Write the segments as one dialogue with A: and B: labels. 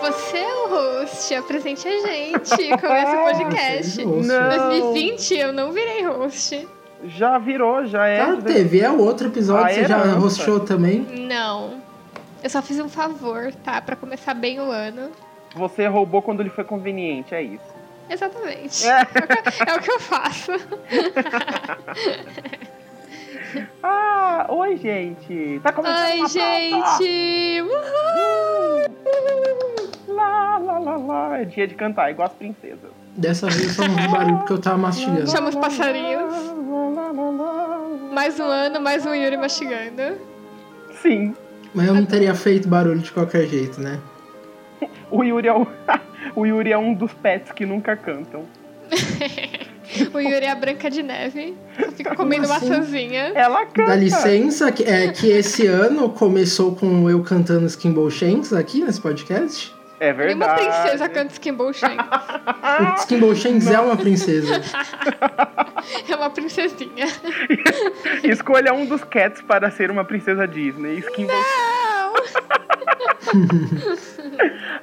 A: Você é o host, apresente a
B: Ah,
A: gente, começa o
B: é
A: podcast.
C: host.
A: Em
B: Não.
A: 2020 eu não virei host.
B: Já virou, já é.
C: Já teve, é o outro episódio
B: Ah,
C: que você já
B: herança.
C: hostou também.
A: Não. Eu só fiz um favor, tá? Pra começar bem o ano.
B: Você roubou quando lhe foi conveniente, é isso.
A: Exatamente.
B: É.
A: É, o, que, é o que eu faço.
B: Ah, oi, gente. Tá começando
A: Oi,
B: uma pauta. Uh!
A: gente! Uhul!
B: Lá, lá, lá, lá. É dia de cantar, igual as princesas.
C: Dessa vez só um barulho porque eu tava mastigando.
A: Chama os Tá passarinhos.
B: Lá, lá, lá, lá.
A: Mais um ano, mais um Yuri mastigando.
B: Sim,
C: Mas eu não teria feito barulho de qualquer jeito, né?
B: o Yuri, é o... o Yuri é um dos pets que nunca cantam.
A: O Yuri é a Branca de Neve. Só fica comendo
C: assim?
A: maçãzinha.
B: Ela canta.
C: Dá licença, que, é que esse ano começou com eu cantando Skimble Shanks aqui nesse podcast.
B: É verdade.
A: Nenhuma princesa canta Skimble Shanks.
B: Ah,
C: O Skimble Shanks é uma princesa.
A: É uma princesinha.
B: Escolha um dos cats para ser uma princesa Disney. Skin
A: Não!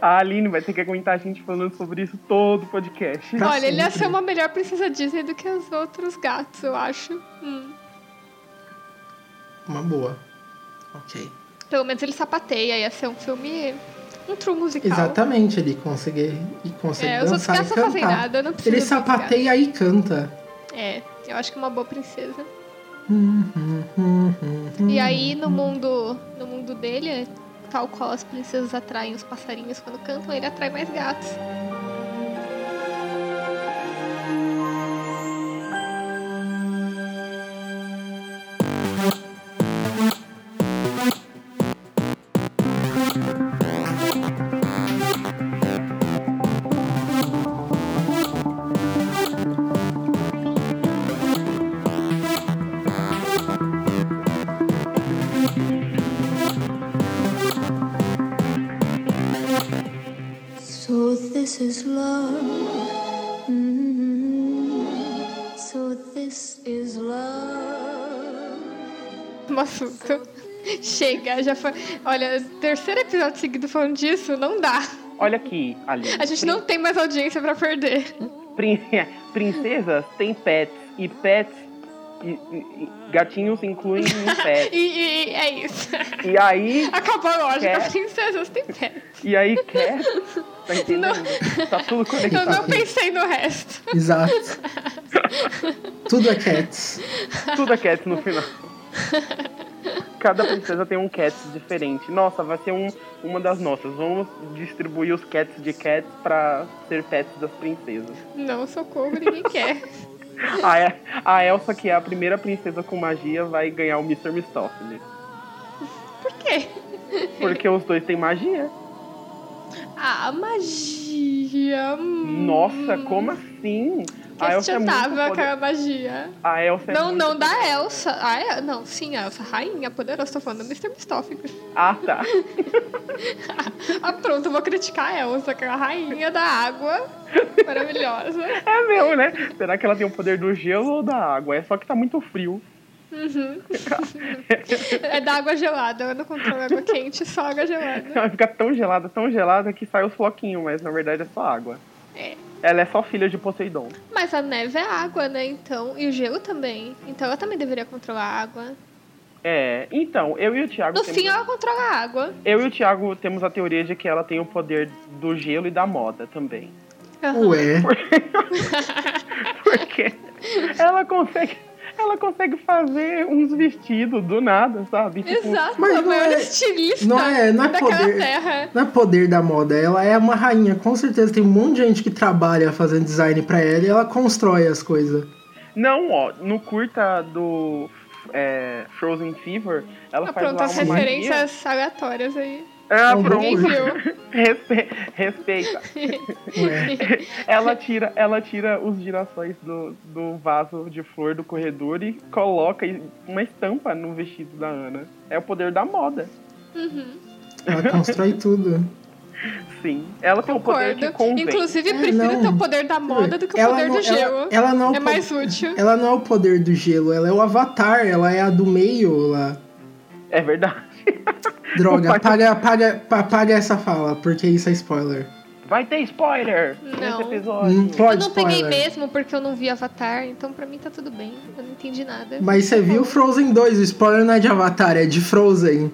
B: A Aline vai ter que aguentar a gente falando sobre isso todo o podcast.
C: Pra
A: Olha, ele ia
C: sempre.
A: ser uma melhor princesa Disney do que os outros gatos, eu acho. Hum.
C: Uma boa. Ok.
A: Pelo menos ele sapateia, ia ser um filme. um true musical.
C: Exatamente, ele consegue, ele consegue
A: É, os outros
C: dançar
A: gatos
C: e
A: não
C: cantar.
A: fazem nada, eu não preciso.
C: Ele
A: dos outros gatos.
C: sapateia e canta.
A: É, eu acho que é uma boa princesa.
C: Hum, hum, hum, hum, hum.
A: E aí, no mundo, no mundo dele, tal qual as princesas atraem os passarinhos quando cantam, ele atrai mais gatos.
D: So this is love. Mm, So this is love.
A: Um assunto. Chega, já foi. Olha, terceiro episódio seguido falando disso, não dá.
B: Olha aqui, Aline.
A: A gente não tem mais audiência pra perder.
B: Prin- Princesas têm pets. E pets. E, e- e gatinhos incluem um
A: E,
B: pet.
A: e- e é isso.
B: E aí.
A: Acabou a lógica,
B: Quer?
A: princesas tem pé.
B: E aí, cats. Tá entendendo? Tá tudo
A: Então, Eu
B: conectado.
A: não pensei no resto.
C: Exato. Tudo é cats.
B: Tudo é cats no final. Cada princesa tem um cats diferente. Nossa, vai ser um, uma das nossas. Vamos distribuir os cats de cats pra ser pets das princesas.
A: Não, socorro, ninguém quer.
B: A, E- a Elsa, que é a primeira princesa com magia, vai ganhar o Mr. Mistófeles.
A: Por quê?
B: Porque os dois têm magia.
A: Ah, magia. hum.
B: Nossa, como assim? A Elsa é muito
A: Questionável
B: poder-
A: aquela magia.
B: A Elsa é
A: não,
B: muito
A: não da Elsa. Ah, é- não, sim, a Elsa, rainha poderosa. Tô falando do Mr. Mistóficos.
B: Ah, tá.
A: Ah, pronto, eu vou criticar a Elsa, aquela rainha da água. Maravilhosa.
B: É meu, né? Será que ela tem o poder do gelo ou da água? É só que tá muito frio.
A: É da água gelada. Eu não controlo água quente, só água gelada.
B: Ela fica tão gelada, tão gelada que sai os floquinhos, mas na verdade é só água.
A: É.
B: Ela é só filha de Poseidon.
A: Mas a neve é água, né? Então. E o gelo também. Então ela também deveria controlar a água.
B: É, então, eu e o Thiago.
A: No
B: temos-
A: fim, ela controla a água.
B: Eu e o Thiago temos a teoria de que ela tem o poder do gelo e da moda também.
C: Ué.
B: Porque ela consegue. Ela consegue fazer uns vestidos do nada, sabe? Tipo,
A: Exato,
C: Mas
A: a
C: não
A: maior
C: é-
A: estilista
C: não é- não é
A: daquela
C: poder.
A: terra.
C: Não é poder da moda, ela é uma rainha. Com certeza tem um monte de gente que trabalha fazendo design pra ela e ela constrói as coisas.
B: Não, ó, no curta do é, Frozen Fever, ela
A: Ah,
B: faz
A: pronto,
B: lá
A: as
B: uma magia.
A: referências aleatórias aí.
B: Ah,
C: Não,
B: pronto.
A: Ninguém
C: Ui.
A: viu.
B: Respe- Respeita.
C: Ué.
B: Ela tira, ela tira os girassóis do, do vaso de flor do corredor e coloca uma estampa no vestido da Ana. É o poder da moda.
C: Ela constrói tudo.
B: Sim. Ela tem o poder
A: Concordo.
B: que convém.
A: Inclusive,
C: É,
A: prefiro
C: não.
A: ter o poder da moda do que o
C: Ela
A: poder
C: não-
A: do
C: ela-
A: gelo.
C: ela não é o
A: é
C: po-
A: mais útil.
C: Ela não é o poder do gelo, ela é o avatar, ela é a do meio lá.
B: É verdade.
C: Droga, apaga, apaga, apaga essa fala, porque isso é spoiler.
B: Vai ter spoiler nesse
A: Não.
B: episódio.
C: Não pode.
A: Eu não peguei
C: spoiler.
A: mesmo porque eu não vi Avatar, então pra mim tá tudo bem. Eu não entendi nada. Tá
C: Mas você viu Frozen 2, o spoiler não é de Avatar, é de Frozen.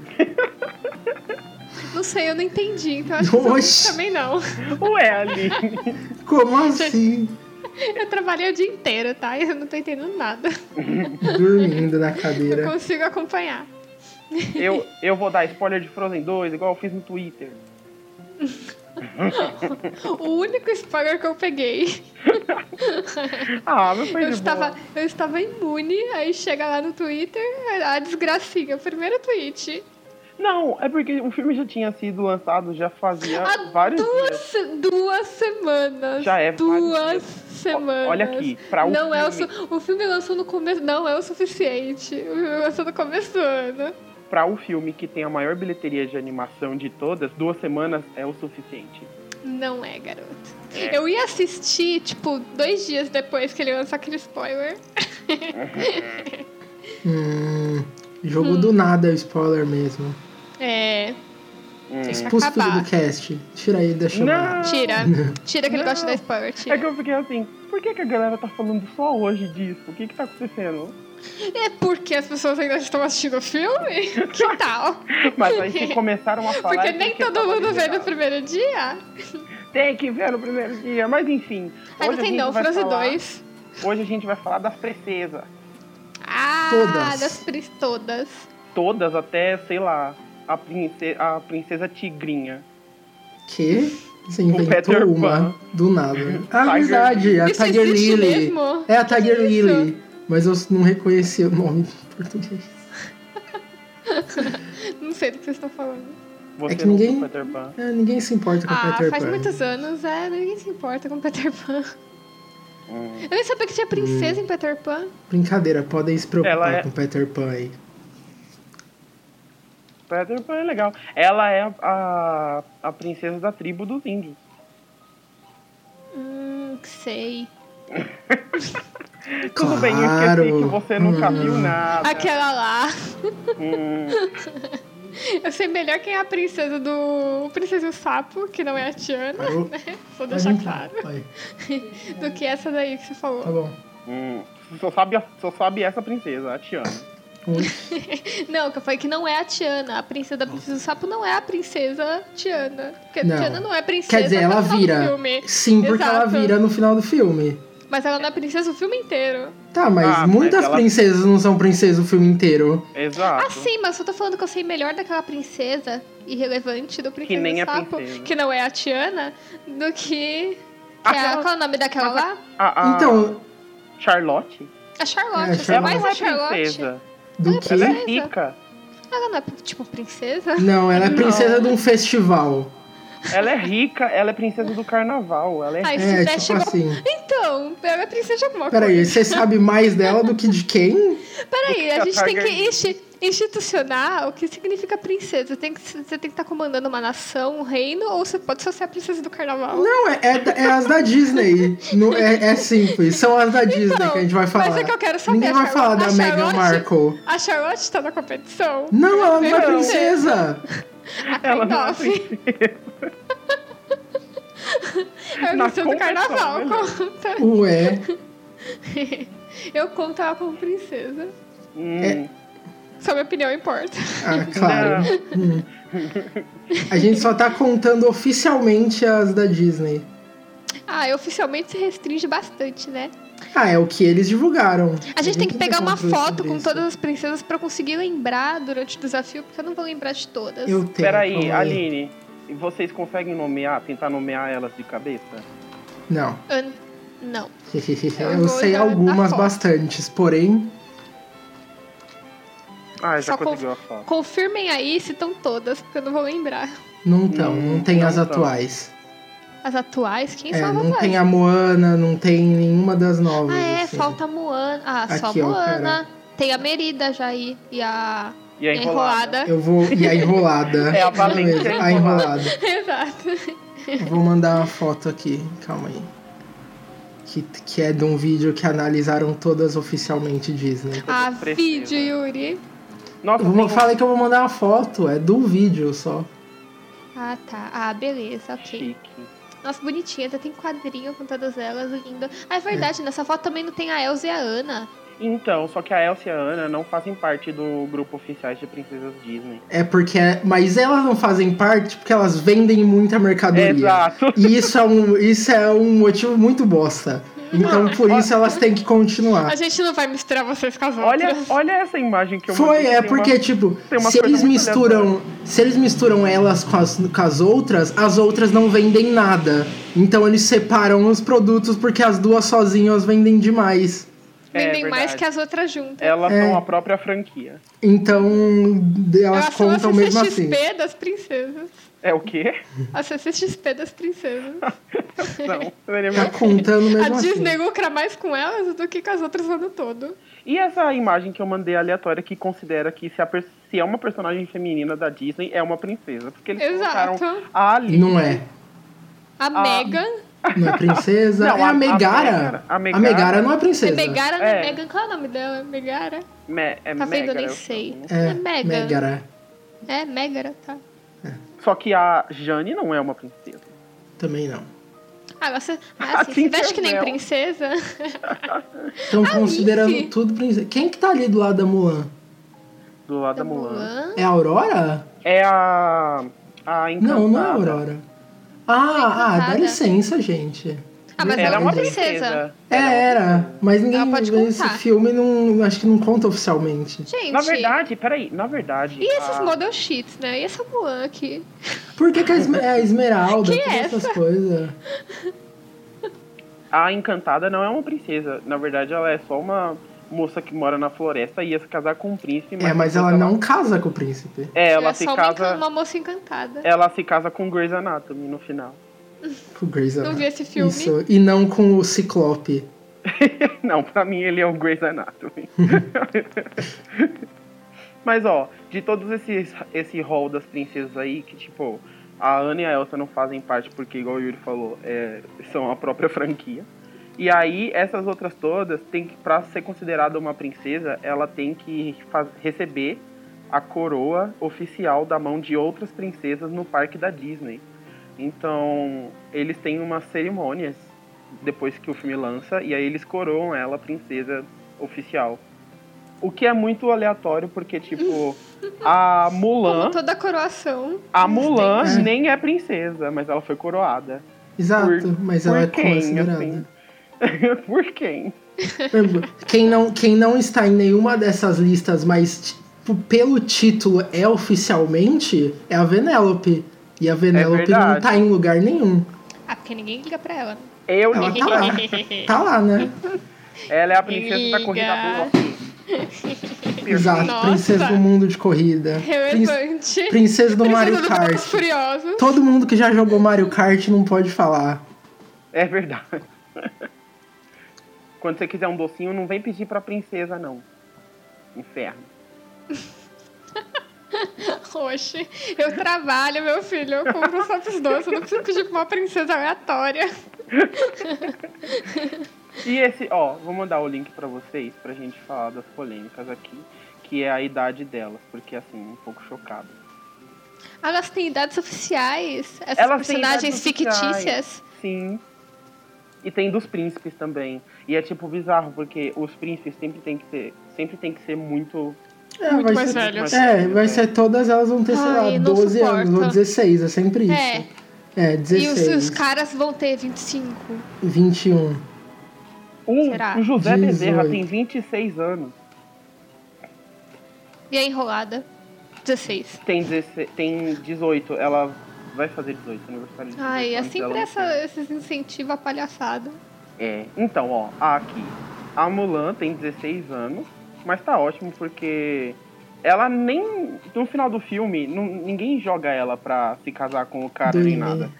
A: Não sei, eu não entendi, então acho que os ouvintes
C: Oxi.
A: também não.
B: Ué, Aline.
C: Como assim?
A: Eu trabalhei o dia inteiro, tá? Eu não tô entendendo nada.
C: Dormindo na
A: Não
C: cadeira.
A: consigo acompanhar.
B: Eu, eu vou dar spoiler de Frozen 2, igual eu fiz no Twitter.
A: O único spoiler que eu peguei.
B: Ah, mas foi
A: Eu
B: de
A: estava,
B: boa.
A: eu estava imune, aí chega lá no Twitter, a desgracinha, o primeiro tweet.
B: Não, é porque o filme já tinha sido lançado, já fazia
A: Há
B: Ah, vários
A: duas,
B: dias.
A: se- duas semanas.
B: Já é vários
A: Duas
B: Ó,
A: semanas.
B: Olha aqui, pra um
A: não
B: filme,
A: é o, su- o filme lançou no começo. Não é o suficiente. O filme lançou no começo do ano.
B: pra um filme que tem a maior bilheteria de animação de todas, duas semanas é o suficiente.
A: Não é, garoto.
B: É.
A: Eu ia assistir, tipo, dois dias depois que ele lançou aquele spoiler.
C: Hum, jogo do nada é spoiler mesmo.
A: É.
B: Hum.
A: Isso
C: Expulso tudo
A: Acabar.
C: do cast. Tira ele da chamada.
B: Não!
A: Tira. Tira que ele gosta de
B: Ah. Não.
A: dar spoiler, tira.
B: É que eu fiquei assim, por que, que a galera tá falando só hoje disso? O que que tá acontecendo?
A: É porque as pessoas ainda estão assistindo o filme? Que tal?
B: Mas aí se começaram a falar...
A: Porque
B: é
A: nem
B: tava
A: todo mundo vê no
B: liberado.
A: primeiro dia.
B: Tem que ver no primeiro dia, mas enfim.
A: Ainda
B: hoje a
A: tem
B: gente
A: assim, não,
B: vai
A: Frozen
B: falar-
A: 2.
B: Hoje a gente vai falar das princesas.
A: Ah,
C: Todas.
A: das pris todas.
B: Todas, até, sei lá, a, prince... a princesa tigrinha.
C: Que? Você
B: Peter
C: inventou uma
B: Pan.
C: do nada. Ah,
B: Tiger
C: verdade, é a
A: Isso
C: Tiger
A: existe
C: Lily.
A: mesmo?
C: É a Tiger
A: Que que é
C: Lily. Mas eu não reconheci o nome em português.
A: Não sei do que vocês estão falando.
B: Você
C: que
B: não
C: ninguém-
B: viu Peter Pan.
C: É, ninguém se importa com
A: Ah,
C: o Peter
A: faz
C: Pan.
A: muitos anos, é, ninguém se importa com Peter Pan.
B: Hum.
A: Eu nem sabia que tinha princesa em Peter Pan.
C: Brincadeira, podem se preocupar
B: Ela é-
C: com o Peter Pan aí.
B: Peter Pan é legal. Ela é a, a, a princesa da tribo dos índios.
A: Hum, sei.
B: Tudo bem, eu esqueci
C: Claro.
B: que você nunca
C: Hum.
B: viu nada.
A: Aquela lá.
B: Ah, tá. Hum.
A: Eu sei melhor quem é a princesa do. o Princesa e o Sapo, que não é a Tiana,
C: Parou?
A: né? Só
C: Pode
A: deixar
C: entrar,
A: claro.
C: vai.
A: Do que essa daí que você falou.
C: Tá bom.
B: Hum. Só, sabe, a- só sabe essa princesa, a Tiana.
C: Ui,
A: Não, que eu falei que não é a Tiana. A princesa da Princesa do Sapo não é a princesa Tiana. Porque
C: Não.
A: a Tiana não é princesa.
C: Quer dizer,
A: até o
C: ela
A: final do
C: vira.
A: filme.
C: Sim, porque ela
A: Exato.
C: vira no final do filme.
A: Mas ela não é princesa o filme inteiro.
C: Tá, mas
B: Ah, mas
C: muitas
B: ela-
C: princesas não são princesas o filme inteiro.
B: Exato.
A: Ah, sim, mas eu tô falando que eu sei melhor daquela princesa irrelevante do Princesa
B: nem
A: do
B: é
A: Sapo,
B: princesa.
A: que não é a Tiana, do que. que
B: Aquela-
A: é a- qual é o nome daquela lá?
B: A, a
C: Então,
B: Charlotte?
A: A Charlotte.
C: É,
A: eu sei
C: Charlotte.
B: Ela
A: mais
B: não
A: a
B: é
A: Charlotte.
B: princesa.
C: do
A: Ela
C: que.
B: Ela é
A: Princesa?
B: rica.
A: Ela não é tipo princesa?
C: Não, ela é
B: Não.
C: princesa de um festival.
B: Ela é rica, ela é princesa do carnaval. Ela é
A: Ai,
B: rica.
A: se
C: É,
A: der,
C: tipo
A: chegou.
C: assim.
A: Então, ela é princesa de alguma
C: Peraí,
A: coisa.
C: você sabe mais dela do que de quem?
A: Peraí, a
B: a
A: gente tem que
B: Targaryen.
A: insti- institucionar o que significa princesa. Tem que- Você tem que estar comandando uma nação, um reino, ou você pode só ser a princesa do carnaval.
C: Não, é, é da- é as da Disney. Não, é, é simples. São as da Disney que a gente vai falar.
A: Mas é que eu quero saber.
C: Ninguém
A: a
C: vai
A: Charlotte-
C: falar da
A: a
C: Meghan
A: Charlotte-
C: Markle.
A: A Charlotte tá na competição?
C: Não, ela não é
A: Não.
C: princesa.
B: Ela não é
A: Nossa.
B: princesa.
A: É a
B: Na
A: princesa do
B: competição,
A: carnaval.
B: melhor.
A: Conta.
C: Ué.
A: Eu conto ela como princesa.
C: É,
B: Hum.
A: Só minha opinião importa.
C: Ah, claro. Hum. A gente só tá contando oficialmente as da Disney.
A: Ah, oficialmente se restringe bastante, né?
C: Ah, é o que eles divulgaram.
A: A gente tem que pegar uma foto com
C: todas
A: todas as princesas pra eu conseguir lembrar durante o desafio, porque eu não vou lembrar de todas.
C: Eu tenho.
B: Peraí,
C: calma aí.
B: Aline, vocês conseguem nomear, tentar nomear elas de cabeça?
C: Não.
A: Eu- Não.
C: Eu,
A: vou
C: sei
A: dar- dar
C: algumas
A: foto.
C: bastantes, porém.
B: Ah,
A: Só
B: já conseguiu a foto.
A: Confirmem aí se estão todas, porque eu não vou lembrar.
C: Não tão, não,
B: Não,
C: tem
B: Hum, não
C: as
B: tão.
C: atuais.
A: As atuais? Quem
C: É,
A: são as
C: não
A: atuais?
C: tem a Moana, não tem nenhuma das novas.
A: Ah, é,
C: assim.
A: falta a Moana. Ah, só a
C: Aqui, ó,
A: Moana. tem a Merida já aí. E a
B: E a Tá enrolada?
A: enrolada.
C: Eu vou. E a enrolada.
B: É a
C: Isso
B: valente
C: mesmo, a
B: enrolada.
C: enrolada.
A: Exato.
C: Eu vou mandar uma foto aqui, calma aí. Que, que é de um vídeo que analisaram todas oficialmente Disney.
A: A
B: Precisa.
A: vídeo, Yuri.
B: Nossa,
C: Eu vou-
B: tem- um
C: falei que eu vou mandar uma foto, é do vídeo só.
A: Ah, tá. Ah, beleza, ok.
B: chique.
A: Nossa, bonitinha, até tem quadrinho com todas elas, linda. Ah, é verdade, nessa foto também não tem a Elsa e a Ana.
B: Então, só que a Elsa e a Ana não fazem parte do grupo oficiais de princesas Disney.
C: É porque. Mas elas não fazem parte porque elas vendem muita mercadoria.
B: Exato.
C: E isso é um, isso é um motivo muito bosta. Então por isso elas têm que continuar.
A: A gente não vai misturar vocês com as
B: Olha,
A: outras.
B: olha essa imagem que eu
C: Foi,
B: mandei,
C: é
B: tem uma-
C: porque, tipo,
B: tem uma
C: se
B: coisa
C: eles
B: muito
C: misturam. Se eles misturam elas com as, com as outras, as outras não vendem nada. Então eles separam os produtos porque as duas sozinhas vendem demais.
B: É,
A: Vendem mais
B: verdade.
A: que as outras juntas.
B: Elas
C: É.
B: são a própria franquia.
C: Então elas
A: são a
C: contam mesmo assim.
B: né?
A: CCXP das princesas.
B: É o quê?
A: A CCXP das princesas.
B: Não, é seria
C: Tá
B: melhor.
C: contando
A: A
C: mesmo assim.
A: Disney lucra mais com elas do que com as outras o ano todo.
B: E essa imagem que eu mandei aleatória que considera que se, a per- se é uma personagem feminina da Disney, é uma princesa. Porque eles
A: Exato.
B: colocaram a Alice.
C: Não é.
B: Ah,
A: A Megan.
C: Não é princesa.
B: Não,
C: é
B: a-
C: a,
B: a
C: Megara.
B: Megara- a
C: A
B: Megara-
C: Megara, não é
A: É
C: princesa.
A: Megara, né?
B: É.
A: Megan, qual é o nome dela? Megara?
B: Me- é
A: Tá vendo? Eu
B: Megara,
A: nem
B: eu
A: sei.
B: chamo.
C: É,
A: É Megara.
C: Megara.
A: É, Megara, tá.
B: Só que a Jane não é uma princesa.
C: Também não.
A: Ah, você ah, assim,
B: Assim
A: se
B: que
A: veste
B: é
A: que nem
B: belo.
A: princesa.
C: Então,
A: Ah,
C: considerando
A: Alice.
C: tudo, princesa. Quem que tá ali do lado da Mulan?
B: Do lado da
A: Da
B: Mulan.
A: Mulan.
C: É a Aurora?
B: É a. A Encantada.
C: Não, não é a Aurora. Ah, ah, dá
A: Encantada.
C: licença, gente.
A: Ah, mas
B: Ela é uma
A: princesa.
B: princesa.
C: É, era, mas ninguém
A: Ela pode
C: esse
A: contar.
C: filme não, acho que não conta oficialmente.
A: Gente.
B: Na verdade, peraí, na verdade.
A: E esses
B: a-
A: model sheets, né? E essa Mulan aqui?
C: Por que, que a, Esme- é a Esmeralda,
A: Que
C: todas
A: essa?
C: essas coisas?
B: A Encantada não é uma princesa. Na verdade, ela é só uma moça que mora na floresta e ia se casar com um príncipe.
C: É, mas ela não casa com o príncipe.
B: É, ela É.
A: é
B: se
A: só uma encan-
B: casa.
A: uma moça encantada.
B: Ela se casa com Grey's Anatomy no final.
C: Com o Grey's
A: Não vi
C: Anatomy.
A: esse filme.
C: Isso, e não com o Ciclope.
B: não, pra mim ele é o Grey's Anatomy. Mas ó, de todos esses esse rol das princesas aí, que tipo, a Anne e a Elsa não fazem parte, porque igual o Yuri falou, é, são a própria franquia. E aí, essas outras todas, tem que, pra ser considerada uma princesa, ela tem que faz- receber a coroa oficial da mão de outras princesas no parque da Disney. Então, eles têm umas cerimônias depois que o filme lança, e aí eles coroam ela princesa oficial. O que é muito aleatório, porque, tipo, a Mulan,
A: Como toda a coroação.
B: a Mulan
C: Disney.
B: nem é princesa, mas ela foi coroada.
C: Exato, mas ela é
B: Por quem,
C: considerada.
B: assim? Por quem?
C: Quem não, quem não está em nenhuma dessas listas, mas tipo, pelo título é oficialmente, é a Venélope. E a Venélope não
B: verdade.
C: tá em lugar nenhum.
A: Ah, porque ninguém liga pra ela. né?
B: Eu
C: Ela
B: ninguém.
C: tá lá. Tá lá, né?
B: Ela é a princesa da corrida
A: Liga.
B: do
C: Exato.
A: Nossa.
C: Princesa do mundo de corrida. Prin-
A: Relevante.
C: princesa do Mario
A: Princesa Velozes
C: Kart.
A: Furiosos.
C: Todo mundo que já jogou Mario Kart não pode falar.
B: É verdade. Quando você quiser um docinho, não vem pedir pra princesa, não. Inferno.
A: Oxe, eu trabalho, meu filho. Eu compro os próprios doces. Eu não preciso pedir pra uma princesa aleatória.
B: E esse, ó, vou mandar o link pra vocês pra gente falar das polêmicas aqui, que é a idade delas, porque assim, um pouco chocado.
A: Elas têm idades oficiais. Essas
B: Elas têm
A: personagens
B: idades oficiais.
A: fictícias.
B: Sim. E tem dos príncipes também. E é tipo bizarro, porque os príncipes sempre tem que ter, sempre tem que ser muito
C: É,
A: Muito
C: vai
A: mais
C: ser,
A: velho.
C: É, vai ser todas elas vão ter, sei lá,
A: Ai, não
C: 12
A: suporto.
C: anos ou 16, é sempre isso.
A: É.
C: É,
A: E os,
C: 16,
A: os caras vão ter 25.
C: 21.
B: Um,
A: Será?
B: o José Bezerra
C: 18.
B: tem 26 anos.
A: E a enrolada? 16.
B: Tem, 16, tem 18. Ela vai fazer 18, aniversário de 18
A: Ai, é
B: anos dela
A: sempre
B: no
A: essa, esses incentivos à palhaçada.
B: fim. É. Então, ó, aqui. A Mulan tem 16 anos, mas tá ótimo porque ela nem. No final do filme, não- ninguém joga ela pra se casar com o cara nem
C: Dois e meio.
B: nada.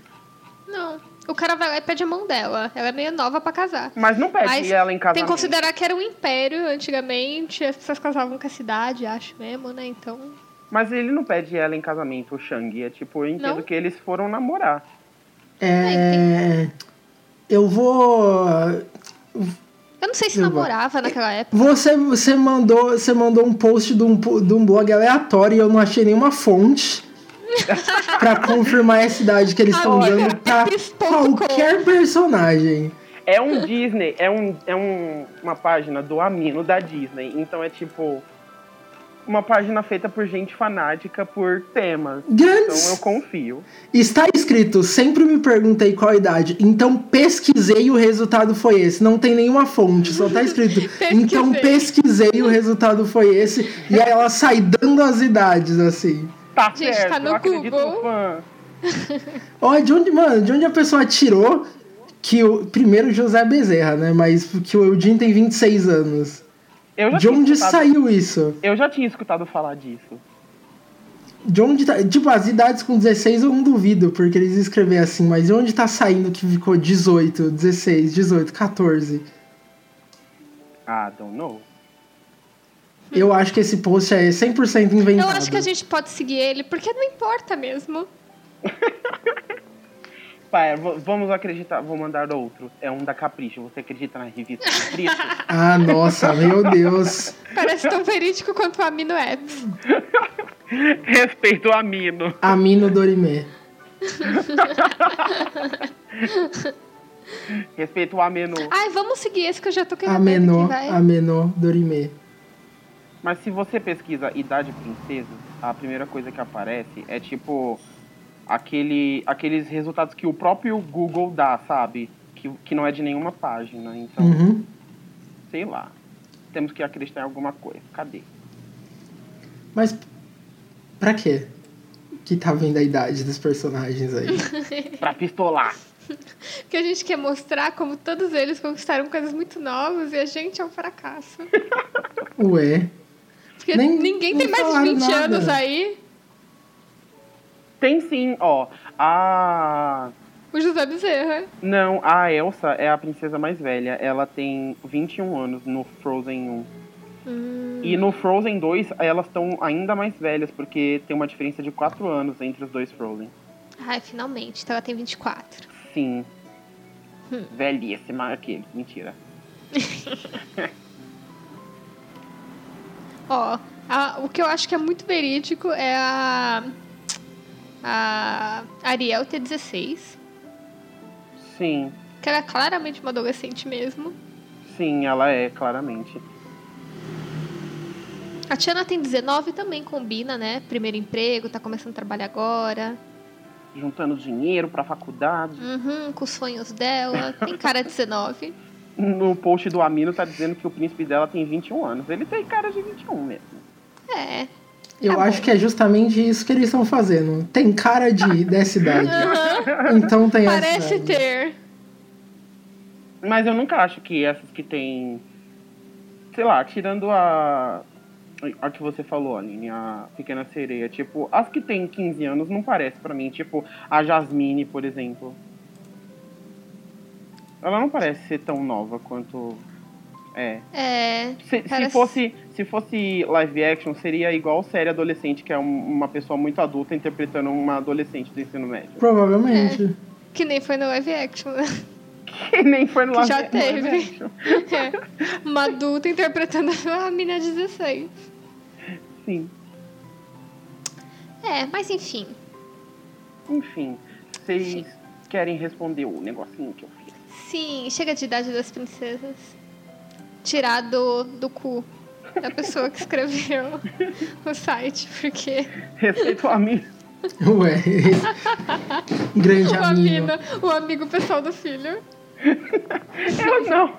A: Não. O cara vai lá e pede a mão dela. Ela é meio nova pra casar.
B: Mas não pede
A: Mas
B: ela em casamento.
A: Tem que considerar que era um império antigamente. As pessoas casavam com a cidade, acho mesmo, né? Então.
B: Mas ele não pede ela em casamento, o Shang. É tipo, eu entendo
A: Não?
B: que eles foram namorar.
C: É, eu vou.
A: Eu não sei se
C: Eu
A: namorava naquela época.
C: Você, você, mandou, você mandou um post de um, po- de um blog aleatório e eu não achei nenhuma fonte pra confirmar a cidade que eles estão
A: Olha,
C: dando pra
A: epics.com.
C: qualquer personagem.
B: É um Disney, é, um, é um, uma página do Amino da Disney. Então é tipo. Uma página feita por gente fanática por temas. Então eu
C: Gantz!
B: confio.
C: Está escrito, sempre me perguntei qual a idade, então pesquisei e o resultado foi esse. Não tem nenhuma fonte, só tá escrito. então pesquisei e o resultado foi esse. E aí ela sai dando as idades, assim.
B: Tá
A: Gente,
B: certo,
A: tá no
B: eu acredito
A: Google.
B: no fã.
C: Ó, de onde, mano, de onde a pessoa tirou que o. Primeiro José Bezerra, né? Mas que o Eudin tem 26 anos.
B: Eu já
C: De
B: tinha
C: onde
B: escutado-
C: saiu isso?
B: Eu já tinha escutado falar disso.
C: De onde tá. Tipo, as idades com 16 eu não duvido, porque eles escreveram assim, mas de onde tá saindo que ficou 18, 16, 18, 14?
B: Ah, don't know.
C: Eu acho que esse post é 100%
A: Eu
C: inventado.
A: acho que a gente pode seguir ele, porque não importa mesmo.
B: Pai, v- é, vamos acreditar, vou mandar outro. É um da Capricho. Você acredita na revista Capricho?
C: Ah, nossa, meu Deus.
A: Parece tão verídico quanto o Amino Apps.
B: Respeito o Amino.
C: Amino Dorime.
B: Respeito o Ameno.
A: Ai, vamos seguir esse que eu já tô querendo.
C: Amenô,
A: que vai.
C: Amenô Dorime.
B: Mas se você pesquisa idade princesa, a primeira coisa que aparece é tipo aquele, aqueles resultados que o próprio Google dá, sabe? Que, que não é de nenhuma página. Então,
C: Uhum.
B: sei lá. Temos que acreditar em alguma coisa. Cadê?
C: Mas pra quê? Que tá vendo a idade dos personagens aí.
B: Pra pistolar.
A: Porque a gente quer mostrar como todos eles conquistaram coisas muito novas e a gente é um fracasso.
C: Ué.
A: Porque
C: Nem-
A: ninguém
C: nem
A: tem mais de
C: falaram
A: 20
C: nada.
A: anos aí.
B: Tem sim, ó. A.
A: O José Bezerra.
B: Não, a Elsa é a princesa mais velha. Ela tem 21 anos no Frozen 1. E no Frozen 2, elas estão ainda mais velhas, porque tem uma diferença de 4 anos entre os dois Frozen.
A: Ai, finalmente. Então ela tem 24.
B: Sim. Velhíssima aquele. Mentira.
A: Ó, a- o que eu acho que é muito verídico é a. A Ariel ter 16.
B: Sim,
A: Que ela é claramente uma adolescente mesmo.
B: sim, ela é, claramente.
A: A Tiana tem 19 também combina, né? Primeiro emprego, tá começando a trabalhar agora.
B: Juntando dinheiro pra faculdade.
A: Uhum, com os sonhos dela. Tem cara de 19.
B: No post do Amino tá dizendo que o príncipe dela tem 21 anos. Ele tem cara de 21 mesmo.
A: É.
C: Eu
A: Tá
C: acho
A: bom.
C: que é justamente isso que eles estão fazendo. Tem cara de dessa idade. Então tem essa
A: Tá. Parece
C: idade.
A: ter.
B: Mas eu nunca acho que essas que tem. Sei lá, tirando a. A que você falou, Aline, a Pequena Sereia. Tipo, as que tem 15 anos não parece pra mim. Tipo, a Jasmine, por exemplo. Ela não parece ser tão nova quanto. É.
A: É.
B: Se, se
A: Parece-
B: fosse, se fosse live action, seria igual série adolescente, que é um- uma pessoa muito adulta interpretando uma adolescente do ensino médio.
C: Provavelmente.
A: Que nem foi no live action, né?
B: Que nem foi no
A: Que
B: live,
A: já
B: no
A: teve.
B: live action.
A: É. Uma adulta interpretando a menina 16.
B: Sim.
A: É, mas enfim.
B: Enfim, vocês querem responder o negocinho que eu fiz?
A: Sim, chega de idade das princesas. Tirar do, do cu da pessoa que escreveu o site, porque
B: Respeito a mim.
A: É.
C: Ué. Grande
A: o
C: amigo.
A: amigo, o amigo pessoal do filho.
B: Eu não.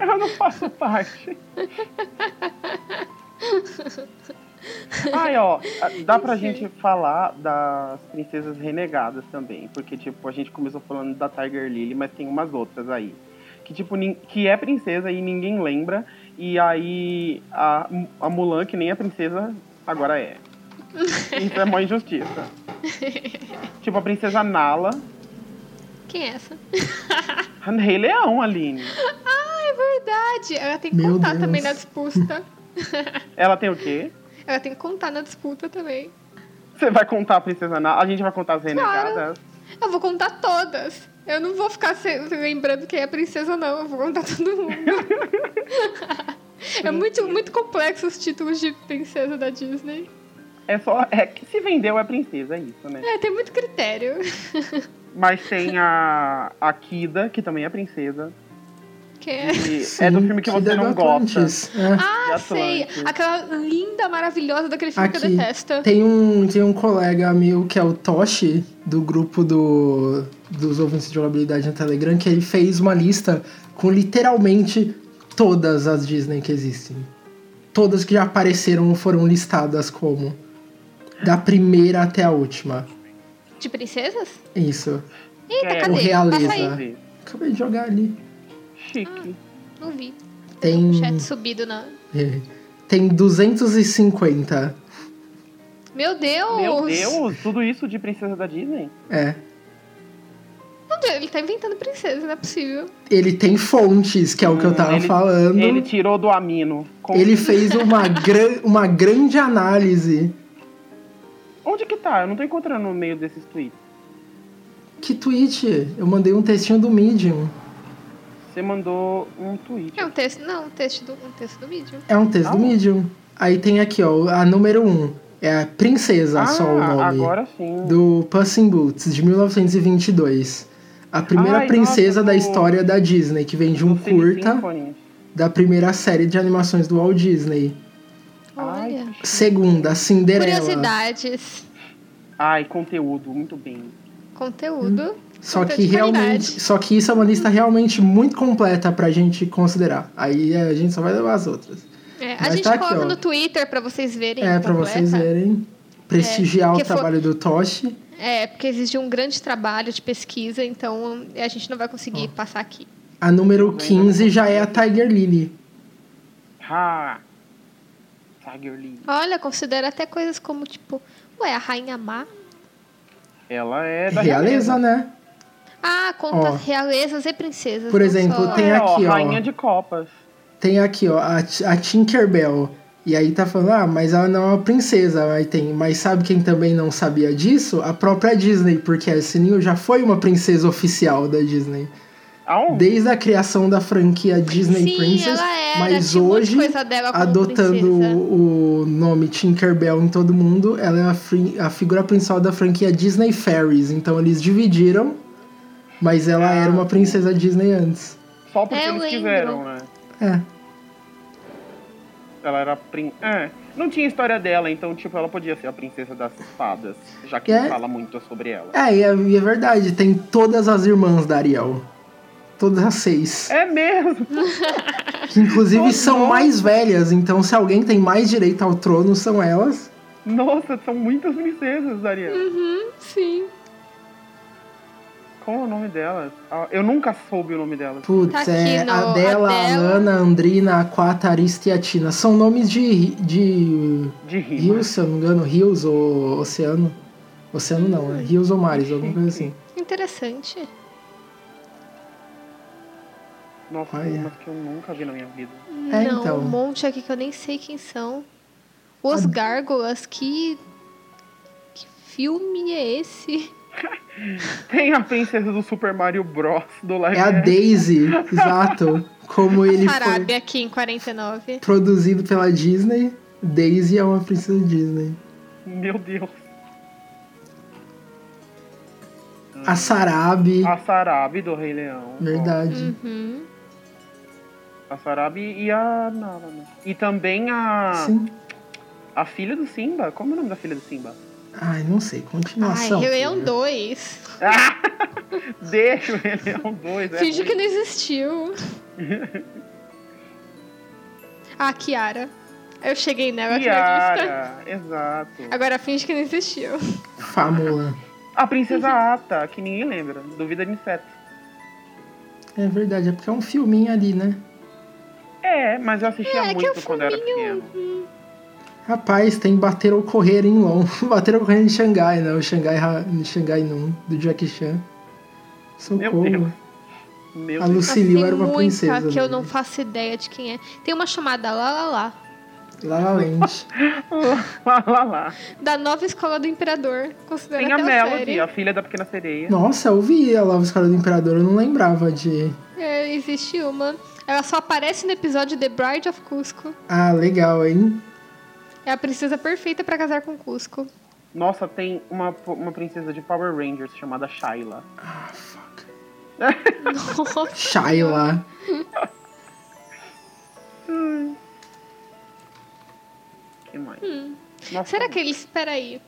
B: Eu não faço parte. Ai, ó, dá pra gente falar das princesas renegadas também, porque, tipo, a gente começou falando da Tiger Lily, mas tem umas outras aí. Que, tipo, nin- que é princesa e ninguém lembra, e aí a, a Mulan, que nem é princesa, agora é. Isso é uma injustiça. tipo, a princesa Nala,
A: Quem é essa?
B: Rei Leão, Aline.
A: Ah, é verdade! Ela tem que
C: Meu
A: contar
C: Deus.
A: também na disputa.
B: Ela tem o quê?
A: Ela tem que contar na disputa também.
B: Você vai contar a princesa Nala? A gente vai contar as renegadas?
A: Eu vou contar todas. Eu não vou ficar se- lembrando quem é a princesa, não. Eu vou contar todo mundo. é muito, muito complexo os títulos de princesa da Disney.
B: É só. É que se vendeu é princesa, é isso, né?
A: É, tem muito critério.
B: Mas tem a, a Kida, que também é princesa.
A: Quem é?
B: E é do
C: Sim,
B: filme que você
C: da
B: não
C: do
B: gosta.
C: Atlantis. É.
A: Ah,
B: De
A: sei.
B: Atlantis.
A: Aquela linda, maravilhosa daquele filme que eu
C: Aqui.
A: detesto.
C: Tem um, tem um colega meu que é o Toshi, do grupo do, dos ouvintes de jogabilidade no Telegram, que ele fez uma lista com literalmente todas as Disney que existem. Todas que já apareceram foram listadas como. Da primeira até a última.
A: De princesas?
C: Isso.
A: Eita,
B: É,
C: o
A: cadê?
C: realeza.
A: Passa tá aí.
C: Acabei de jogar ali.
B: Chique.
A: Não vi.
C: Tem.
A: O chat subido na.
C: Tem 250.
A: Meu Deus!
B: Meu Deus, tudo isso de princesa da Disney?
C: É.
A: Não, Ele tá inventando princesa, não é possível.
C: Ele tem fontes, que é o que eu tava
B: Hum, Ele-
C: falando.
B: Ele tirou do Amino. Com-
C: Ele fez uma, gran, uma grande análise.
B: Onde que tá? Eu não tô encontrando no meio desses tweets.
C: Que tweet? Eu mandei um textinho do Medium.
B: Você mandou um tweet.
A: É um texto. Não, um texto do, um texto do vídeo.
C: É um texto
B: Ah.
C: do Medium. Aí tem aqui, ó, a número 1. Um. É a Princesa,
B: ah,
C: só o nome.
B: agora sim.
C: Do Puss in Boots, de 1922. A primeira
B: Ai,
C: princesa
B: nossa,
C: da
B: do-
C: história da Disney, que vem de um
B: Do Cine
C: curta
B: Symphony.
C: da primeira série de animações do Walt Disney.
B: Ai,
A: Olha.
B: que chique.
C: Segunda, Cinderela.
A: Curiosidades.
B: Ai, conteúdo, muito bem.
A: Conteúdo.
C: Só
A: Conteúdo
C: que
A: de
C: realmente,
A: qualidade.
C: só que isso é uma lista realmente muito completa pra gente considerar. Aí a gente só vai levar as outras.
A: É, a
C: Mas
A: gente
C: tá aqui,
A: coloca
C: ó.
A: no Twitter pra vocês verem.
C: é pra
A: completa. É,
C: vocês verem, prestigiar o
A: porque foi-
C: trabalho do Toshi.
A: É, porque exige um grande trabalho de pesquisa, então a gente não vai conseguir passar aqui.
C: A número 15 já é a Tiger Lily.
B: Ha! Tiger Lee.
A: Olha, considera até coisas como, tipo, ué, a Rainha Má.
B: Ela é da
C: Realeza, né?
A: Ah, conta
C: Ó.
A: realezas e princesas.
C: Por
A: não
C: exemplo,
A: só-
C: tem
B: É, ó,
C: aqui, ó.
B: Rainha de Copas.
C: Tem aqui, ó, a, Ti- a Tinkerbell. E aí tá falando, ah, mas ela não é uma princesa. Aí tem, mas sabe quem também não sabia disso? A própria Disney, porque a Sininho já foi uma princesa oficial da Disney.
B: Aonde?
C: desde a criação da franquia Disney
A: É. Sim,
C: Princess,
A: ela era,
C: mas
A: tinha um monte de
C: hoje
A: coisa dela como
C: adotando
A: princesa.
C: o nome Tinkerbell em todo mundo, ela é a, fri- a figura principal da franquia Disney Fairies, então eles dividiram, mas ela era
A: Ah,
C: uma princesa Disney antes.
B: Só porque
A: É, eu
B: eles
A: lembro.
B: quiseram, né?
C: É,
B: Ela era prin... é, não tinha história dela, então tipo, ela podia ser a princesa das fadas, já que
C: É.
B: não fala muito sobre ela.
C: é, e é, e é verdade, tem todas as irmãs da Ariel. Todas as seis.
B: É mesmo.
C: Que inclusive
B: todas.
C: são mais velhas, então se alguém tem mais direito ao trono, são elas.
B: Nossa, são muitas princesas, Ariel.
A: Sim.
B: Qual é o nome delas? Ah, Eu nunca soube o nome delas.
C: Putz,
A: Tá aqui
C: é
A: no
C: Adela,
A: Adela.
C: Alana, Andrina, Aquata, Arista e Atina. São nomes de, de
B: De rima.
C: rios, se eu não me engano, rios ou oceano. Oceano não, né? Rios ou mares, alguma coisa assim.
A: Interessante.
B: Nossa,
C: Olha.
B: umas que eu nunca vi na minha vida.
C: É,
A: não,
C: então.
A: um monte aqui que eu nem sei quem são. Os Gárgolas, que. Que filme é esse?
B: Tem a princesa do Super Mario Bros. do live
C: É a
B: action.
C: Daisy, exato. Como ele foi
A: Sarabia aqui em 49.
C: produzido pela Disney, Daisy é uma princesa Disney.
B: Meu Deus.
C: A Sarabi,
B: A Sarabi do Rei Leão. Hum.
C: verdade.
A: Uhum.
B: Ó, A Sarabi e a Nala, né? E também a...
C: Sim.
B: a filha do Simba. Como é o nome da filha do Simba?
C: Ai, não sei,
A: Ai,
C: continuação.
A: Rei Leão
C: filha.
A: 2.
B: Deixa o Rei Leão 2. É
A: Finge
B: ruim.
A: que não existiu. ah, Kiara. Eu cheguei nela aqui na lista.
B: Tiara, exato.
A: Agora finge que não existiu.
C: Fámula.
B: A princesa Ata, que ninguém lembra. Duvida de inseto.
C: É verdade, é porque é um filminho ali, né?
B: É, mas eu assistia
A: É, que é
B: muito
A: o
B: quando eu era
A: filminho.
B: pequeno.
C: Rapaz, tem Bater ou Correr em Long. Bater ou Correr em Xangai, né? O Xangai, Ra- Xangai Num, do Jack Chan. Socorro.
B: Meu Deus. Meu
C: A
B: Deus.
C: Lucilio
A: tem
C: era uma
A: muita
C: princesa.
A: que eu
C: né?
A: não faço ideia de quem é. Tem uma chamada lá lá lá.
C: Lá La La Land.
B: Lá, lá, lá.
A: Da nova escola do imperador. Considera
B: Tem a
A: até
B: Melody,
A: série.
B: a filha da pequena sereia.
C: Nossa, eu vi a Love Escola do Imperador, eu não lembrava de.
A: É, existe uma. Ela só aparece no episódio The Bride of Cusco.
C: Ah, legal, hein?
A: É a princesa perfeita pra casar com Cusco.
B: Nossa, tem uma, uma princesa de Power Rangers chamada Shyla.
C: Ah, fuck.
A: Nossa.
C: Shaila.
B: Que mais? Nossa,
A: Hum. Será que eles. Peraí.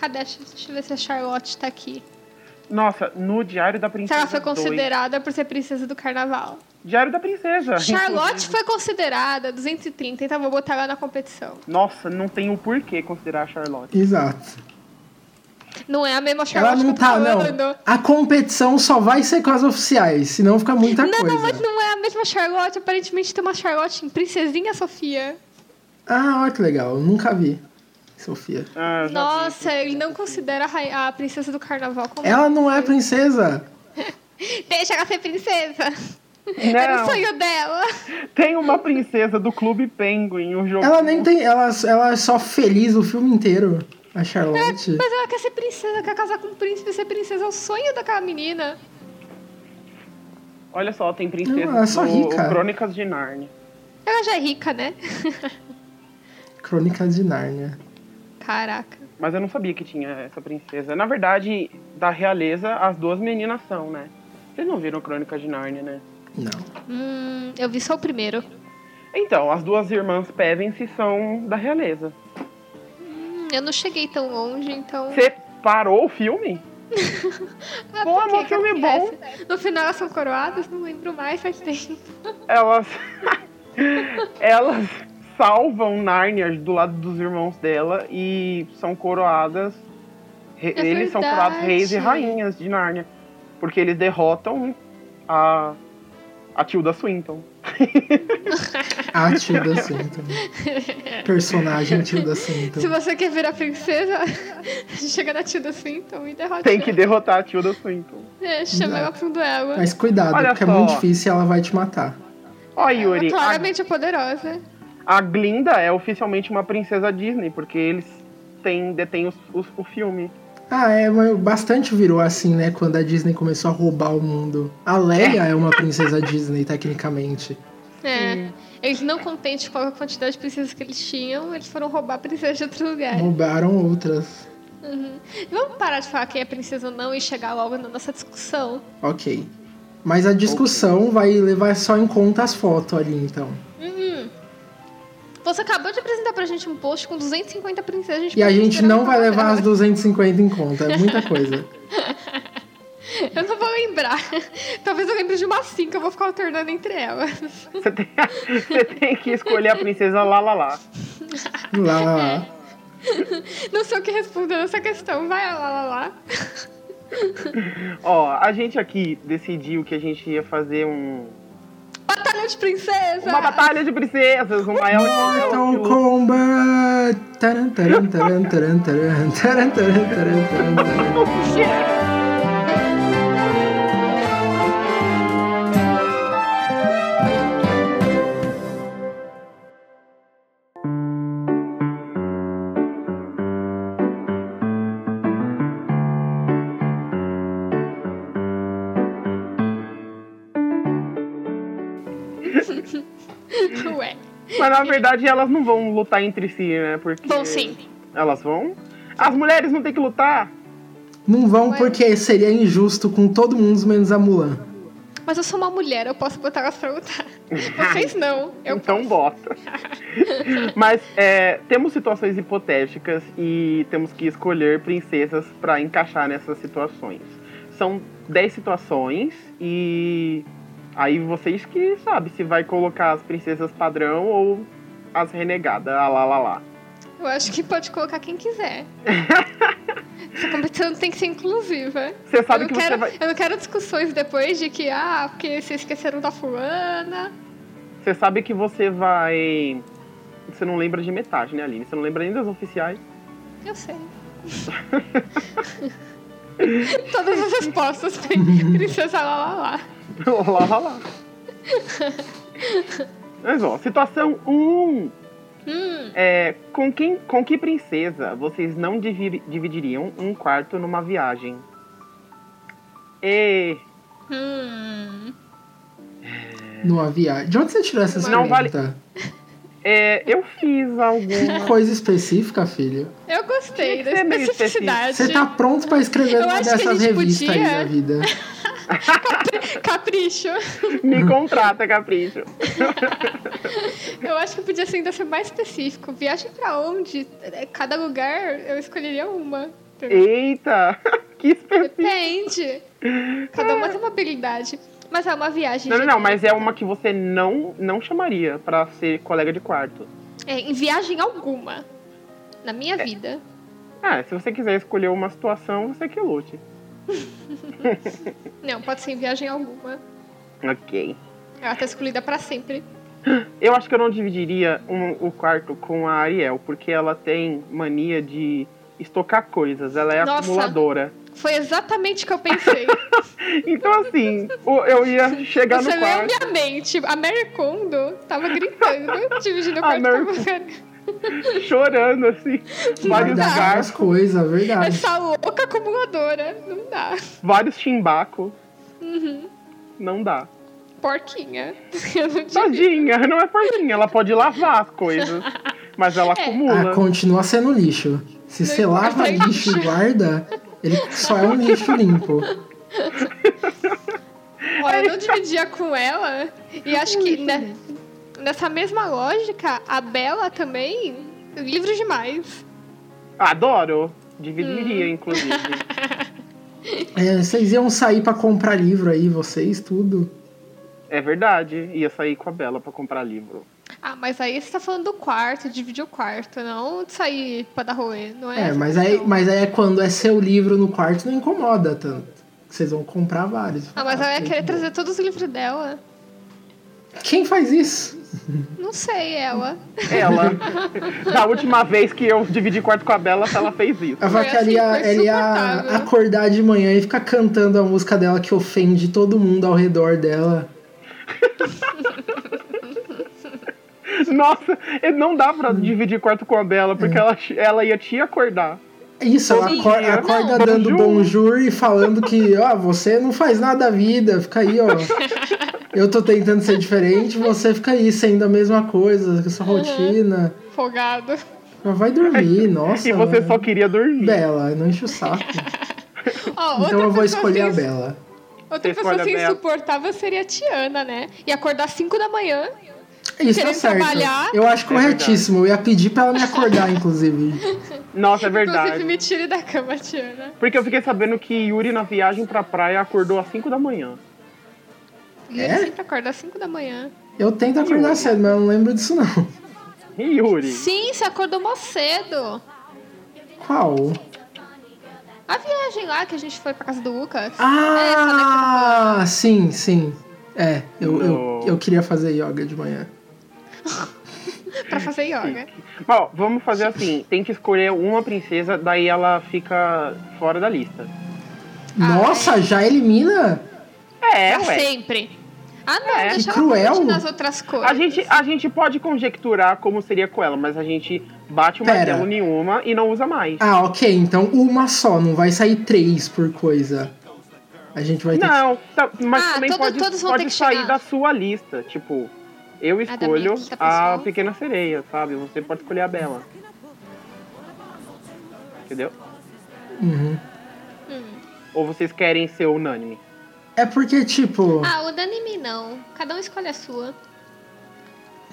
A: Cadê? Deixa deixa eu ver se a Charlotte tá aqui.
B: Nossa, no Diário da
A: Se
B: Princesa.
A: ela foi
B: 2.
A: considerada por ser princesa do carnaval.
B: Diário da Princesa.
A: Charlotte
B: inclusive.
A: foi considerada 230, então vou botar ela na competição.
B: Nossa, não tem o porquê considerar a Charlotte.
C: Exato.
A: Não é a mesma
C: Ela
A: Charlotte
C: não
A: que eu tô
C: tá, não.
A: falando.
C: A competição só vai ser com as oficiais, senão fica muita
A: Não,
C: coisa.
A: não, mas não é a mesma Charlotte. Aparentemente tem uma Charlotte em Princesinha Sofia.
C: Ah, olha que legal. Nunca vi. Sofia.
B: Ah, já vi.
A: Nossa, ele não considera a rai- a, princesa do carnaval como.
C: Ela não é princesa.
A: Deixa ela ser princesa. Era o
B: Não,
A: sonho dela.
B: tem uma princesa do Clube Penguin, o jogo.
C: Ela nem tem. Ela, ela é só feliz o filme inteiro. A Charlotte.
A: Mas ela quer ser princesa, quer casar com um príncipe e ser princesa. É o sonho daquela menina.
B: Olha só, tem princesa
C: Não, ela é só
B: do
C: rica.
B: Crônicas de Narnia.
A: Ela já é rica, né?
C: Crônica de Nárnia.
A: Caraca.
B: Mas eu não sabia que tinha essa princesa. Na verdade, da realeza, as duas meninas são, né? Vocês não viram Crônicas de Narnia, né?
C: Não.
A: Hum, eu vi só o primeiro.
B: Então, as duas irmãs Pevensey são da realeza.
A: Hum, eu não cheguei tão longe, então.
B: Você parou o filme?
A: Ah,
B: Bom,
A: por
B: é
A: que
B: um
A: que
B: filme bom.
A: acontece? No final elas são coroadas, não lembro mais, faz tempo.
B: Elas. Elas salvam Nárnia do lado dos irmãos dela e são coroadas. re-
A: É
B: eles são coroados
A: verdade.
B: reis e rainhas de Nárnia. Porque eles derrotam a. A Tilda Swinton.
C: A Tilda Swinton. Personagem Tilda
B: Então.
C: Swinton.
A: Se você quer virar princesa, chega na Tilda Swinton e derrota.
B: Tem que derrotar a Tilda Swinton.
A: ela. É, chama ela pra um duelo.
C: Mas cuidado,
B: Olha
C: porque é
B: só.
C: muito difícil e ela vai te matar.
B: Ó,
A: Ela
B: Yuri, a,
A: claramente é poderosa.
B: a Glinda é oficialmente uma princesa Disney, porque eles têm, detêm os- os- o filme.
C: Ah, é, mas bastante virou assim, né? Quando a Disney começou a roubar o mundo. A Leia é uma princesa Disney, tecnicamente.
A: É. Eles não contentes com a quantidade de princesas que eles tinham, eles foram roubar princesas de outro lugar.
C: Uhum. Roubaram outras.
A: Uhum. Vamos parar de falar quem é princesa ou não e chegar logo na nossa discussão.
C: Ok. Mas a discussão vai levar só em conta as fotos ali, então.
A: Você acabou de apresentar pra gente um post com 250 princesas.
C: E a
A: pode
C: gente
A: considerar
C: não
A: uma
C: vai levar as
A: delas.
C: 250 em conta, é muita coisa.
A: Eu não vou lembrar. Talvez eu lembre de umas 5, eu vou ficar alternando entre elas.
B: Você tem, você tem que escolher a princesa lá, lá, lá.
C: Lá, lá, lá.
A: Não sei o que responder essa questão. Vai lá, lá, lá.
B: Ó, a gente aqui decidiu que a gente ia fazer um,
A: Batalha de princesa!
B: uma batalha de princesas, um uma ela
C: Mortal Kombat! Taran, taran, taran, taran, taran, taran, taran, taran, taran, taran.
A: Ué.
B: Mas na verdade elas não vão lutar entre si, né? Porque
A: Bom, sim.
B: elas vão. As mulheres não têm que lutar.
C: Não vão
A: Ué.
C: porque seria injusto com todo mundo menos a Mulan.
A: Mas eu sou uma mulher, eu posso botar elas pra lutar. Vocês não. Eu
B: então
A: posso.
B: bota. Mas é, temos situações hipotéticas e temos que escolher princesas pra encaixar nessas situações. São 10 situações e aí vocês que sabem se vai colocar as princesas padrão ou as renegadas, a lá lá lá.
A: Eu acho que pode colocar quem quiser. Essa competição tem que ser inclusiva.
B: Você
A: Eu
B: sabe
A: não,
B: que
A: quero,
B: você vai,
A: eu não quero discussões depois de que, ah, porque vocês esqueceram da fulana.
B: você sabe que você vai você não lembra de metade, né, Aline? Você não lembra nem das oficiais.
A: Eu sei. Todas as respostas tem princesa lá lá lá.
B: Olá, olá. Mas ó, situação 1. É, com, quem, com que princesa vocês não divi- dividiriam um quarto numa viagem? E
A: Hum.
C: Numa viagem. De onde você tirou essa
B: Não vale-
C: pergunta?
B: é, eu fiz alguma.
C: Coisa específica, filho.
A: Eu gostei
B: Tinha que
A: da
B: ser meio
A: especificidade.
C: Você tá pronto pra escrever
A: Eu
C: uma
A: acho que a
C: dessas
A: gente
C: revistas aí
A: podia.
C: da vida.
A: Capricho.
B: Me contrata, capricho.
A: Eu acho que podia ser ainda ser mais específico. Viagem pra onde? É, Cada lugar eu escolheria uma.
B: Eita! Que específico.
A: Depende. Cada uma tem uma habilidade. Mas é uma viagem.
B: Não, não,
A: de-
B: não, mas é uma que você não, não chamaria pra ser colega de quarto.
A: É, em viagem alguma. Na minha
B: É.
A: vida.
B: Ah, se você quiser escolher uma situação, você que lute.
A: Não, pode ser em viagem alguma.
B: Ok.
A: Ela tá escolhida pra sempre.
B: Eu acho que eu não dividiria um- o quarto com a Ariel, porque ela tem mania de estocar coisas, ela é
A: Nossa.
B: acumuladora.
A: Foi exatamente o que eu pensei.
B: Então, assim, o- eu ia chegar
A: Você
B: no
A: leu
B: quarto.
A: é minha mente. A Mary Kondo tava gritando, dividindo o
B: A
A: quarto
B: Mary
A: com a cara.
B: chorando, assim. Vários
C: Guardar várias
B: garfos,
C: coisas, verdade.
A: Essa louca acumuladora. Não dá.
B: vários chimbacos.
A: Uhum.
B: Não dá.
A: Porquinha. Eu não digo.
B: Tadinha, não é porquinha, ela pode lavar as coisas. Mas
A: É.
B: ela acumula.
C: Ah, continua sendo lixo. Se você
A: importa,
C: lava
A: é
C: lixo e
A: lixo.
C: guarda, ele só é um lixo limpo.
A: Olha, eu não dividia com ela. E acho que ne- nessa mesma lógica, a Bela também. Livro demais.
B: Adoro.
A: Hum.
B: Dividiria, inclusive.
C: É, vocês iam sair pra comprar livro aí, vocês, tudo.
B: É verdade. Ia sair com a Bela pra comprar livro.
A: Ah, mas aí você tá falando do quarto, dividir o quarto, não de sair pra dar rolê, não é?
C: É,
A: essa
C: mas
A: questão.
C: aí, mas aí é quando é seu livro no quarto, não incomoda tanto. Vocês vão comprar vários.
A: Ah, mas ela ia
C: tá
A: querer
C: de
A: trazer todos os livros dela.
C: boa. Quem faz isso?
A: Não sei, ela.
B: Ela. da última vez que eu dividi quarto com a Bela, ela fez isso.
C: A
A: Foi
C: vacaria,
A: assim, foi
C: ela ia
A: insuportável.
C: acordar de manhã e ficar cantando a música dela que ofende todo mundo ao redor dela.
B: Nossa, não dá pra dividir quarto com a Bela, porque ela, ela ia te acordar.
C: É Isso, ela
B: Sim,
C: acor-
B: eu-
C: acorda
B: Não.
C: dando
B: Bonjour.
C: bonjour e falando que, ó, você não faz nada da vida, fica aí, ó. Eu tô tentando ser diferente, você fica aí sendo a mesma coisa, com sua rotina.
A: Folgado.
C: Mas vai dormir, nossa.
B: e você
C: vai.
B: só queria dormir.
C: Bela, não enche o saco.
A: Ó, outra
C: então eu vou
A: pessoa
C: escolher a
A: assim-
C: Bela.
A: Outra
B: Você
A: pessoa
B: escolhe a
A: assim
B: Bela.
A: insuportável seria a Tiana, né? E acordar 5 da manhã.
C: Isso tá
A: Querendo
C: certo.
A: trabalhar.
C: Eu acho
B: É verdade.
C: corretíssimo. Eu ia pedir pra ela me acordar, inclusive.
B: Nossa, é
A: Inclusive,
B: verdade.
A: assim, me tire da cama, Tiana.
B: Porque eu fiquei sabendo que Yuri na viagem pra praia acordou às 5 da manhã.
A: Ele
C: É?
A: sempre acorda às 5 da manhã.
C: Eu tento acordar cedo, mas eu não lembro disso, não.
B: E Yuri?
A: Sim, você acordou mó cedo.
C: Qual?
A: A viagem lá que a gente foi pra casa do Lucas.
C: É, Ah, sim, sim. É, eu, eu,
B: No.
C: eu queria fazer yoga de manhã.
A: Pra fazer yoga.
B: Bom, vamos fazer assim: tem que escolher uma princesa, daí ela fica fora da lista.
C: Nossa, já elimina?
B: É,
A: pra
B: ué.
A: sempre. Ah, não,
B: É.
A: deixa
C: Que
A: ela
C: cruel.
A: curtir nas outras coisas.
B: A gente, a gente pode conjecturar como seria com ela, mas a gente bate uma
C: Pera.
B: martelo em uma e não usa mais.
C: Ah, ok, então uma só, não vai sair três por coisa. A gente vai ter que.
B: Não, tá- mas
A: Ah,
B: também
A: todo-
B: pode,
A: todos vão ter
B: pode
A: que
B: sair
A: chegar. Ah,
B: da sua lista. Tipo, eu
A: da
B: escolho
A: minha quinta
B: a
A: pessoa.
B: pequena sereia, sabe? Você pode escolher a Bela. Entendeu?
C: Uhum.
B: Ou vocês querem ser unânime?
C: É porque, tipo.
A: Ah, o Danimi não. Cada um escolhe a sua.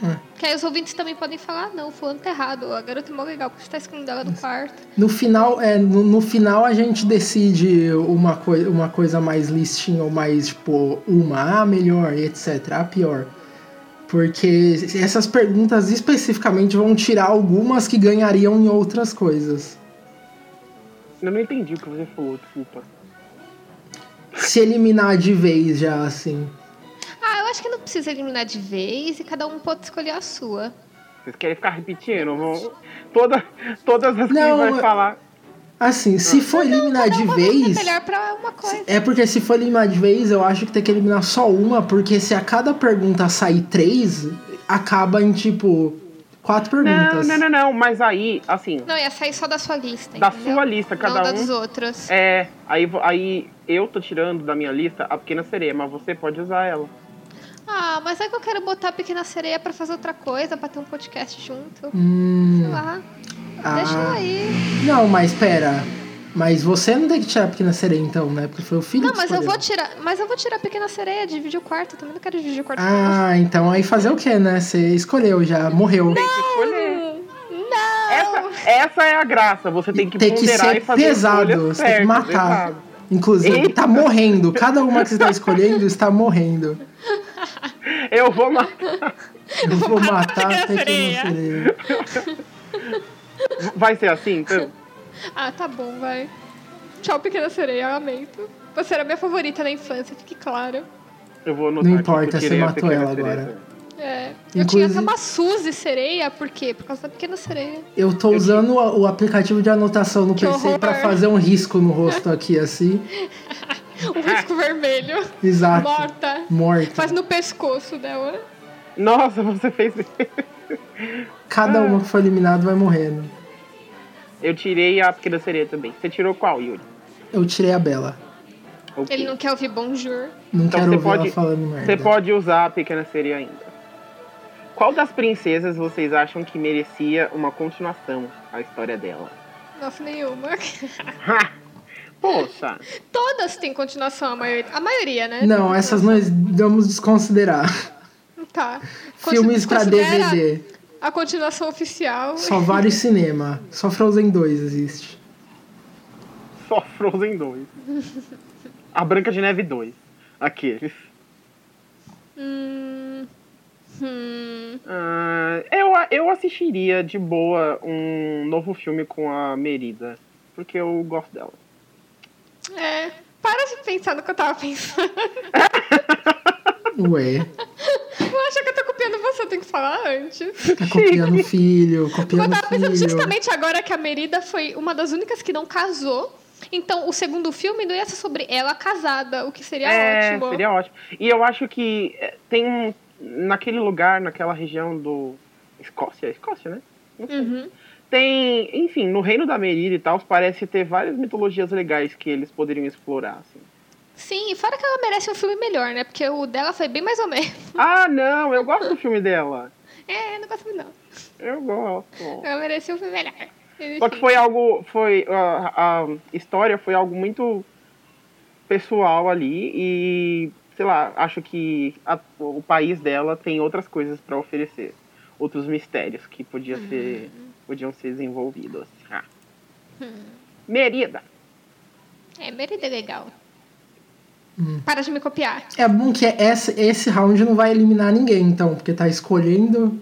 C: Hum.
A: Que aí os ouvintes também podem falar, "Ah, não, fulano tá errado. A garota é mó legal, porque você tá escondendo ela do quarto.
C: No final, é, no, no final a gente decide uma, coi uma coisa mais listinha ou mais, tipo, uma a melhor e etc. A pior. Porque essas perguntas especificamente vão tirar algumas que ganhariam em outras coisas.
B: Eu não entendi o que você falou, desculpa.
C: Se eliminar de vez já, assim.
A: Ah, eu acho que não precisa eliminar de vez e cada um pode escolher a sua.
B: Vocês querem ficar repetindo? Vão... Toda, todas as
C: Não,
B: que
C: eu-
B: vai falar.
C: Assim, se for
B: um,
C: eliminar de
A: Uma vez
C: vez.
A: é melhor pra uma coisa.
C: É porque se for eliminar de vez, eu acho que tem que eliminar só uma, porque se a cada pergunta sair três, acaba em tipo
B: Não,
C: Quatro perguntas.
B: não, não, não. Mas aí, assim,
A: Não, ia sair só da sua lista.
B: da
A: entendeu?
B: sua lista,
A: Não
B: cada
A: da
B: um.
A: dos outros.
B: É, aí, vo- aí eu tô tirando da minha lista a pequena sereia, mas você pode usar ela.
A: Ah, mas é que eu quero botar a Pequena Sereia pra fazer outra coisa, pra ter um podcast junto. Sei
C: Hum,
A: lá.
C: ah,
A: Deixa ela aí.
C: Não, mas pera. Mas você não tem que tirar a pequena sereia, então, né? Porque foi o filho
A: Não,
C: que
A: mas eu
C: escolheu.
A: vou tirar. Mas eu vou tirar a Pequena Sereia, dividir o quarto. Eu também não quero dividir o quarto com ela.
C: Ah, então aí fazer o quê, né? Você escolheu já, morreu.
A: Ah,
B: Tem que escolher.
C: Ah.
A: Não!
B: Essa, essa é a graça. Você tem que
C: Tem que
B: ponderar
C: ser
B: e fazer
C: pesado,
B: escolhas
C: você tem que
B: certas,
C: matar.
B: exato.
C: Inclusive,
B: Eita.
C: tá morrendo. Cada uma que você tá escolhendo está morrendo.
B: Eu vou matar.
C: Eu vou matar
A: a
C: a pequena
A: sereia.
C: sereia.
B: Vai ser assim, então?
A: Ah, tá bom, vai. Tchau, Pequena Sereia, eu amei. tu. Você era minha favorita na infância, fique claro.
B: Eu vou anotar
C: Não
B: aqui que eu
C: importa, você
B: tirei a
C: matou
B: pequena
C: ela
B: sereia.
C: agora.
A: É. Eu
C: Inclusive-
A: tinha até uma Suzy Sereia, por quê? Por causa da Pequena Sereia.
C: Eu tô usando a- o aplicativo de anotação no
A: Que
C: PC pra
A: horror.
C: fazer um risco no rosto aqui, assim.
A: O risco vermelho.
C: Exato.
A: Morta.
C: Morta.
A: Faz no pescoço dela.
B: Nossa, você fez.
A: Ah.
C: Cada uma que for eliminada vai morrendo.
B: Eu tirei a pequena sereia também. Você tirou qual, Yuri?
C: Eu tirei a Bela.
B: Ok.
A: Ele não quer ouvir bonjour.
C: Não
B: Então
C: quero
B: você
C: ouvir
B: pode-
C: ela falando merda.
B: Você pode usar a pequena sereia ainda. Qual das princesas vocês acham que merecia uma continuação à história dela?
A: Nossa, nenhuma.
B: Ha! Poxa,
A: Todas têm continuação, a maioria. A maioria, né?
C: Não, essas nós vamos desconsiderar.
A: Tá.
C: Filmes pra
A: Considera
C: DVD.
A: A continuação oficial.
C: Só vale cinema. Só Frozen 2 existe.
B: só Frozen 2. A Branca de Neve 2. Aqueles.
A: Hum. Hum.
B: Ah, eu, eu assistiria de boa um novo filme com a Merida. Porque eu gosto dela.
A: É. Para de pensar no que eu tava pensando.
C: Ué,
A: Não acha que eu tô copiando você, eu tenho que falar antes.
C: tá copiando o filho,
A: Eu
C: copiando
A: tava pensando
C: o filho.
A: justamente agora que a Merida foi uma das únicas que não casou. Então, o segundo filme não ia ser sobre ela casada, o que seria
B: é,
A: ótimo.
B: seria ótimo. E eu acho que eh, tem um. Naquele lugar, naquela região do. Escócia? Escócia, né?
A: Uhum.
B: Tem. Enfim, no Reino da Merida e tal, parece ter várias mitologias legais que eles poderiam explorar, assim.
A: Hum. Sim, e fora que ela merece um filme melhor, né? Porque o dela foi bem mais ou menos.
B: Ah, não, eu gosto do filme dela.
A: É, não gosto muito, não.
B: Eu gosto.
A: Ela merecia um filme melhor.
B: Só que foi algo. Foi. A, a história foi algo muito pessoal ali e. Sei lá, acho que a- o país dela tem outras coisas pra oferecer. Outros mistérios que podia ser,
A: Hum.
B: podiam ser desenvolvidos. Ah. Merida.
A: É, Merida é legal. Para de me copiar.
C: É bom que esse, esse round não vai eliminar ninguém, então, porque tá escolhendo.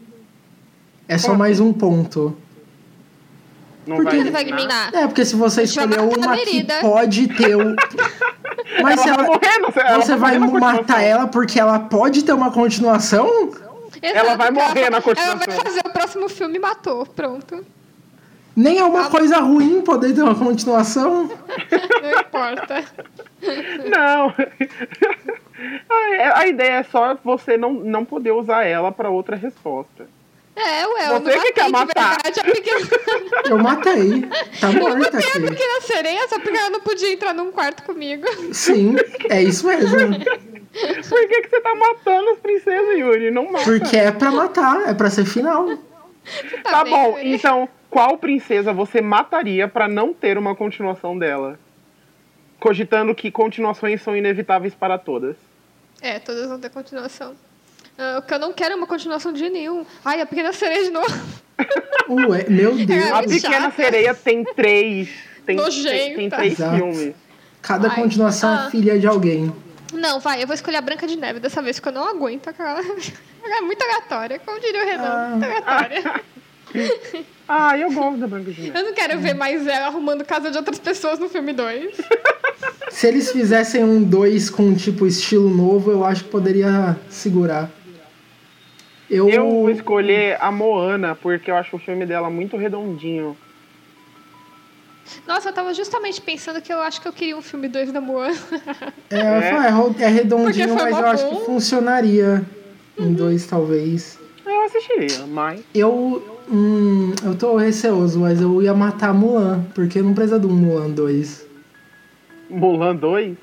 C: É só
B: Como
C: mais um ponto.
B: Não
A: Por
C: Por
B: vai,
A: que ele vai
B: eliminar?
A: eliminar?
C: É, porque se você
A: A gente vai
C: escolher
A: matar a
C: uma que
A: Merida.
C: pode ter o.
B: Ela
C: Mas
B: vai
C: ela,
B: morrer, não sei- ela
C: você vai
B: morrer na
C: matar
B: continuação.
C: ela porque ela pode ter uma continuação?
A: Exato,
B: vai
A: porque ela
B: morrer
A: fa-
B: na
A: Ela vai
B: continuação.
A: fazer o próximo filme e matou. Pronto.
C: Nem é uma
A: Ah.
C: coisa ruim poder ter uma continuação.
A: Não importa.
B: Não. A- A ideia é só você não, não poder usar ela pra outra resposta.
A: É, ué, eu não
B: Você que
A: matei
B: quer
A: de
B: matar.
A: verdade a pequena...
C: Eu matei. Tá morta
A: matei a
C: aqui.
A: pequena sereia só porque ela não podia entrar num quarto comigo.
C: Sim, é isso mesmo.
B: Por que, que você tá matando as princesas, Yuri? Não mata.
C: Porque é pra matar, é pra ser final.
B: Tá
A: Ah, bem,
B: bom,
A: Yuri.
B: então, qual princesa você mataria pra não ter uma continuação dela? Cogitando que continuações são inevitáveis para todas.
A: É, todas vão ter continuação. Ah, o que eu não quero é uma continuação de nenhum. Ai, a pequena sereia de novo.
C: Ué, Uh, é, meu
B: A
C: Deus.
A: É, Chata.
B: Pequena Sereia tem três. Tem, tem,
A: Nojenta.
B: tem três
C: Exato.
B: filmes.
C: Cada
A: Ai.
C: continuação é
A: Ah.
C: filha de alguém.
A: Não, vai, eu vou escolher a Branca de Neve dessa vez, porque eu não aguento aquela. Ela é muito aleatória, como diria o Renan. Muito aleatória.
B: Ah, eu gosto da Branca de Neve.
A: Eu não quero ver mais ela arrumando casa de outras pessoas no filme 2.
C: Se eles fizessem um 2 com tipo estilo novo, eu acho que poderia segurar. Eu, é,
B: Eu vou escolher a Moana, porque eu acho o filme dela muito redondinho.
A: um
B: va
C: é, Um
A: Uhum.
B: assistiria, mas.
C: Eu. Hum, eu tô receoso, mas eu ia matar Mulan, porque não precisa de um Mulan 2.
B: Mulan 2?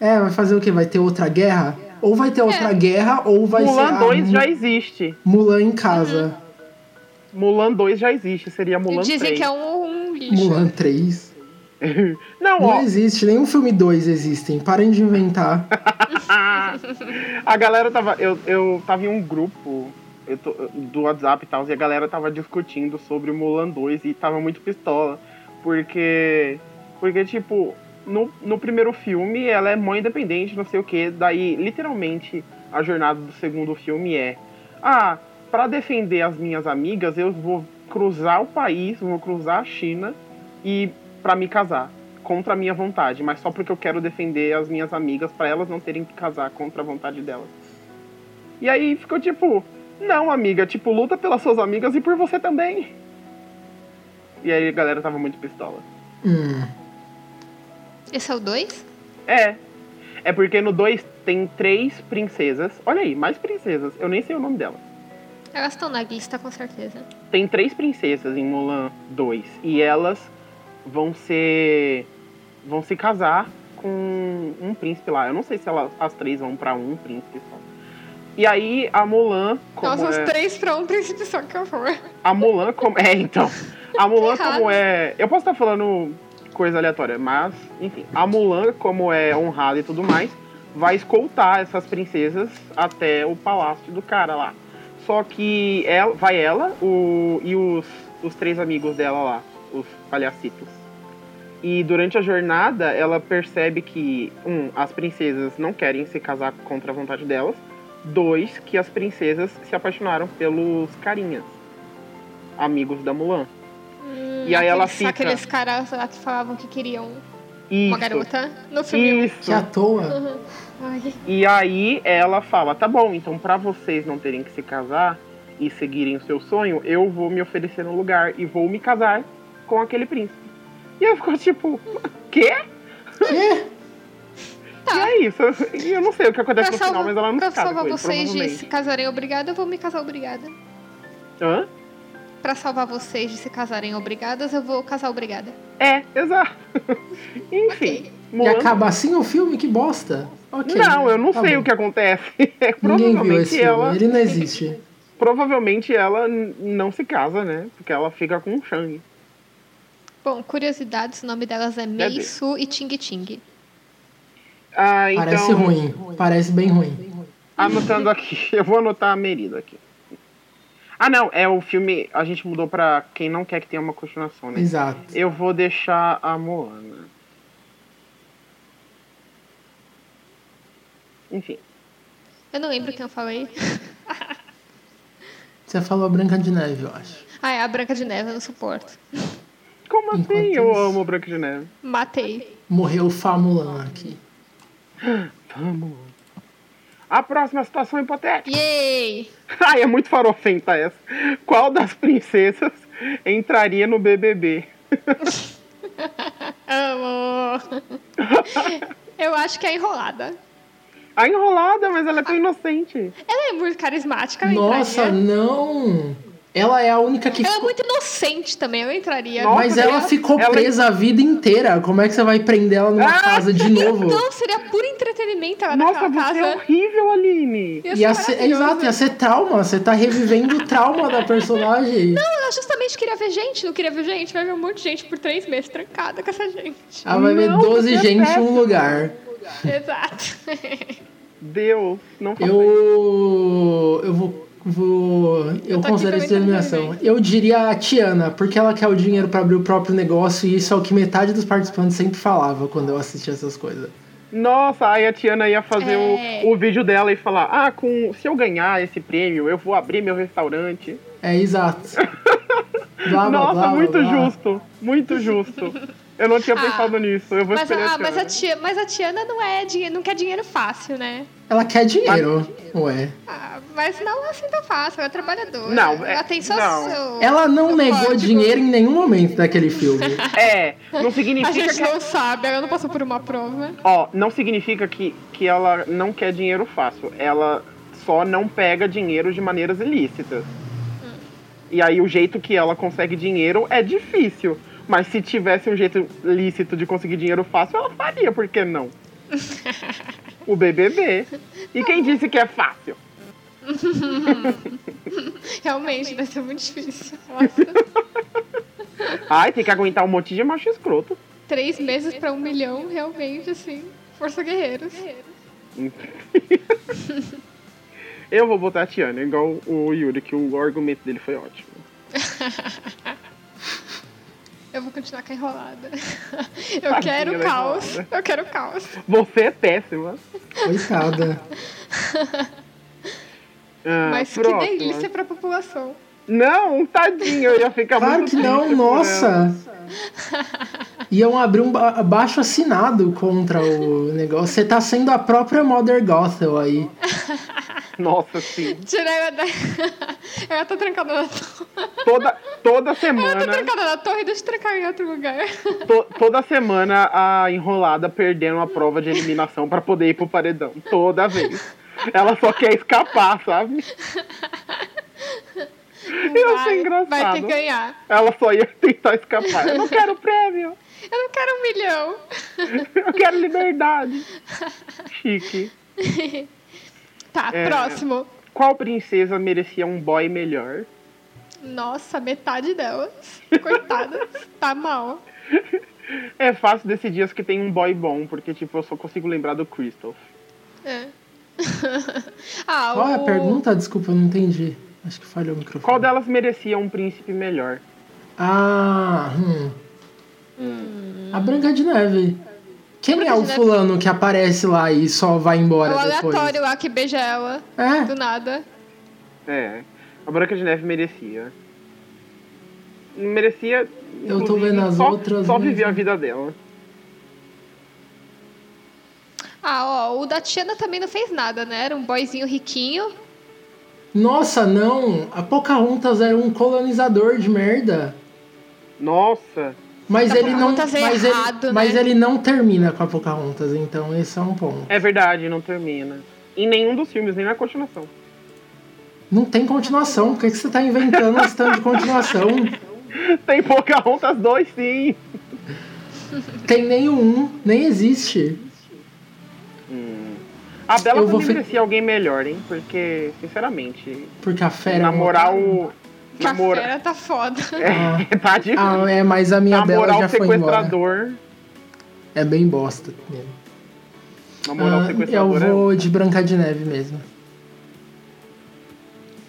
C: É, vai fazer o quê? Vai ter outra guerra? Ou vai ter outra guerra, ou vai ser.
B: Mulan
C: ah,
B: 2
C: Mu-
B: já existe.
C: Mulan em casa.
B: Mulan 2 já existe, seria Mulan
A: Dizem
B: 3.
A: que é um, um lixo.
C: Mulan 3.
B: Não,
C: Não
B: ó,
C: existe, nenhum filme 2 existem. Parem de inventar.
B: a galera tava. Eu, eu tava em um grupo eu tô- do WhatsApp e tal, e a galera tava discutindo sobre o Mulan 2 e tava muito pistola. Porque. Porque, tipo, no, no primeiro filme ela é mãe independente, não sei o que. Daí, literalmente, a jornada do segundo filme é. Ah, pra defender as minhas amigas, eu vou cruzar o país, vou cruzar a China e pra me casar. Contra a minha vontade, mas só porque eu quero defender as minhas amigas pra elas não terem que casar contra a vontade delas. E aí ficou tipo, não, amiga, tipo, luta pelas suas amigas e por você também. E aí a galera tava muito pistola.
C: Hum.
A: Esse é o 2?
B: É. É porque no 2 tem três princesas. Olha aí, mais princesas. Eu nem sei o nome delas.
A: Elas estão na lista, com certeza.
B: Tem três princesas em Mulan 2. E elas vão ser. vão se casar com um príncipe lá. Eu não sei se elas, as três vão pra um príncipe só. E aí a Mulan. Como
A: Nossa,
B: é-
A: os três pra um príncipe só que horror.
B: A Mulan como. É, então. A Mulan
A: Errado.
B: como é. Eu posso estar falando coisa aleatória, mas, enfim. A Mulan, como é honrada e tudo mais, vai escoltar essas princesas até o palácio do cara lá. Só que ela, vai ela o, e os, os três amigos dela lá, os palhacitos. E durante a jornada, ela percebe que, um, as princesas não querem se casar contra a vontade delas. Dois, que as princesas se apaixonaram pelos carinhas, amigos da Mulan.
A: Hum,
B: E aí ela
A: Aqueles-
B: fica-
A: Aqueles caras lá que falavam que queriam
B: Isso.
A: uma garota no filme.
C: Que
B: Isso.
C: à toa.
A: Uhum. Ai,
B: E aí ela fala: tá bom, então pra vocês não terem que se casar e seguirem o seu sonho, eu vou me oferecer um lugar e vou me casar com aquele príncipe. E eu ficou tipo: quê?
C: Quê?
B: E é isso. E eu não sei o que acontece no final, mas ela não
A: Tá. pra
B: se casa
A: salvar
B: com ele,
A: vocês de
B: provavelmente.
A: se casarem obrigada, eu vou me casar obrigada.
B: Hã?
A: Pra salvar vocês de se casarem obrigadas, eu vou casar obrigada.
B: É, exato. Enfim.
A: Ok.
C: E
B: Mulan-
C: acaba assim o filme? Que bosta. Ok.
B: Não, eu não
C: Tá
B: sei
C: bom.
B: o que acontece. É,
C: Ninguém viu esse
B: provavelmente ela.
C: filme. Ele não existe.
B: Provavelmente ela n- não se casa, né? Porque ela fica com o Shang.
A: Bom, curiosidades, o nome delas é Mei,
B: Deus.
A: Su e Ting Ting.
B: Ah, então.
C: Parece ruim. Parece bem ruim.
B: Anotando aqui, eu vou anotar a Merida aqui. Ah, não, é o filme. A gente mudou pra quem não quer que tenha uma continuação, né?
C: Exato.
B: Eu vou deixar a Moana. Enfim.
A: Eu não lembro quem eu falei.
C: Você falou Branca de Neve, eu acho.
A: Ah, é a Branca de Neve, eu não suporto.
B: Como assim?
C: Enquanto
B: eu
C: isso-
B: amo Branca de Neve.
A: Matei.
C: Morreu o Famulan aqui.
B: Vamos. A próxima situação hipotética.
A: Yay!
B: Ai, é muito farofenta essa. Qual das princesas entraria no BBB?
A: Amo! eu acho que é enrolada.
B: A Tá enrolada, mas ela é tão inocente.
A: Ela é muito carismática, ela
C: Nossa,
A: entraria.
C: não! Ela é a única que.
A: Ela é
C: ficou-
A: muito né? inocente também, eu entraria.
B: Nossa,
C: Mas ela
B: ela-
C: ficou
B: ela-
C: presa a vida inteira. Como é que você vai prender ela numa
B: Ah!
C: casa de novo?
A: Então, seria puro entretenimento ela
B: Nossa,
A: naquela
B: você é
A: casa.
B: horrível, Aline.
A: Ia ser
C: Ia ser,
A: é maravilhoso.
C: exato, ia ser trauma. Você tá revivendo o trauma da personagem.
A: Ela justamente queria ver gente, não queria ver gente. Vai ver um monte de gente por três meses trancada com essa gente.
C: Ela vai ver
B: Não,
C: 12
B: você é
C: gente em um
B: péssima.
C: lugar.
A: Exato.
B: Deus, não faça
C: Eu. Eu vou. vou eu
A: tô
C: considero
A: aqui
C: isso eliminação.
A: comentando
C: Eu diria a Tiana, porque ela quer o dinheiro pra abrir o próprio negócio, e isso é o que metade dos participantes sempre falava quando eu assistia essas coisas.
B: Nossa, aí a Tiana ia fazer
A: É.
B: o, o vídeo dela e falar: Ah, com, se eu ganhar esse prêmio, eu vou abrir meu restaurante.
C: É exato. Blá, blá,
B: Nossa,
C: blá, blá,
B: muito
C: blá.
B: justo, muito justo. Eu não tinha
A: Ah,
B: pensado nisso. Eu vou
A: Mas,
B: escolher
A: a,
B: a
A: ah,
B: Tiana.
A: mas, a tia, mas a Tiana não, é dinhe- não quer dinheiro fácil, né?
C: Ela quer dinheiro. Ué.
A: Ah, mas não é assim tão fácil, ela é trabalhadora.
B: Não, é-
A: ela tem só
B: não.
A: seu-
C: Ela não
A: seu
C: negou
A: código.
C: dinheiro em nenhum momento daquele filme.
B: É, não
A: A
B: significa
A: gente
B: que.
A: não sabe, ela não passou por uma prova.
B: Ó, não significa que, que ela não quer dinheiro fácil. Ela só não pega dinheiro de maneiras ilícitas. E aí o jeito que ela consegue dinheiro é difícil. Mas se tivesse um jeito lícito de conseguir dinheiro fácil, ela faria, por que não? o BBB. E quem disse que é fácil?
A: Realmente, vai ser muito difícil. Nossa.
B: Ai, tem que aguentar um monte de macho escroto.
A: Três meses pra um milhão, realmente, assim. Força Guerreiros.
B: Eu vou botar a Tiana, igual o Yuri, que o argumento dele foi ótimo.
A: Eu vou continuar com a enrolada. Eu quero
B: da
A: caos.
B: enrolada.
A: Eu quero caos.
B: Você é péssima.
C: Coitada.
B: Ah,
A: Mas
B: próxima.
A: que delícia pra população.
B: Não, um tadinho, eu ia ficar
C: Claro
B: muito
C: que não,
B: triste por ela.
C: nossa. Iam abrir um ba- baixo assinado contra o negócio. Você tá sendo a própria Mother Gothel aí.
B: Nossa, sim.
A: Tirar ela da. Ela tá trancada na torre.
B: Toda, toda
A: Ela tá
B: semana,
A: trancada na torre, deixa eu trancar em outro lugar.
B: to- toda semana a enrolada perdendo a prova de eliminação pra poder ir pro paredão. Toda vez. Ela só quer escapar, sabe? Eu achei engraçado.
A: Vai ter que ganhar.
B: Ela só ia tentar escapar. Eu não quero prêmio.
A: Eu não quero um milhão.
B: Eu quero liberdade. Chique.
A: Tá,
B: É.
A: próximo.
B: Qual princesa merecia um boy melhor?
A: Nossa, metade delas. Coitadas. tá mal.
B: É fácil decidir as que tem um boy bom, porque, tipo, eu só consigo lembrar do Crystal.
A: É. ah,
C: Qual é a
A: o-
C: pergunta? Desculpa, eu não entendi. Acho que falhou o microfone.
B: Qual delas merecia um príncipe melhor?
C: Ah, hum. A Branca de Neve. Quem
A: Branca
C: é
A: de
C: o
A: Neve. É
C: fulano que aparece lá e só vai embora
A: O
C: depois?
A: aleatório lá que beija ela. Do
C: É,
A: nada.
B: É. A Branca de Neve merecia. Merecia.
C: Eu tô
B: inclusive,
C: vendo as
B: só,
C: outras, né?
B: Só
C: mas-
B: viver a vida dela.
A: Ah, ó, o da Tiana também não fez nada, né? Era um boyzinho riquinho.
C: nossa, não. A Pocahontas era um colonizador de merda.
B: Nossa.
C: Mas
A: A
C: ele não,
A: Pocahontas
C: mas,
A: é
C: ele,
A: errado,
C: mas
A: né?
C: ele não termina com a Pocahontas, então esse é um ponto.
B: É verdade, não termina. Em nenhum dos filmes, nem na continuação.
C: Não tem continuação. Por que, que você tá inventando esse tanto de continuação?
B: Tem Pocahontas 2, sim.
C: Tem nenhum, nem existe.
B: A Bela
C: Eu
B: também
C: vou fi-
B: merecia alguém melhor, hein? Porque, sinceramente,
C: Porque a fera. é
B: na moral. Na
A: Que a
B: moral.
A: fera tá foda.
B: É, tá difícil.
C: Ah, é, mas a minha
B: na
C: bela
B: moral,
C: já foi embora.
B: sequestrador.
C: É bem bosta. mesmo.
B: Na moral,
C: Ah, eu
B: sequestrador.
C: vou de Branca de Neve mesmo.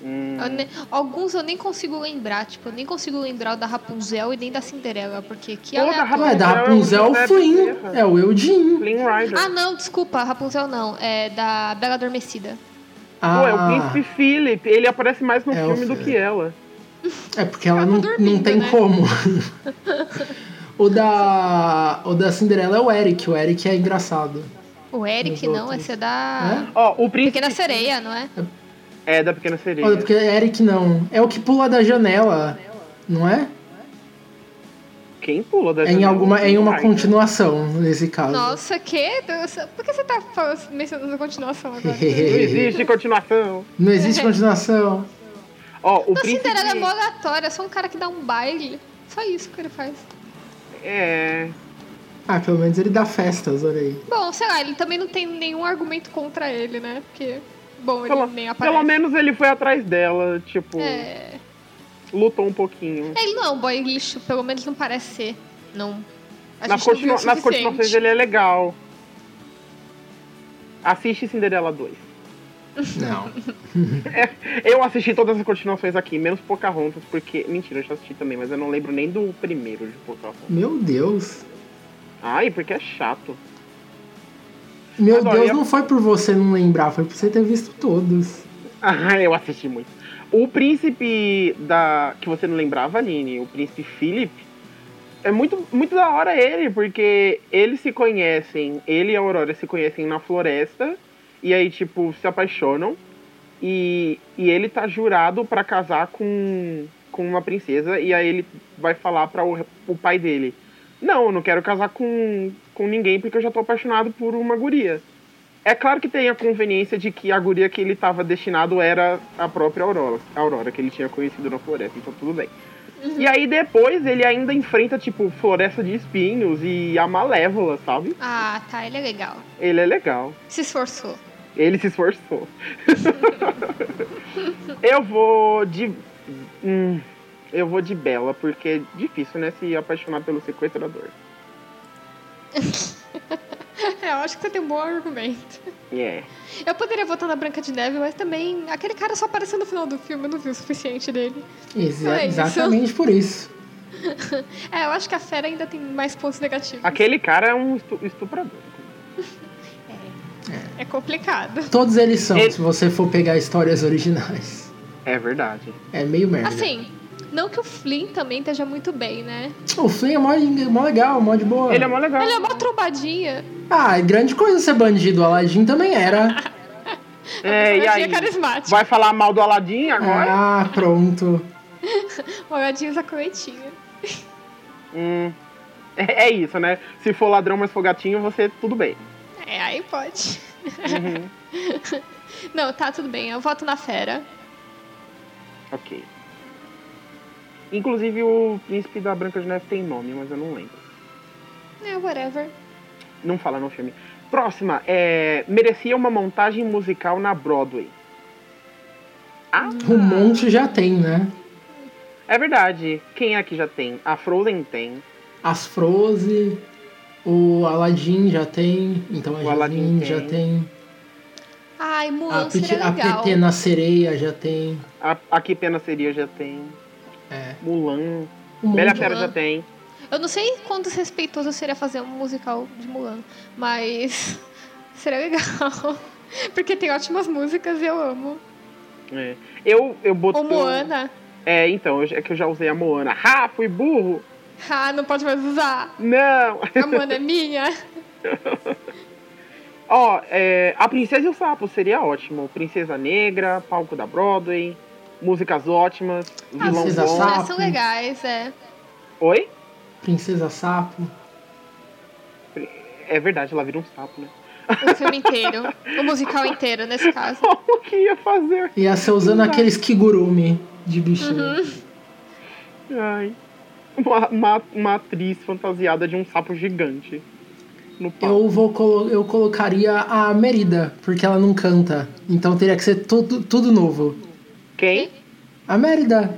B: É... Hum,
A: Eu ne- Alguns eu nem consigo lembrar, tipo, eu nem consigo lembrar o da Rapunzel e nem da Cinderela, porque que
B: Pô, da
A: aleatório.
C: Ué, da
B: Rapunzel é
C: Rapunzel
B: o
C: é o
B: Giuseppe
C: Flynn.
B: Bezerra.
C: É o Eudin.
B: Flynn Rider.
A: Ah, não, desculpa, Rapunzel não, é da Bela Adormecida.
C: Ah,
B: Pô, é o Príncipe Philip. Ele aparece mais no
C: É o
B: filme do
C: Philip.
B: que ela.
C: é porque ela
A: Tava
C: não, não
A: dormindo,
C: tem
A: né?
C: como. o, da, o da Cinderela é o Eric. O Eric é engraçado.
A: O Eric
C: Os
A: não,
C: outros.
A: esse é da
B: Ó, o príncipe.
A: Pequena Sereia, não é?
B: É, da Pequena Sereia.
C: Olha, porque é Eric não. É o que pula da janela, não é?
B: Quem pula da
C: É em,
B: janela?
C: alguma, é em uma
B: Ai, né?
C: continuação, nesse caso.
A: Nossa, que? Por que você tá falando- mencionando a continuação agora?
B: Não existe continuação.
C: não existe continuação.
B: Ó, o
A: Da
B: príncipe.
A: Cinderela é mó aleatória, é só um cara que dá um baile. Só isso que ele faz.
B: É.
C: Ah, pelo menos ele dá festas, olha aí.
A: Bom, sei lá, ele também não tem nenhum argumento contra ele, né? Porque, bom, ele
B: Pelo,
A: nem
B: pelo
A: aparece.
B: menos ele foi atrás dela, tipo,
A: É...
B: lutou um pouquinho.
A: Ele não é um boy lixo, pelo menos não parece ser. Não. A
B: Nas,
A: gente não viu
B: continua-
A: o
B: nas
A: suficiente.
B: continuações ele é legal. Assiste Cinderela 2.
C: Não.
B: Eu assisti todas as continuações aqui, menos Pocahontas, porque. Mentira, eu já assisti também, mas eu não lembro nem do primeiro de Pocahontas.
C: Meu Deus.
B: Ai, porque é chato.
C: Meu
B: Agora,
C: Deus,
B: eu-
C: não foi por você não lembrar, foi por você ter visto todos.
B: Ah, eu assisti muito. O príncipe da. que você não lembrava, Nini, o príncipe Philip, é muito, muito da hora ele, porque eles se conhecem, ele e a Aurora se conhecem na floresta, e aí, tipo, se apaixonam, e, e ele tá jurado pra casar com, com uma princesa, e aí ele vai falar para o, o pai dele: Não, eu não quero casar com, com ninguém porque eu já tô apaixonado por uma guria. É claro que tem a conveniência de que a guria que ele estava destinado era a própria Aurora, a Aurora que ele tinha conhecido na floresta, então tudo bem. E aí depois ele ainda enfrenta, tipo, Floresta de Espinhos e a Malévola, sabe?
A: Ah, tá, ele é legal.
B: Ele é legal.
A: Se esforçou.
B: Ele se esforçou. eu vou de. hum, eu vou de Bela, porque é difícil, né? Se apaixonar pelo sequestrador.
A: É, eu acho que você tem um bom argumento.
B: É.
A: Eu poderia votar na Branca de Neve, mas também aquele cara só apareceu no final do filme, eu não vi o suficiente dele.
C: Exa-
A: É isso.
C: exatamente por isso.
A: É, eu acho que a fera ainda tem mais pontos negativos.
B: Aquele cara é um estu- estuprador.
A: É complicado.
C: Todos eles são,
B: Ele-
C: se você for pegar histórias originais.
B: É verdade.
C: É meio merda.
A: Assim, não que o Flynn também esteja muito bem, né?
C: O Flynn é mó, mó legal, mó de boa.
B: Ele é mó legal.
A: Ele é uma trombadinha.
C: Ah, é grande coisa ser bandido. O Aladdin também era.
B: É, e
A: Trombadinha
B: aí?
A: carismática.
B: Vai falar mal do Aladim agora?
C: Ah, pronto.
A: Olhadinha usa corretinha.
B: Hum. É, é isso, né? Se for ladrão, mas for gatinho, você tudo bem.
A: É, aí pode.
B: Uhum.
A: não, tá tudo bem. Eu voto na fera.
B: Ok. Inclusive o príncipe da Branca de Neve tem nome, mas eu não lembro.
A: É, whatever.
B: Não fala no filme. Próxima, é. Merecia uma montagem musical na Broadway. Ah,
C: Um monte já tem, né?
B: é verdade. Quem aqui já tem? A Frozen tem.
C: As Frozen, o Aladdin já tem, então a
B: O Aladdin
C: Jasmine já tem.
A: Ai,
C: A,
A: Mulan,
C: Pete,
A: seria
C: a
A: é legal.
C: PT na sereia já tem.
B: A, a Que Pena Seria já tem.
C: É.
B: Mulan.
C: Um monte.
B: Bela Fera
A: Mulan.
B: já tem.
A: Eu não sei quão desrespeitoso seria fazer um musical de Mulan, mas seria legal. Porque tem ótimas músicas e eu amo.
B: É. Eu, eu boto.
A: Ou Moana.
B: É, então, eu- é que eu já usei a Moana. Ah, fui burro!
A: Ah, não pode mais usar.
B: Não!
A: A Moana é minha.
B: Ó, é, A Princesa e o Sapo seria ótimo. Princesa Negra, palco da Broadway, músicas ótimas,
A: Ah,
B: vilão
C: Princesa
B: bom.
C: Sapo.
A: As são legais, é.
B: Oi?
C: Princesa Sapo.
B: É verdade, ela vira um sapo, né?
A: O filme inteiro. O musical inteiro, nesse caso.
B: Como que ia fazer?
C: Ia ser é
A: Uhum.
C: usando aqueles Kigurumi de bichinho.
B: Ai. Uma, uma- uma atriz fantasiada de um sapo gigante. No palco.
C: Eu vou colo- eu colocaria a Merida, porque ela não canta. Então teria que ser tudo, tudo novo.
B: Quem?
C: A Merida,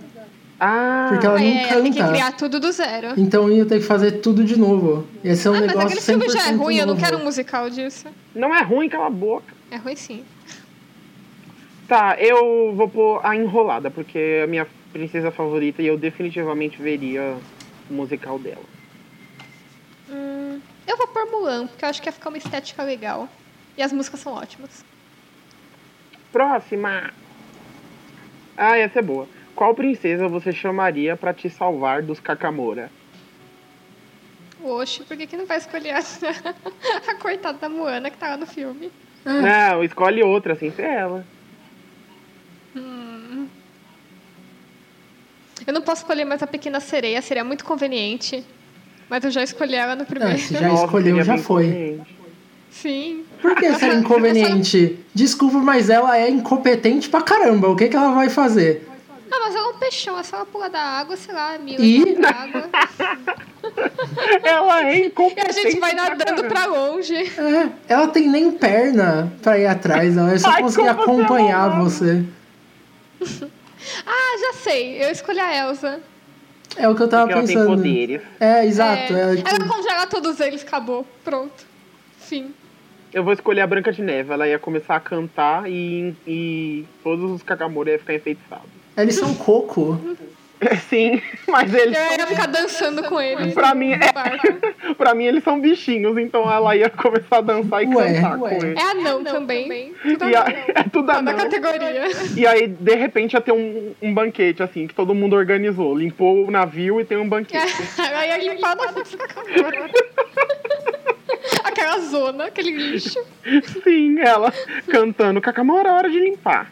B: Ah,
C: porque ela
A: Aí
C: não
A: é, tem que
C: canta.
A: criar tudo do zero.
C: Então ia ter que fazer tudo de novo. Ia ser um
A: ah, mas
C: negócio
A: aquele filme já é
C: 100%
A: ruim, eu não
C: novo.
A: quero um musical disso.
B: não é ruim, cala a boca.
A: É ruim sim.
B: Tá, eu vou pôr a enrolada, porque é a minha princesa favorita e eu definitivamente veria o musical dela.
A: Hum, eu vou pôr Mulan, porque eu acho que ia ficar uma estética legal. E as músicas são ótimas.
B: Próxima! Ah, essa é boa. Qual princesa você chamaria pra te salvar dos Kakamora?
A: Oxe, por que, que não vai escolher a, a coitada da Moana que tá lá no filme?
B: Não, escolhe outra sem ser ela.
A: Eu não posso escolher mais a Pequena Sereia, seria muito conveniente. Mas eu já escolhi ela no
C: É,
A: primeiro.
C: se já
B: Nossa,
C: escolheu,
B: seria
C: já
B: bem
C: foi.
B: conveniente.
A: Sim.
C: Por que ser
A: Essa-
C: inconveniente? Desculpa, mas ela é incompetente pra caramba. O que, que ela vai fazer?
A: Ah, mas ela é um peixão, é só ela pular da água, sei lá, mil
C: E?
A: da água.
B: Ela é
A: E a
B: incompetente.
A: gente vai
B: pra
A: nadando
B: caramba.
A: pra longe.
C: É, ela tem nem perna pra ir atrás, ela só
B: Ai,
C: conseguir
B: como você é
C: acompanhar
B: malvado.
C: você.
A: Ah, já sei. Eu escolhi a Elsa.
C: É o que eu tava
B: Porque ela tem
C: pensando.
B: poderes.
C: É, exato.
A: É,
C: ela,
A: ela congela todos eles, acabou. Pronto. Fim.
B: Eu vou escolher a Branca de Neve. Ela ia começar a cantar e, e todos os Kakamora iam ficar enfeitiçados.
A: É.
C: Eles são coco.
B: Sim, mas eles.
A: Eu ia ficar dançando com ele.
B: Pra mim, é.
A: no barco.
B: Pra mim, eles são bichinhos, então ela ia começar a dançar e
C: Ué,
B: cantar
C: ué.
B: com eles.
A: É anão também. Tudo
B: E a-
A: anão.
B: é tudo
A: Da
B: anão.
A: categoria.
B: E aí, de repente, ia ter um, um banquete, assim, que todo mundo organizou. Limpou o navio e tem um banquete.
A: Ela ia limpar na Aquela zona, aquele lixo.
B: Sim, ela cantando. Cacamora, hora de limpar.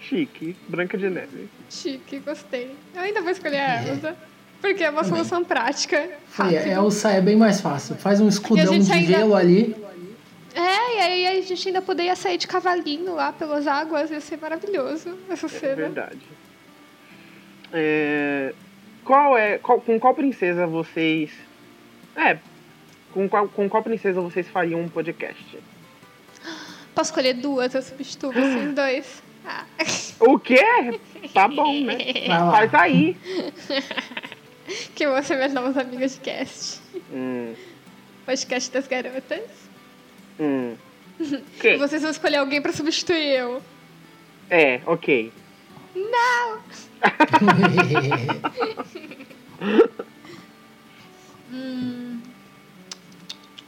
B: Chique. Branca de neve.
A: Chique, gostei. Eu ainda vou escolher a Elsa. Porque é uma solução prática.
C: Sim, é, é, o sa- é bem mais fácil. Faz um escudão
A: gente
C: de
A: ainda-
C: gelo ali.
A: É, e aí a gente ainda poderia sair de cavalinho lá pelas águas, ia ser maravilhoso essa
B: É
A: cena.
B: verdade. É, qual é. qual- com qual princesa vocês. É. Com qual, com qual princesa vocês fariam um podcast?
A: Posso escolher duas, eu substituo vocês dois. Ah,
B: O quê? Tá bom, né?
C: Vai lá.
B: Faz aí.
A: que vão ser minhas novas amigas de cast.
B: Hum,
A: Podcast das garotas.
B: hum.
A: E
B: Ok.
A: vocês vão escolher alguém pra substituir eu.
B: É, ok.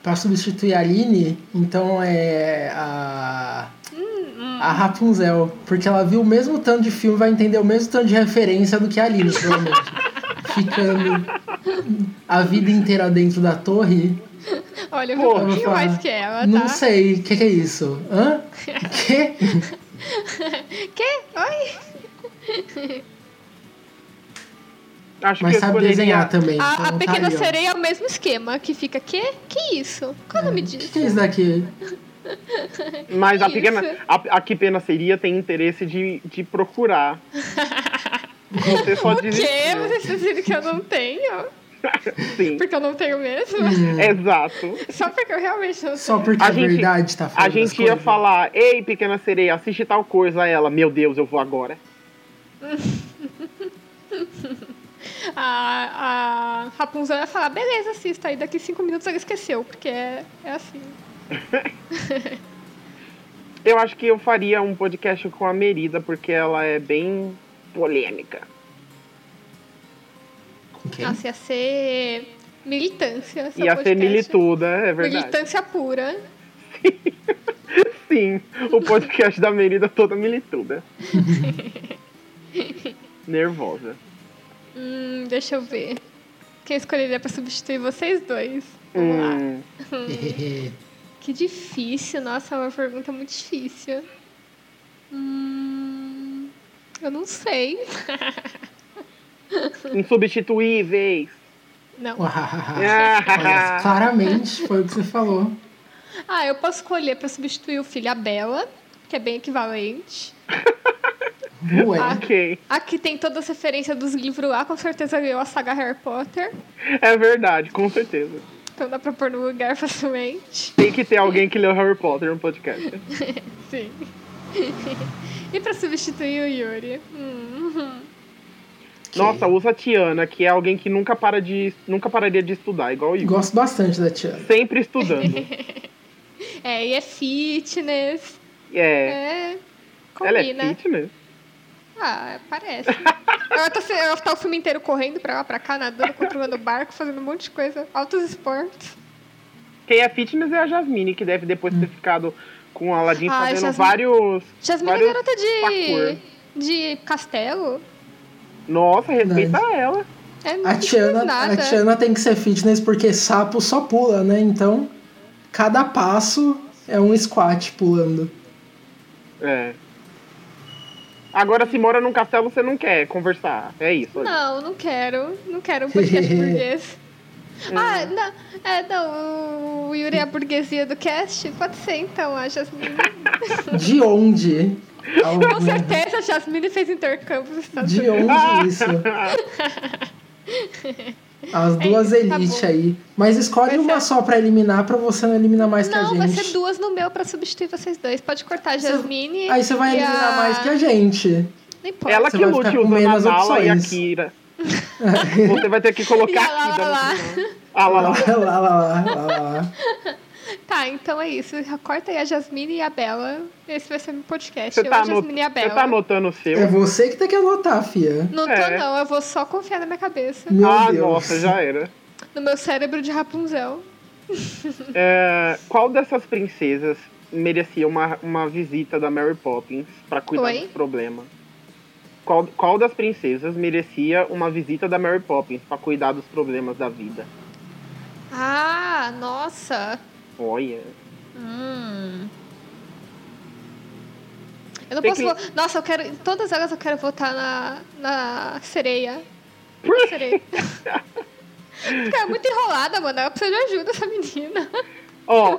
C: Pra substituir a Aline, então é a.
A: Hum,
C: A Rapunzel. Porque ela viu o mesmo tanto de filme, vai entender o mesmo tanto de referência do que a Aline, provavelmente. Ficando a vida inteira dentro da torre.
A: Olha, eu vi
B: Pô,
A: um
C: ela vai
A: pouquinho
C: falar,
A: mais que ela,
C: Não
A: tá?
C: sei, o que, que é isso? Hã? que?
A: Que? Oi?
B: Acho
C: Mas
B: que eu
C: sabe
B: escolheria-
C: desenhar também.
A: A, a
C: então tá
A: pequena
C: aí, ó.
A: sereia é o mesmo esquema, que fica que? Que isso? Qual o nome
C: O que,
A: disso?
C: que é isso daqui?
B: Mas a
A: Isso.
B: pequena. A, a que pena seria tem interesse de, de procurar. Você só
A: O quê?
B: desistiu.
A: Vocês dizem que eu não tenho?
B: Sim.
A: Porque eu não tenho mesmo?
C: Hum.
B: Exato.
A: Só porque eu realmente não
C: Só
A: sei.
C: porque
B: A
C: a,
B: gente-
C: verdade tá fora
B: A
C: das
B: gente ia
C: coisas.
B: falar, ei, pequena sereia, assiste tal coisa a ela. Meu Deus, eu vou agora.
A: A, a Rapunzel ia falar, beleza, assista. Aí daqui cinco minutos ela esqueceu, porque é, é assim.
B: Eu acho que eu faria um podcast com a Merida, porque ela é bem polêmica.
C: Ok.
A: Nossa, ia ser militância. seu
B: e a ser
A: podcast.
B: milituda, é verdade.
A: Militância pura.
B: Sim, o podcast da Merida toda milituda. Nervosa.
A: Hum, deixa eu ver. Quem escolheria pra substituir vocês dois? Vamos lá.
B: Hum,
A: assim. Que difícil, nossa, é uma pergunta muito difícil. Hum, eu não sei.
B: insubstituíveis.
A: Não.
C: Olha, claramente foi o que você falou.
A: Ah, eu posso escolher pra substituir o filho a Bela, que é bem equivalente.
C: Ué.
B: ok,
A: Aqui tem toda a referência dos livros lá, com certeza leu a saga Harry Potter.
B: é verdade, com certeza.
A: Então dá pra pôr no lugar facilmente.
B: Tem que ter alguém que leu Harry Potter no podcast.
A: Sim. e pra substituir o Yuri? Hum,
B: Nossa, usa a Tiana, que é alguém que nunca, para de, nunca pararia de estudar, igual
A: Ah.
B: eu.
C: Gosto bastante da Tiana.
B: Sempre estudando.
A: É, e é fitness.
B: É.
A: É.
B: Ela é
A: Combina.
B: fitness?
A: Ah, parece. ela, tá, se- ela tá o filme inteiro correndo pra lá, pra cá, nadando, controlando o barco, fazendo um monte de coisa. Altos esportes.
B: Quem é fitness é a Jasmine, que deve depois ter ficado com o Aladdin
A: Hum. Ah,
B: fazendo
A: Jasmine-
B: vários.
A: Jasmine é
B: vários
A: garota
B: parkour.
A: de. de castelo.
B: Nossa, respeita ela.
A: É, não
C: A
A: precisa
C: Tiana,
A: nada.
C: a Tiana tem que ser fitness porque sapo só pula, né? Então, cada passo é um squat pulando.
B: É. Agora, se mora num castelo, você não quer conversar. É isso. aí.
A: Não, não quero. Não quero um
C: É.
A: podcast burguês. Ah, não. É, não. O Yuri é a burguesia do cast? Pode ser, então, a Jasmine.
C: De onde?
A: Com certeza, a Jasmine fez intercâmbio nos Estados
C: De onde isso? As duas
A: tá
C: elites
A: bom.
C: aí. Mas escolhe
A: Vai
C: uma
A: ser-
C: só pra eliminar, pra você não eliminar mais que a
A: Não,
C: gente.
A: vai ser duas no meu pra substituir vocês dois. Pode cortar a
C: Você-
A: Jasmine.
C: Aí você vai
A: e
C: eliminar mais que a gente.
A: Não importa.
B: Ela
C: Você
B: que
C: vai
B: lute
C: ficar com
B: usando a
C: menos
B: Nala e a
C: opções.
B: Kira. você vai ter que colocar
A: E a
B: a Kira.
A: Lala
B: no final. Ah, lá, lá.
C: lá, lá, lá, lá, lá.
A: Tá, então é isso. Corta aí a Jasmine e a Bela. Esse vai ser meu podcast.
B: Você
A: eu,
B: tá,
A: a Jasmine e a
B: anot- você
A: Bela.
B: tá anotando o seu?
C: É você que tem que anotar, fia.
A: Não tô,
B: É.
A: não. Eu vou só confiar na minha cabeça.
C: Meu
B: ah,
C: Deus.
B: nossa, já era.
A: No meu cérebro de Rapunzel.
B: É, qual dessas princesas merecia uma, uma visita da Mary Poppins pra cuidar
A: Oi?
B: dos problemas? Qual, qual das princesas merecia uma visita da Mary Poppins pra cuidar dos problemas da vida?
A: Ah, nossa.
B: Olha.
A: Hum. Eu não
B: Tem
A: posso.
B: que-
A: vo- Nossa, eu quero. Todas elas eu quero votar na, na sereia. Serei. Fica muito enrolada, mano. Ela precisa de ajuda, essa menina.
B: Ó,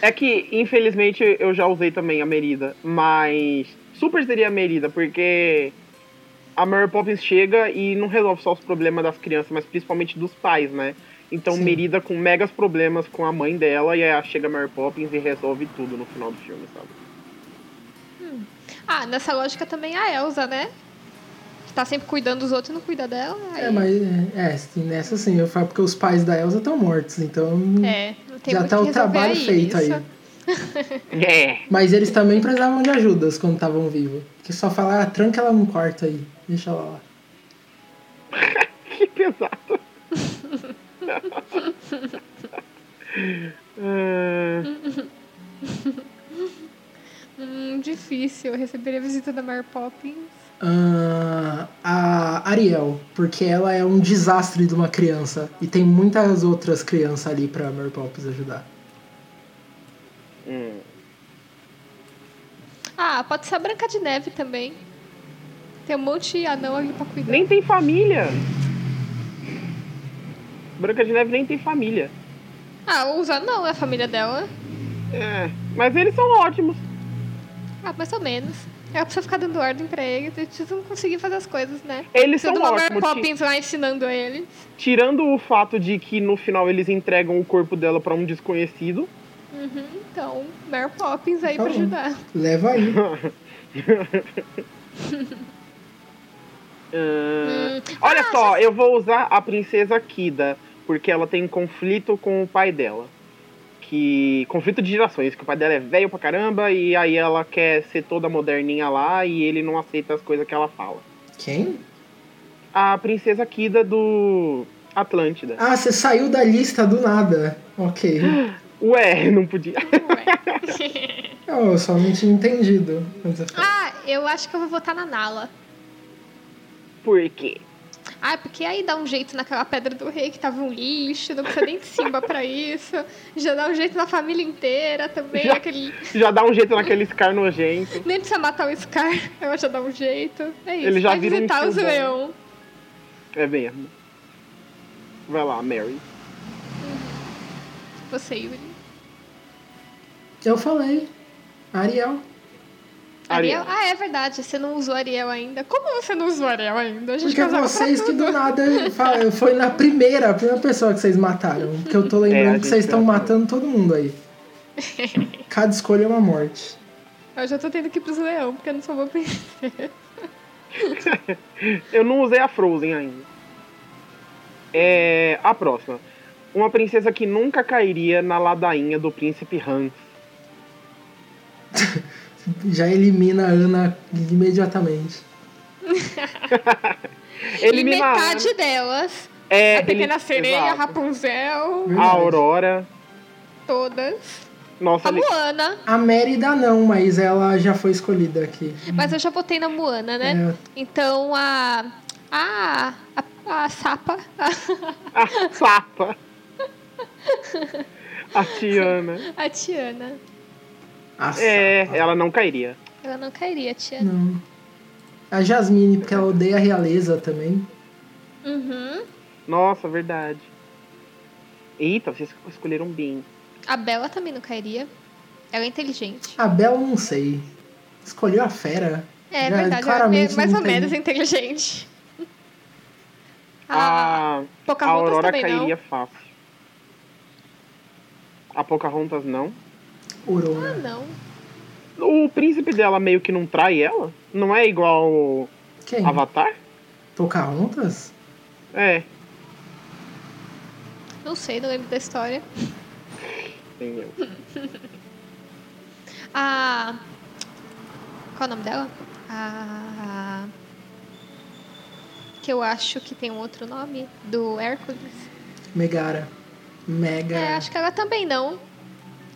B: é que, infelizmente, eu já usei também a Merida, mas super seria a Merida, porque a Mary Poppins chega e não resolve só os problemas das crianças, mas principalmente dos pais, né? Então
C: Sim.
B: Merida com megas problemas com a mãe dela e aí chega a Mary Poppins e resolve tudo no final do filme, sabe?
A: Ah, nessa lógica também a Elsa, né? Tá sempre cuidando dos outros e não cuida dela. aí-
C: É, mas é, é, nessa sim, eu falo porque os pais da Elsa estão mortos, então.
A: É, não tem
C: Já
A: muito
C: tá
A: que
C: o
A: resolver
C: trabalho
A: aí,
C: feito aí.
A: isso.
B: É.
C: Mas eles também precisavam de ajudas quando estavam vivos. Que só falar, ah, tranca ela num quarto aí, deixa ela lá.
B: Que pesado. Ah,
A: Hum, difícil. Eu receberia a visita da Mary Poppins.
C: Ah, a Ariel, porque ela é um desastre de uma criança. E tem muitas outras crianças ali pra Mary Poppins ajudar.
B: hum.
A: Ah, pode ser a Branca de Neve também. Tem um monte de anão ali pra cuidar.
B: Nem tem família. Branca de Neve nem tem família.
A: Ah, os anão é a família dela.
B: É, mas eles são ótimos.
A: Ah, mais ou menos. Ela precisa ficar dando ordem pra eles. Eles precisam conseguir fazer as coisas, né?
B: Eles
A: Precisa de
B: são
A: uma Mary
B: ótimos. ti-
A: Poppins lá ensinando eles.
B: Tirando o fato de que no final eles entregam o corpo dela pra um desconhecido.
A: Uhum, então, Mary Poppins aí
C: Tá
A: pra
C: bom.
A: ajudar.
C: Leva aí.
B: Ah,
A: Hum.
B: Olha
A: Ah,
B: só, eu vou usar a princesa Kida, porque ela tem conflito com o pai dela. Que. Conflito de gerações, que o pai dela é velho pra caramba e aí ela quer ser toda moderninha lá e ele não aceita as coisas que ela fala.
C: Quem?
B: A princesa Kida do Atlântida.
C: Ah, você saiu da lista do nada. Ok.
B: Ué, não podia.
A: Ué.
C: Eu eu só não tinha entendido. Mas eu-
A: ah, eu acho que eu vou votar na Nala.
B: Por quê?
A: Ah, porque aí dá um jeito naquela pedra do rei que tava um lixo, não precisa nem de Simba pra isso. Já dá um jeito na família inteira também.
B: Já.
A: Aquele...
B: Já dá um jeito naquele Scar nojento.
A: Nem precisa matar o Scar, ela já dá um jeito. É isso.
B: Ele já
A: Vai
B: vira um
A: visitar os
B: Sheldon.
A: leão.
B: É mesmo. Vai lá, Mary.
A: Você, Yuri.
C: Eu falei. Ariel.
A: Ariel?
B: Ariel.
A: Ah, é verdade. Você não usou Ariel ainda. Como você não usou Ariel ainda? A gente
C: Porque é
A: casava pra
C: vocês que
A: tudo.
C: do nada fa- foi na primeira, a primeira pessoa que vocês mataram. Porque eu
B: É,
C: tô
B: a
C: lembrando
B: gente
C: que vocês estão
B: matou.
C: matando todo mundo aí. Cada escolha é uma morte.
A: Eu já tô tendo que ir pros leão, porque eu não sou boa pra
B: Eu não usei a Frozen ainda. É. A próxima. Uma princesa que nunca cairia na ladainha do príncipe Hans.
C: Já elimina a Ana imediatamente.
A: e
B: Elimina
A: metade delas.
B: a, é,
A: a Pequena
B: ele-
A: Sereia,
B: exato.
A: Rapunzel,
B: a Aurora.
A: todas.
B: Nossa,
A: A
B: ali-
A: Moana.
C: A Mérida não, mas ela já foi escolhida aqui.
A: Mas eu já botei na Moana, né?
C: É.
A: Então a. A. A, a Sapa. A,
B: a Sapa. a Tiana.
A: a Tiana.
C: A
B: É,
C: Sapa.
B: ela não cairia.
A: Ela não cairia, Tiana.
C: Não. A Jasmine, porque ela odeia a realeza também.
A: Uhum.
B: Nossa, verdade. Eita, vocês escolheram bem.
A: A Bela também não cairia. Ela é inteligente.
C: A Bela, não sei. Escolheu a fera.
A: É
C: Já,
A: verdade, ela é
C: claramente
A: mais
C: não
A: ou
C: tem-
A: menos inteligente. A
B: A, a
A: Pocahontas
B: Aurora
A: também
B: cairia
A: não.
B: fácil. A Pocahontas não.
A: Ah,
C: Urona.
A: não.
B: O príncipe dela meio que não trai ela? Não é igual o
C: Quem?
B: Avatar?
C: Pocahontas?
B: É,
A: Não sei, não lembro da história.
B: tem eu.
A: A. Qual é o nome dela? A. Que eu acho que tem um outro nome. Do Hércules.
C: Megara. Mega.
A: É, acho que ela também não.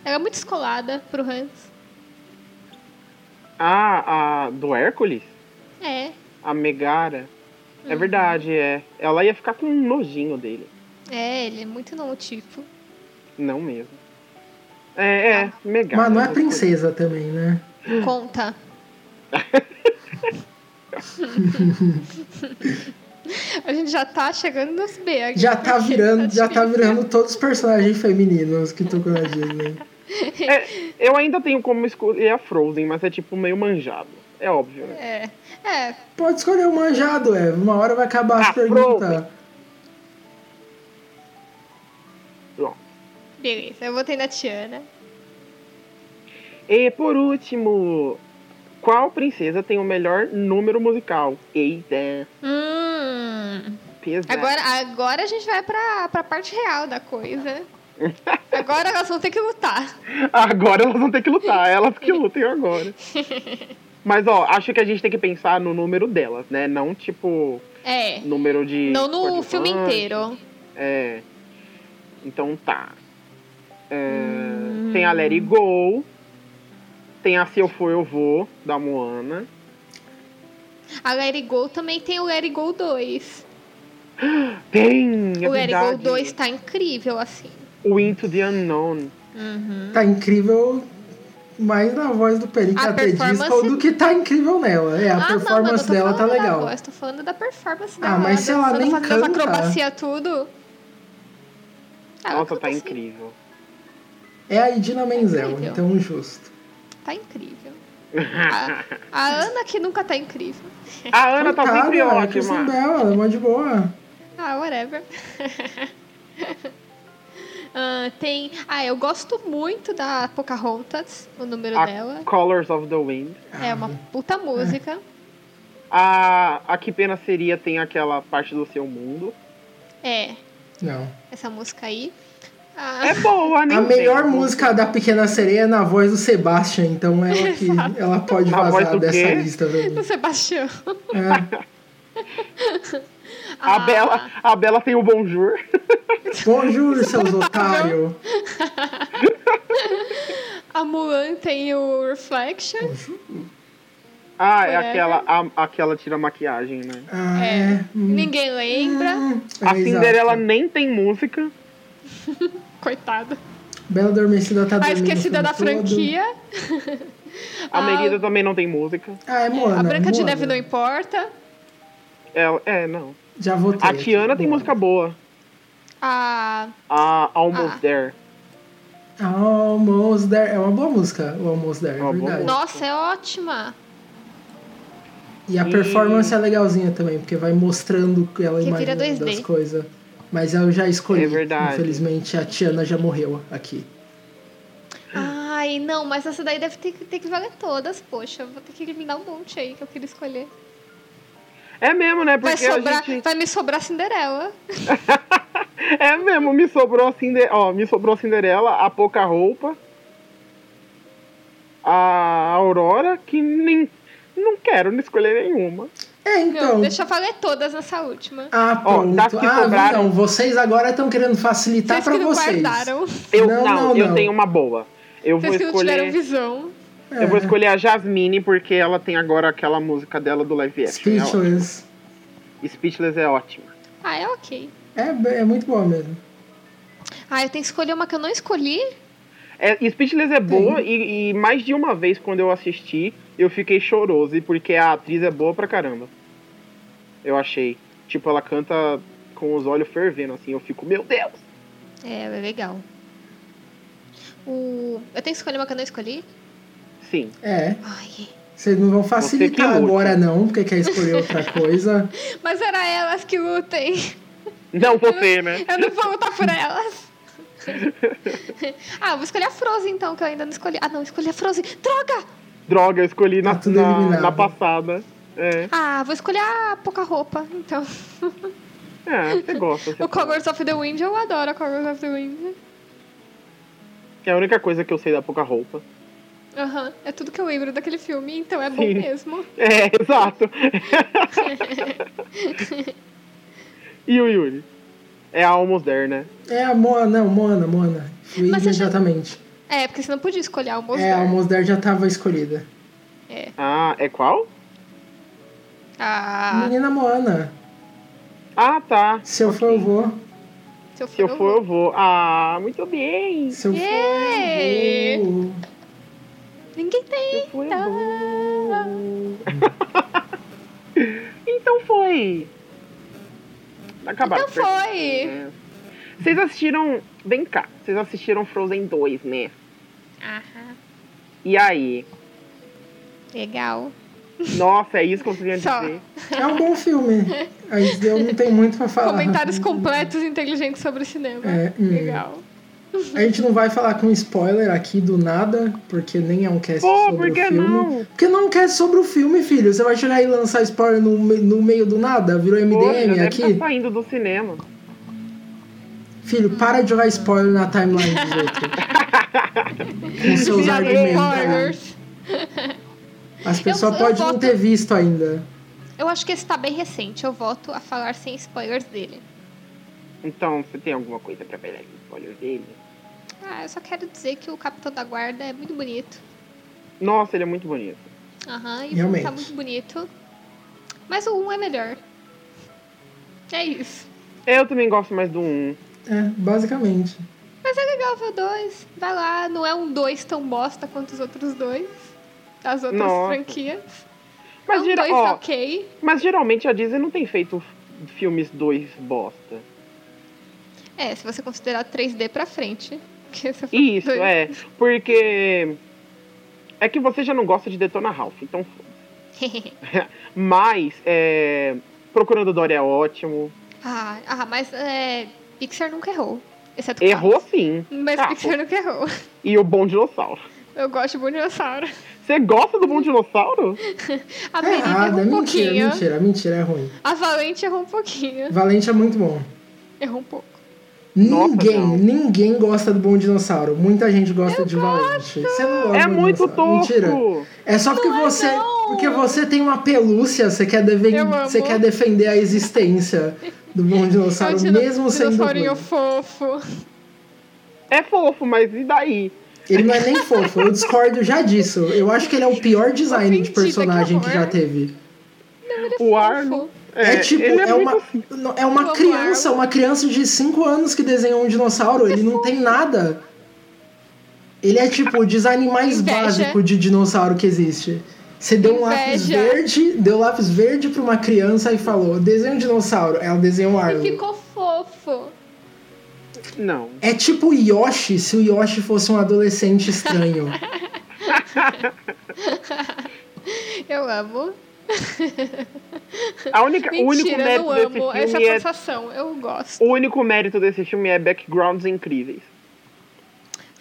A: Ela é muito descolada pro Hans.
B: Ah, a do Hércules?
A: É,
B: A Megara?
A: Uhum.
B: É verdade, é. Ela ia ficar com um nojinho dele.
A: é, ele é muito não o tipo.
B: Não mesmo. É,
A: Ah.
B: é, Megara.
C: Mas não é princesa também, né?
A: Conta. A gente já tá chegando nos B aqui.
C: Já tá virando, já tá virando todos os personagens femininos que tocam na Disney.
B: É, eu ainda tenho como escolher a Frozen, mas é tipo meio manjado. É óbvio, né?
A: É.
C: tá-
A: É.
C: Pode escolher o manjado, é. Uma hora vai acabar
B: Ah,
C: as perguntas.
B: Bom.
A: Beleza, eu votei na Tiana.
B: E por último, qual princesa tem o melhor número musical? Eita,
A: Hum.
B: pesado.
A: Agora, agora a gente vai pra, pra parte real da coisa. Agora elas vão ter que lutar.
B: Agora elas vão ter que lutar, elas que lutem agora. Mas ó, acho que a gente tem que pensar no número delas, né? Não tipo
A: É.
B: número de.
A: Não no filme
B: coadjuvante.
A: inteiro.
B: É. Então tá. É,
A: Hum.
B: Tem a Let It Go. Tem a Se Eu For Eu Vou, da Moana.
A: A Let It Go também tem o Let It Go 2.
B: Tem! É
A: o Let It Go
B: verdade.
A: 2 tá incrível, assim.
B: O Into the Unknown.
C: Tá incrível mais na voz do é
A: A
C: Perica
A: performance-
C: Tedisco do que tá incrível nela. É,
A: Ah,
C: a
A: não, mas
C: performance
A: eu tô
C: dela tá
A: falando da
C: legal.
A: voz, tô falando da performance
C: Ah,
A: dela.
C: mas se ela
A: dançando,
C: nem
A: fazendo as
C: canta.
A: acrobacia tudo. Ah, ela
B: Nossa,
A: canta
B: tá
A: assim,
B: incrível.
C: É a Idina Menzel,
A: incrível.
C: então justo.
A: Tá incrível. A, a Ana que nunca tá incrível.
B: A Ana tá
C: Coitada,
B: sempre
C: ela é a Kristen
B: ótima.
C: Bell, ela é mó de boa.
A: Ah, whatever. Ah, tem. Ah, eu gosto muito da Pocahontas, o número
B: A-
A: dela.
B: Colors of the Wind.
A: É uma
C: Ah.
A: puta música.
B: A, a Que Pena Seria tem aquela parte do seu mundo.
A: É,
C: Não.
A: essa música aí. Ah,
B: É boa, né?
C: A melhor música da Pequena Sereia é na voz do Sebastian, então ela que ela pode
B: Na voz
C: vazar
B: do
C: dessa
B: quê?
C: lista pra mim.
A: do Sebastião.
C: É.
B: A
A: Ah,
B: Bela, a Bela tem o Bonjour.
C: Bonjour, seus otários.
A: A Mulan tem o Reflection.
B: Ah, é
A: Whatever.
B: aquela, a, aquela tira maquiagem, né?
C: Ah,
A: É.
C: é. Hum,
A: Ninguém lembra.
C: é,
B: A
C: exato.
B: Cinderela nem tem música.
A: Coitada.
C: Bela Adormecida tá
A: A
C: dormindo o
A: esquecida
C: filme
A: da
C: todo.
A: franquia.
B: A
A: Ah,
B: Merida também não tem música.
C: Ah, é Moana.
A: a Branca de
C: Moana.
A: Neve não importa.
B: Ela, é, não.
C: Já votei.
B: A Tiana tem
C: Moana.
B: música boa.
A: A.
B: A Almost
A: Ah.
B: There.
C: Ah, Almost There. É uma boa música, o Almost There,
B: É uma
C: é
B: boa
C: verdade.
B: música.
A: Nossa, é ótima.
C: E a performance é legalzinha também, porque vai mostrando que ela
A: Que vira
C: imaginando
A: 2D.
C: das coisas. Mas eu já escolhi.
B: É verdade.
C: Infelizmente a Tiana já morreu aqui.
A: Ai, não, mas essa daí deve ter, que- ter que valer todas, poxa. Vou ter que eliminar um monte aí que eu queria escolher.
B: É mesmo, né?
A: Vai,
B: Porque a
A: sobrar,
B: gente.
A: vai me sobrar Cinderela.
B: É mesmo, me sobrou a Cinderela. Ó, me sobrou a Cinderela, a pouca roupa. A Aurora, que nem. Não quero escolher nenhuma.
C: É, então.
A: Não, deixa eu valer todas nessa última.
C: Ah,
B: Ó,
C: pronto.
B: das que
C: ah,
B: sobraram-
C: então, vocês agora estão querendo facilitar
A: Vocês
C: Tá pra
A: que não
C: vocês.
A: guardaram,
B: Eu não,
C: Não, não,
B: eu
C: não.
B: tenho uma boa. Eu vou
A: vocês que não tiveram
B: escolher.
A: visão.
C: É.
B: Eu vou escolher a Jasmine, porque ela tem agora aquela música dela do live action. É ótima.
C: Speechless.
B: Speechless é ótima.
A: Ah, é ok.
C: É, be- é muito boa mesmo.
A: Ah, eu tenho que escolher uma que eu não escolhi?
B: É, e Speechless é boa e, e mais de uma vez quando eu assisti, eu fiquei choroso, e porque a atriz é boa pra caramba. Eu achei. Tipo, ela canta com os olhos fervendo, assim, eu fico, meu Deus!
A: É, é legal. O... Eu tenho que escolher uma que eu não escolhi?
B: Sim.
C: É.
A: Ai.
C: Vocês não vão
B: que
C: facilitar
B: lute.
C: agora, não, porque quer escolher outra coisa.
A: Mas era elas que lutem.
B: Não você, né?
A: Eu não vou lutar por elas. ah, eu vou escolher a Frozen então, que eu ainda não escolhi. Ah, não, escolhi a Frozen. Droga!
B: Droga, eu escolhi na,
C: Tá tudo
B: na,
C: eliminado.
B: na passada. É,
A: Ah, vou escolher a pouca roupa, então.
B: é, você gosta. Você
A: O Colors of the Wind, eu adoro a Colors of the Wind.
B: É a única coisa que eu sei da pouca roupa.
A: Aham, é tudo que eu lembro daquele filme, então é bom
B: Sim.
A: mesmo.
B: É, exato. e o Yuri? É a Almost There, né?
C: É a Moana, não, Moana, Moana. Fui
A: Mas você já-
C: imediatamente.
A: É, porque você não podia escolher a Almost
C: É, a
A: There.
C: Almost There já tava escolhida.
B: Ah, é qual?
A: Ah,
C: Menina Moana,
B: Ah, tá.
C: se eu for, eu vou.
A: se eu for,
B: Se eu
A: eu
B: for,
A: vou.
B: eu vou. Ah, muito bem. Se
C: Se eu for,
A: Yay!
C: eu vou.
A: Ninguém tem. Tá.
B: eu for, eu vou. então foi. Acabaram.
A: Então foi.
B: É. Vocês assistiram. Vem cá, vocês assistiram Frozen 2, né?
A: Aham,
B: E aí?
A: legal.
B: Nossa, é isso que eu queria
A: Só.
B: dizer.
C: É um bom filme. A Isdeu não tem muito pra falar.
A: Comentários completos e inteligentes sobre o cinema.
C: É, hum.
A: Legal.
C: A gente não vai falar com spoiler aqui do nada, porque nem é um cast
B: Pô,
C: sobre
B: por que
C: o filme.
B: não?
C: Porque não é um cast sobre o filme, filho. Você vai chegar aí e lançar spoiler no, me- no meio do nada? Virou
B: Poxa,
C: MDM
B: deve
C: aqui?
B: tá saindo do cinema.
C: Filho, para de jogar spoiler na timeline dos outros. com seus
A: Já dei
C: argumentos. né?
A: spoilers.
C: As pessoas
A: eu
C: podem não
A: voto-
C: ter visto ainda.
A: Eu acho que esse tá bem recente. Eu volto a falar sem spoilers dele.
B: Então, você tem alguma coisa pra pegar de spoiler dele?
A: Ah, eu só quero dizer que o Capitão da Guarda é muito bonito.
B: Nossa, ele é muito bonito.
A: Aham, e o filme
C: Realmente.
A: tá muito bonito. Mas o 1 é melhor. É isso.
B: Eu também gosto mais do 1.
C: É, basicamente.
A: Mas é legal ver o 2. Vai lá, não é um 2 tão bosta quanto os outros dois. Das outras
B: Nossa.
A: franquias.
B: Mas,
A: é um
B: gera-
A: 2
B: ó,
A: ok.
B: mas geralmente a Disney não tem feito f- filmes 2 bosta.
A: É, se você considerar 3D pra frente. Porque se for
B: Isso,
A: dois-
B: é. Porque. É que você já não gosta de Detona Ralph, então. foda-se. mas, é, Procurando Dory é ótimo.
A: Ah, ah, mas é, Pixar nunca errou. Exceto
B: Errou
A: Cars.
B: sim.
A: Mas
B: Ah,
A: Pixar nunca errou.
B: E o Bom Dinossauro.
A: Eu gosto de Bom Dinossauro.
B: Você gosta do Bom Dinossauro?
A: A
C: É
A: Merida errou
C: errada,
A: um
C: mentira,
A: pouquinho.
C: mentira, mentira, é ruim.
A: A Valente errou um pouquinho.
C: Valente é muito bom.
A: Errou um pouco.
B: Nossa,
C: Ninguém,
B: não.
C: ninguém gosta do Bom Dinossauro. Muita gente gosta de Valente. Você não gosta
B: É
C: do Bom
B: muito
C: Dinossauro. Mentira.
B: tosco.
C: É só porque você,
A: não.
C: porque você tem uma pelúcia, você quer, deven-
A: Eu amo.
C: você quer defender a existência do Bom
A: É um
C: Dinossauro,
A: dino-
C: mesmo sendo ruim.
A: dinossaurinho fofo.
B: É fofo, mas e daí?
C: Ele não é nem fofo, eu discordo já disso. Eu acho que ele é o pior design de
A: Ofendida, que é?
C: personagem que, já
A: horror.
C: teve.
B: O
A: Fofo.
B: Arno.
C: É, tipo,
B: ele
C: é,
B: é, muito
C: uma,
B: assim.
C: não, é uma
A: Vamos
C: criança,
A: lá.
C: uma criança de 5 anos que desenhou um dinossauro, ele não tem nada. Ele é tipo o design mais
A: Inveja.
C: básico de dinossauro que existe. Você deu um lápis
A: Inveja.
C: verde, deu lápis verde pra uma criança e falou: desenha um dinossauro. Ela desenhou um
A: E
C: árvore.
A: ficou fofo.
B: Não.
C: É tipo o Yoshi se o Yoshi fosse um adolescente estranho.
A: Eu amo.
B: A única, o único
A: Mentira, eu
B: mérito
A: não
B: desse
A: amo. Essa
B: filme
A: é a
B: é.
A: sensação. Eu gosto.
B: O único mérito desse filme é backgrounds incríveis.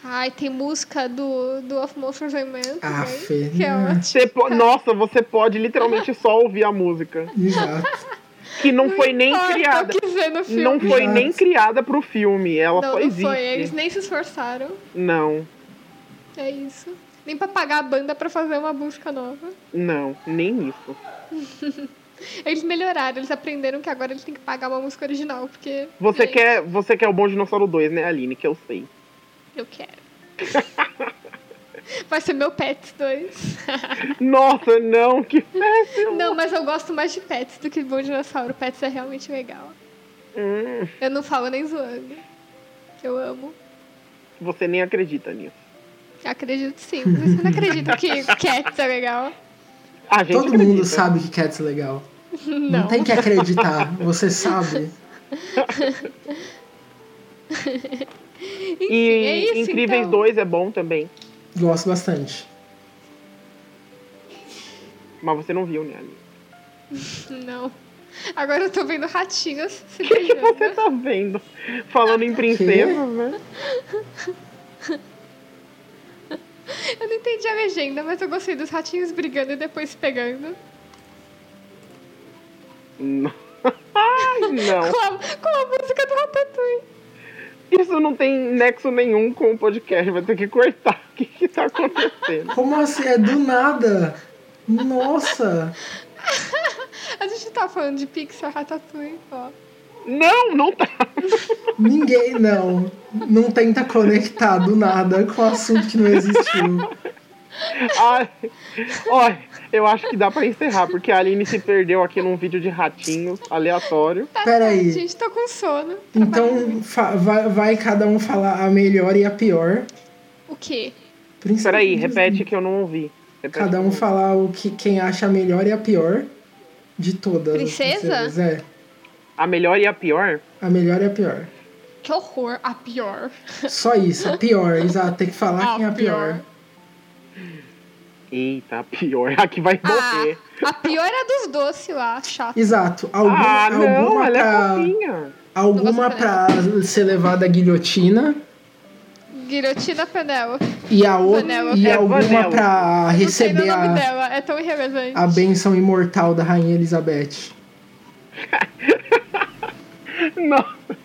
A: Ai, tem música do, do Of Monsters and Men. também,
C: Aff,
A: que é
C: né?
A: ótimo.
B: Você po- Nossa, você pode literalmente só ouvir a música.
C: Exato.
B: Que não foi nem
A: Importa o
B: criada.
A: que vê no filme.
B: Não foi
C: Exato.
B: nem criada pro filme. Ela
A: não,
B: só
A: não
B: existe.
A: foi. Eles nem se esforçaram.
B: Não,
A: É isso. Nem pra pagar a banda pra fazer uma música nova.
B: não, nem isso.
A: Eles melhoraram, eles aprenderam que agora eles têm que pagar uma música original, porque.
B: Você
A: gente,
B: quer, você quer o Bom Dinossauro 2, né, Aline? Que eu sei.
A: Eu quero. Vai ser meu Pets 2.
B: Nossa, não, que péssimo.
A: Não, mas eu gosto mais de Pets do que Bom Dinossauro. Pets é realmente legal.
B: Hum,
A: Eu não falo nem zoando. Eu amo.
B: você nem acredita nisso.
A: Acredito sim. Você não acredita que Cats é legal?
B: A gente
C: Todo
B: acredita.
C: mundo sabe que Cats é legal. Não.
A: Não.
C: tem que acreditar, você sabe.
A: Enfim,
B: E
A: é isso,
B: Incríveis
A: então.
B: 2 é bom também.
C: Gosto bastante.
B: Mas você não viu, né, Aline?
A: Não. Agora eu tô vendo ratinhos se
B: O que
A: beijando.
B: você tá vendo? Falando em princesa, né?
A: Eu não entendi a legenda, mas eu gostei dos ratinhos brigando e depois se pegando.
B: Não. Ai, não.
A: Com a, com a música do Ratatouille.
B: Isso não tem nexo nenhum com o podcast. Vai ter que cortar. O que que tá acontecendo?
C: Como assim? É do nada? Nossa!
A: A gente tá falando de Pixar, Ratatouille, ó.
B: Não, não tá.
C: Ninguém, não. Não tenta conectar do nada com um assunto que não existiu.
B: Ai, olha, eu acho que dá pra encerrar, porque a Aline se perdeu aqui num vídeo de ratinhos aleatório.
A: Tá
C: Peraí.
A: tarde, gente, tô com sono. Trabalhei muito.
C: Então fa- vai, vai cada um falar a melhor e a pior.
A: O quê?
B: Peraí,
C: Principalmente
B: repete que eu não ouvi. Repete
C: Cada
B: que
C: um
B: eu não ouvi.
C: falar o que quem acha a melhor e a pior de todas. as
A: Princesa?
C: princesas, É.
B: A melhor e a pior?
C: A melhor é a pior.
A: Que horror, a pior.
C: Só isso, a pior, exato. Tem que falar
A: A
C: quem é a pior.
A: pior.
B: Eita, a pior. Aqui vai morrer.
A: Ah, a pior é a dos doces lá, chato.
C: Exato. Alguma,
B: Ah, não,
C: alguma
B: ela é
C: pra,
B: fofinha.
C: alguma
A: Não gosto
C: pra ser levada à guilhotina
A: Guilhotina Penélope.
C: e a outra
A: Vanellope.
C: e
B: É,
C: alguma
B: Vanellope.
C: pra
A: Não sei o
C: receber
A: nome
C: a,
A: dela, é tão irrelevante.
C: a benção imortal da rainha Elizabeth.
B: Nossa.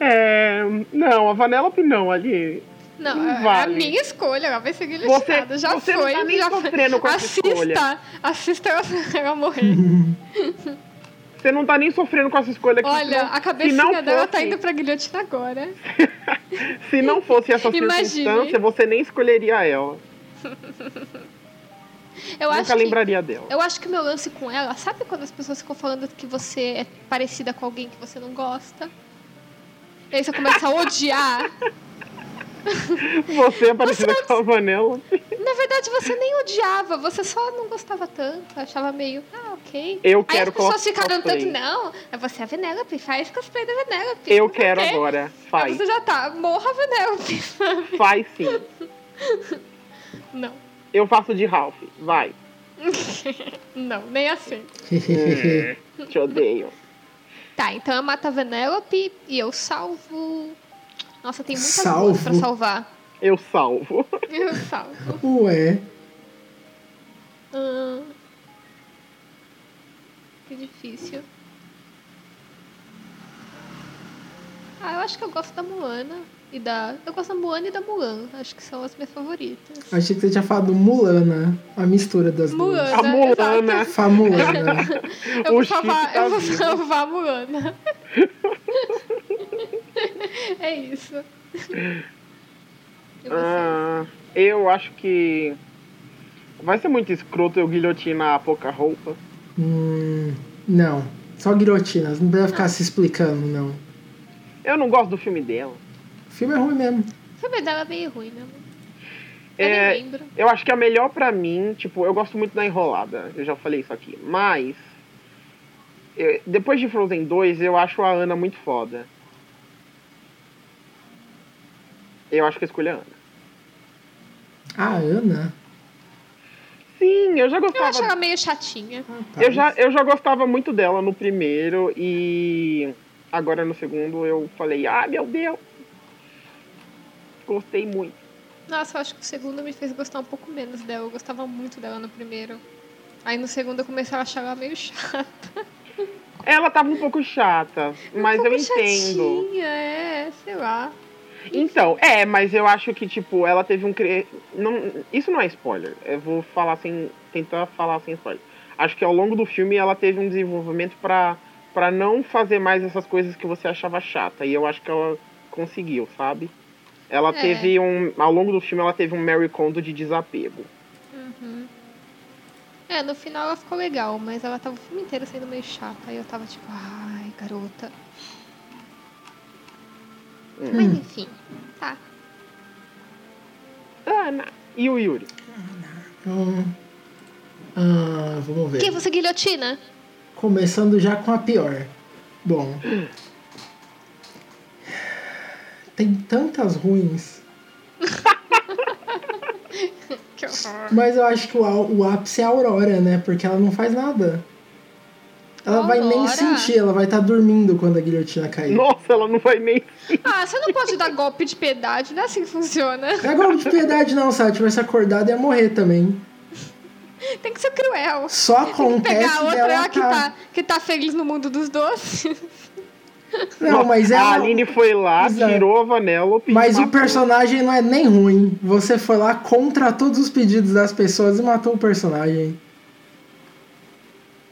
B: É, não, a Vanellope não ali.
A: Não,
B: Não
A: é- é
B: vale.
A: a minha escolha, ela vai ser guilhotinada.
B: Você-
A: já
B: você não
A: foi,
B: tá nem
A: já
B: sofrendo
A: foi.
B: com essa
A: assista,
B: escolha.
A: assista ela, ela morrer.
B: Você não tá nem sofrendo com essa escolha aqui. se
A: Olha,
B: não-
A: a
B: se
A: cabecinha
B: não
A: dela tá
B: fosse-
A: indo pra guilhotina agora.
B: Se não fosse essa
A: Imagine.
B: circunstância, você nem escolheria ela.
A: Eu acho
B: Nunca
A: que
B: lembraria dela.
A: Eu acho que o meu lance com ela, sabe quando as pessoas ficam falando que você é parecida com alguém que você não gosta? E aí você começa a odiar.
B: Você é parecida com a Vanellope.
A: Na verdade, você nem odiava, você só não gostava tanto, achava meio, ah, ok.
B: Eu
A: aí
B: quero
A: as pessoas
B: cos-
A: ficaram tanto,
B: cosplay.
A: não, é você é a Venelope, faz cosplay da Venelope. não
B: Eu
A: sei o
B: quero
A: quê.
B: agora.
A: Aí
B: Faz.
A: você já tá, morra a Venelope, sabe?
B: Faz sim.
A: Não,
B: Eu faço de Ralph. Vai.
A: não, nem assim.
B: Te odeio.
A: Tá, então eu mato a Venelope e eu salvo... Nossa, tem muitas coisas
C: Salvo?
A: pra salvar.
B: Eu salvo.
A: Eu salvo.
B: Hum.
C: Ué,
A: Ah, que difícil. Ah, eu acho que eu gosto da Moana e da. Eu gosto da Moana e da Mulan. Acho que são as minhas favoritas.
C: achei que você tinha falado Mulana, a mistura das
A: Mulana.
B: A Mulana.
C: duas. Famulana.
A: é, Eu
B: O
A: vou
B: Chip
A: salvar,
B: tá
A: eu vou
B: vivo.
A: salvar a Moana. é isso. E você?
B: Ah, eu acho que. Vai ser muito escroto eu guilhotinar a pouca roupa.
C: Hum, não, só guilhotinas, não precisa ficar se explicando, não.
B: Eu não gosto do filme dela.
C: O filme é ruim mesmo.
A: O filme dela é meio ruim mesmo. Eu
B: É,
A: nem lembro.
B: Eu acho que a melhor pra mim, tipo, eu gosto muito da enrolada, eu já falei isso aqui, mas eu- depois de Frozen 2, eu acho a Ana muito foda. Eu acho que eu escolho a Ana.
C: A Ana?
B: Sim, eu já
A: Eu acho ela
B: gostava.
A: meio chatinha.
C: Ah, tá.
B: Eu já, eu já gostava muito dela no primeiro e agora no segundo eu falei, ah meu Deus! Gostei muito.
A: Nossa, eu acho que o segundo me fez gostar um pouco menos dela. Eu gostava muito dela no primeiro. Aí no segundo eu comecei a achar ela meio chata.
B: Ela tava um pouco chata, mas
A: um pouco
B: eu entendo.
A: Chatinha, é, sei lá.
B: Então, é, mas eu acho que, tipo, ela teve um. Cre... Não, isso não é spoiler. Eu vou falar sem. tentar falar sem spoiler. Acho que ao longo do filme ela teve um desenvolvimento pra, pra não fazer mais essas coisas que você achava chata. E eu acho que ela conseguiu, sabe? Ela
A: É.
B: teve um. Ao longo do filme ela teve um Mary Kondo de desapego.
A: É, no final ela ficou legal, mas ela tava o filme inteiro sendo meio chata. Aí eu tava tipo, ai, garota. Mas enfim, tá.
B: Ana! E o Yuri?
C: Hum. Ah, vamos ver.
A: Quem você guilhotina?
C: Começando já com a pior. Bom.
B: Hum.
C: Tem tantas ruins,
A: Que horror.
C: mas eu acho que o, au- o ápice é a Aurora, né? Porque ela não faz nada. Ela vai nem
A: Aurora?
C: sentir, ela vai estar dormindo quando a guilhotina cair.
B: Nossa, ela não vai nem.
A: Ah, você não pode dar golpe de piedade, não é assim que funciona.
C: Não é golpe de piedade, não, se ela tivesse acordado ia morrer também.
A: Tem que ser cruel. Tem
C: Só
A: que pegar
C: acontece
A: a outra
C: dela
A: lá que
C: tá...
A: tá, que tá feliz no mundo dos doces.
C: Não, mas
B: a
C: ela.
B: Aline foi lá,
C: Exato.
B: tirou a Vanellope. e
C: Mas o
B: matou.
C: personagem não é nem ruim. Você foi lá contra todos os pedidos das pessoas e matou o personagem.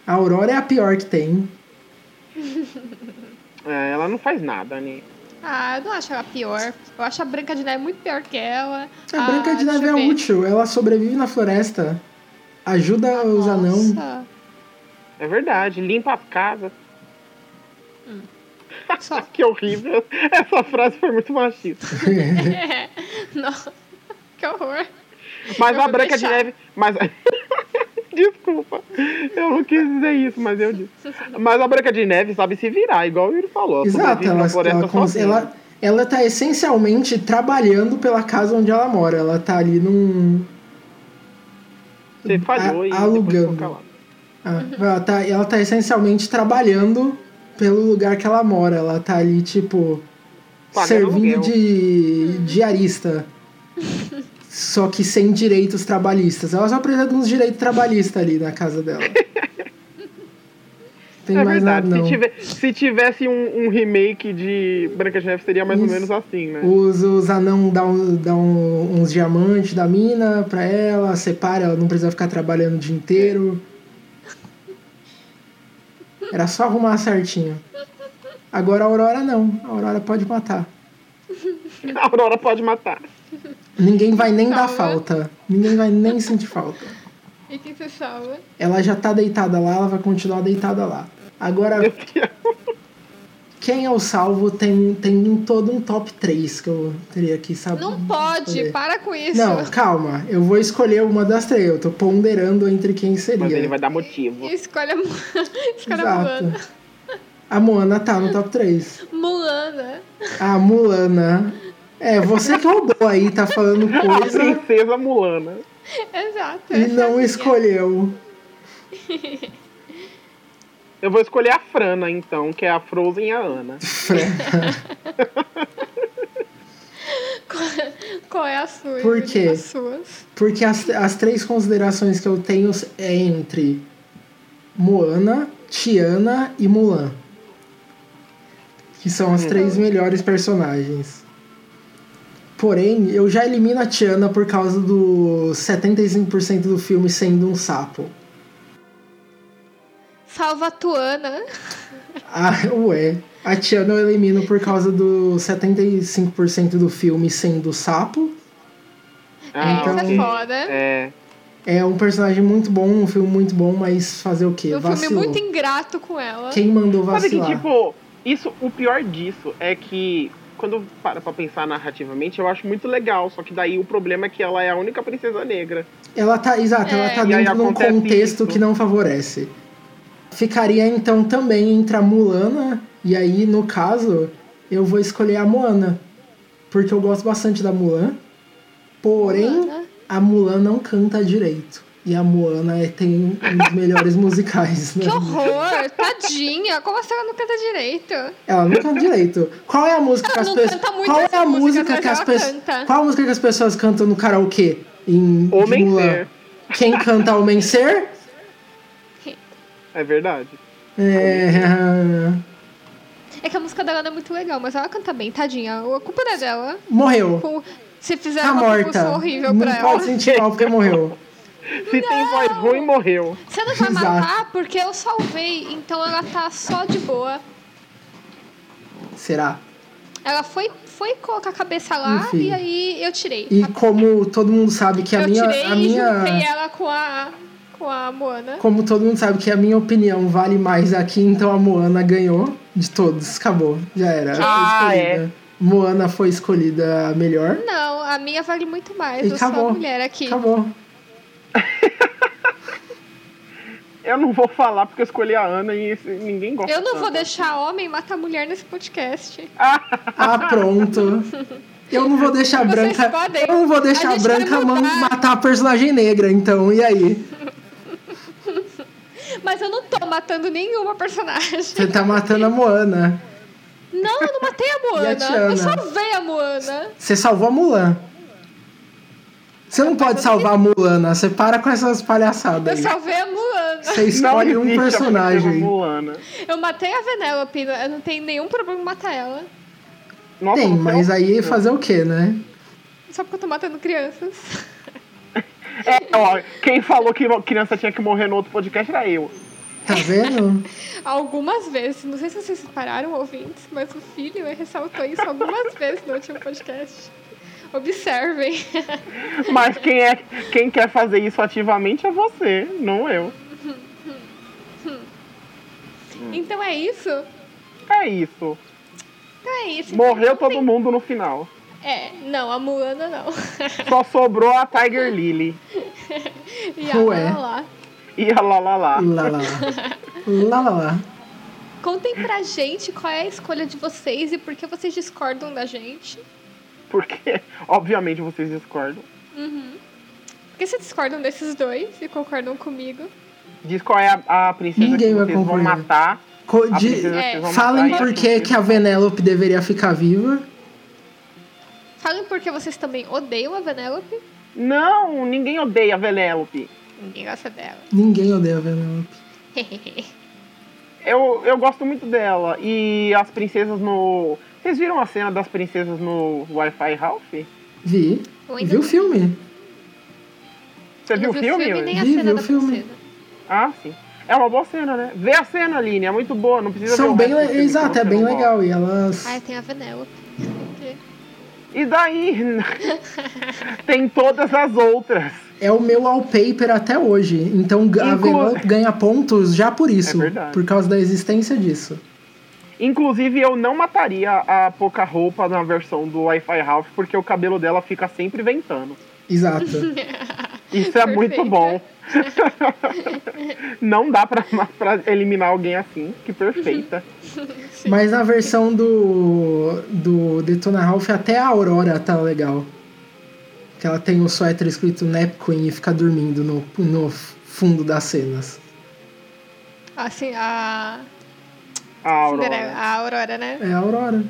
C: A Aurora é a pior que tem.
B: É, ela não faz nada, né?
A: Ah, eu não acho ela pior. Eu acho a Branca de Neve muito pior que ela.
C: A Branca de
A: Ah, deixa
C: Neve
A: eu
C: é
A: ver.
C: útil. Ela sobrevive na floresta. Ajuda os anãos.
A: Nossa,
B: É verdade, limpa as casas.
A: Hum. Só.
B: que horrível. Essa frase foi muito machista.
A: É. Nossa, que horror.
B: Mas
A: Eu
B: a
A: vou
B: Branca de
A: deixar.
B: Neve. Mas, Desculpa, eu não quis dizer isso, mas eu disse. Mas a Branca de Neve sabe se virar, igual ele falou.
C: Exato,
B: sobrevive
C: ela,
B: na
C: ela,
B: floresta
C: cons-
B: sozinha.
C: ela, ela tá essencialmente trabalhando pela casa onde ela mora. Ela tá ali num.
B: Você falhou
C: a-
B: e depois
C: alugando.
B: ficou calado.
C: Ah, ela, tá, ela tá essencialmente trabalhando pelo lugar que ela mora. Ela tá ali, tipo.
B: Pagando
C: servindo
B: aluguel. É
C: de diarista. Só que sem direitos trabalhistas. Ela só precisa de uns direitos trabalhistas ali na casa dela. Tem
B: é
C: mais
B: verdade.
C: nada, não.
B: Se, tiver- se tivesse um, um remake de Branca de Neve, seria mais
C: Isso.
B: ou menos assim, né?
C: Os, os anão dá, um- dá um- uns diamantes da mina pra ela, separa, ela não precisa ficar trabalhando o dia inteiro. Era só arrumar certinho. Agora a Aurora não, a Aurora pode matar.
B: A Aurora pode matar.
C: Ninguém vai nem dar
A: Salva.
C: falta, ninguém vai nem sentir falta.
A: E quem se salva?
C: Ela já tá deitada lá, ela vai continuar deitada lá. Agora,
B: Meu Deus.
C: quem é o salvo tem, tem um- todo um top 3 que eu teria que saber.
A: Não pode,
C: escolher.
A: para com isso.
C: Não, calma. Eu vou escolher uma das três. Eu tô ponderando entre quem seria.
B: Mas ele vai dar motivo.
A: Escolha, Mu- escolha
C: Exato.
A: Moana.
C: A Moana tá no top 3.
A: Mulana.
C: A Mulana. É, você que roubou aí, tá falando
B: A
C: coisa
B: princesa Mulana.
A: Exato.
C: e
A: essa é a
C: não
A: minha.
C: escolheu.
B: Eu vou escolher a Frana, então, que é a Frozen e a Ana.
A: Qual, qual é a sua?
C: Por
A: Yuri?
C: quê?
A: As suas.
C: Porque as, as três considerações que eu tenho é entre Moana, Tiana e Mulan. Que são as três melhores personagens. Porém, eu já elimino a Tiana por causa do 75% do filme sendo um sapo.
A: Salva a Tuana.
C: Ah, ué. A Tiana eu elimino por causa do 75% do filme sendo sapo.
A: é,
C: então-
A: isso é foda.
B: Ah, É.
C: É um personagem muito bom, um filme muito bom, mas fazer o quê?
A: Um filme
C: Vacilou.
A: muito ingrato com ela.
C: Quem mandou
B: Sabe
C: vacilar?
B: que, tipo, isso, o pior disso é que quando para pra pensar narrativamente, eu acho muito legal. Só que daí o problema é que ela é a única princesa negra.
C: Ela tá, exato, ela
A: É.
C: tá
B: E aí
C: dentro de um
B: acontece
C: contexto
B: isso.
C: que não favorece. Ficaria então também entre a Mulana, e aí no caso eu vou escolher a Moana, porque eu gosto bastante da Mulan. Porém,
A: Moana.
C: a Mulan não canta direito. E a Moana é- tem um dos melhores musicais, né?
A: Que horror! Tadinha! Como assim ela não canta direito?
C: Ela não canta direito. Qual é a música
A: Ela
C: que as
A: não
C: pessoas.
A: canta muito
C: Qual é
A: essa
C: a
A: música,
C: música
A: mas
C: que as
A: ela
C: pessoas.
A: canta.
C: Qual a música que as pessoas cantam no karaokê? Em de
B: Homem
C: Mulan?
B: ser.
C: Quem canta Homem Ser?
B: É verdade.
C: É...
A: É que a música dela não é muito legal, mas ela canta bem, tadinha. A culpa não é dela.
C: Morreu.
A: Com- Se fizeram
C: Tá
A: é uma
C: morta.
A: compulsão horrível pra
C: Não
A: ela.
C: pode sentir mal porque morreu.
B: Se tem voz ruim, morreu.
A: Você não vai
C: Exato.
A: matar porque eu salvei, então ela tá só de boa.
C: Será?
A: Ela foi, foi colocar a cabeça lá
C: Enfim.
A: e aí eu tirei.
C: E como todo mundo sabe que a
A: eu
C: minha.
A: tirei
C: A
A: e juntei
C: minha
A: ela com a, com a Moana.
C: como todo mundo sabe que a minha opinião vale mais aqui, então a Moana ganhou de todos. Acabou. Já era. Foi
B: Ah,
A: é.
C: escolhida. Moana foi escolhida a melhor.
A: Não, a minha vale muito mais.
C: E
A: eu sou
C: acabou.
A: a mulher aqui.
C: Acabou.
B: Eu não vou falar porque eu escolhi a Ana e esse- ninguém gosta.
A: Eu não vou
B: dela.
A: deixar homem matar mulher nesse podcast.
C: Ah, pronto. Eu não vou deixar a
A: Vocês
C: branca.
A: podem.
C: Eu não vou deixar
A: A
C: a
A: gente vai
C: branca man-
A: mudar.
C: matar a personagem negra, então. E aí?
A: Mas eu não tô matando nenhuma personagem.
C: Você tá matando a Moana.
A: Não, eu não matei a Moana.
C: Tiana?
A: eu salvei a Moana.
C: Você salvou a Mulan. Você não pode salvar a Mulana. Você para com essas
A: Eu
C: palhaçadas aí.
A: salvei a Moana.
C: Você escolhe
B: não
C: um
B: existe a princesa
C: personagem.
B: Mulana.
A: Eu matei a Venelope. Eu não tenho nenhum problema em matar ela.
B: Nossa,
C: Tem,
B: você é
C: mas
B: um-
C: aí fazer o quê, né?
A: Só porque eu tô matando crianças.
B: É, ó, quem falou que criança tinha que morrer no outro podcast era eu.
C: Tá vendo?
A: Algumas vezes. Não sei se vocês pararam, ouvintes, mas o filho ele ressaltou isso algumas vezes no último podcast. Observem.
B: Mas quem, é, quem quer fazer isso ativamente é você, não eu. Hum.
A: Então é isso. Então
B: É isso.
A: é isso. Então
B: Morreu
A: não
B: todo mundo no final.
A: tem- É, não, a Moana não.
B: Só sobrou a Tiger Lily.
A: E a
C: Ué.
A: Moana lá.
B: e a lá lá lá.
C: Lá, lá, lá. Lá, lá, lá.
A: Contem pra gente qual é a escolha de vocês e por que vocês discordam da gente.
B: Porque, obviamente, vocês discordam.
A: Por que vocês discordam desses dois e concordam comigo?
B: Diz qual é a, a princesa
C: Ninguém
B: que
C: vai
B: vocês vão
C: concordar.
B: matar.
C: Co-
B: A
C: de-
B: princesa que
A: É.
B: vocês vão
C: Falem
B: matar e a
C: por que que
B: princesa-
C: a Venelope deveria ficar viva.
A: Falem por que vocês também odeiam a Vanellope.
B: Não, ninguém odeia a Venélope.
A: Ninguém gosta dela.
C: Ninguém odeia a Venelope.
B: Eu, eu gosto muito dela. E as princesas no... Vocês viram a cena das princesas no Wi-Fi Ralph?
C: Vi.
A: Eu ainda
C: Vi o
A: não-
C: filme.
B: Você
A: não
B: viu o
A: vi
B: filme?
A: nem a
C: Vi,
A: cena
C: vi o
A: da
C: filme.
A: princesa.
B: Ah, sim. É uma boa cena, né? Vê a cena, Aline, é muito boa, não precisa ver
C: São
B: o
C: bem
B: resto do
C: legais.
B: filme, que
C: Exato,
B: você
C: é bem
B: não gosta.
C: legal. E elas.
A: Ah, tem a Vanellope.
B: E daí? Tem todas as outras.
C: É o meu wallpaper até hoje. Então a
B: Inclu-
C: Venelope ganha pontos já por isso.
B: É verdade.
C: por causa da existência disso.
B: Inclusive, eu não mataria a pouca roupa na versão do Wi-Fi Ralph, porque o cabelo dela fica sempre ventando.
C: Exato.
B: Isso é muito
A: Perfeito.
B: bom. não dá pra, pra eliminar alguém assim. Que perfeita.
C: Mas na versão do. do Detona Ralph, até a Aurora tá legal. Que ela tem o suéter escrito Nap Queen e fica dormindo no, no fundo das cenas.
A: Assim, a...
B: A Aurora.
A: Cinderela, a Aurora, né?
C: É a Aurora.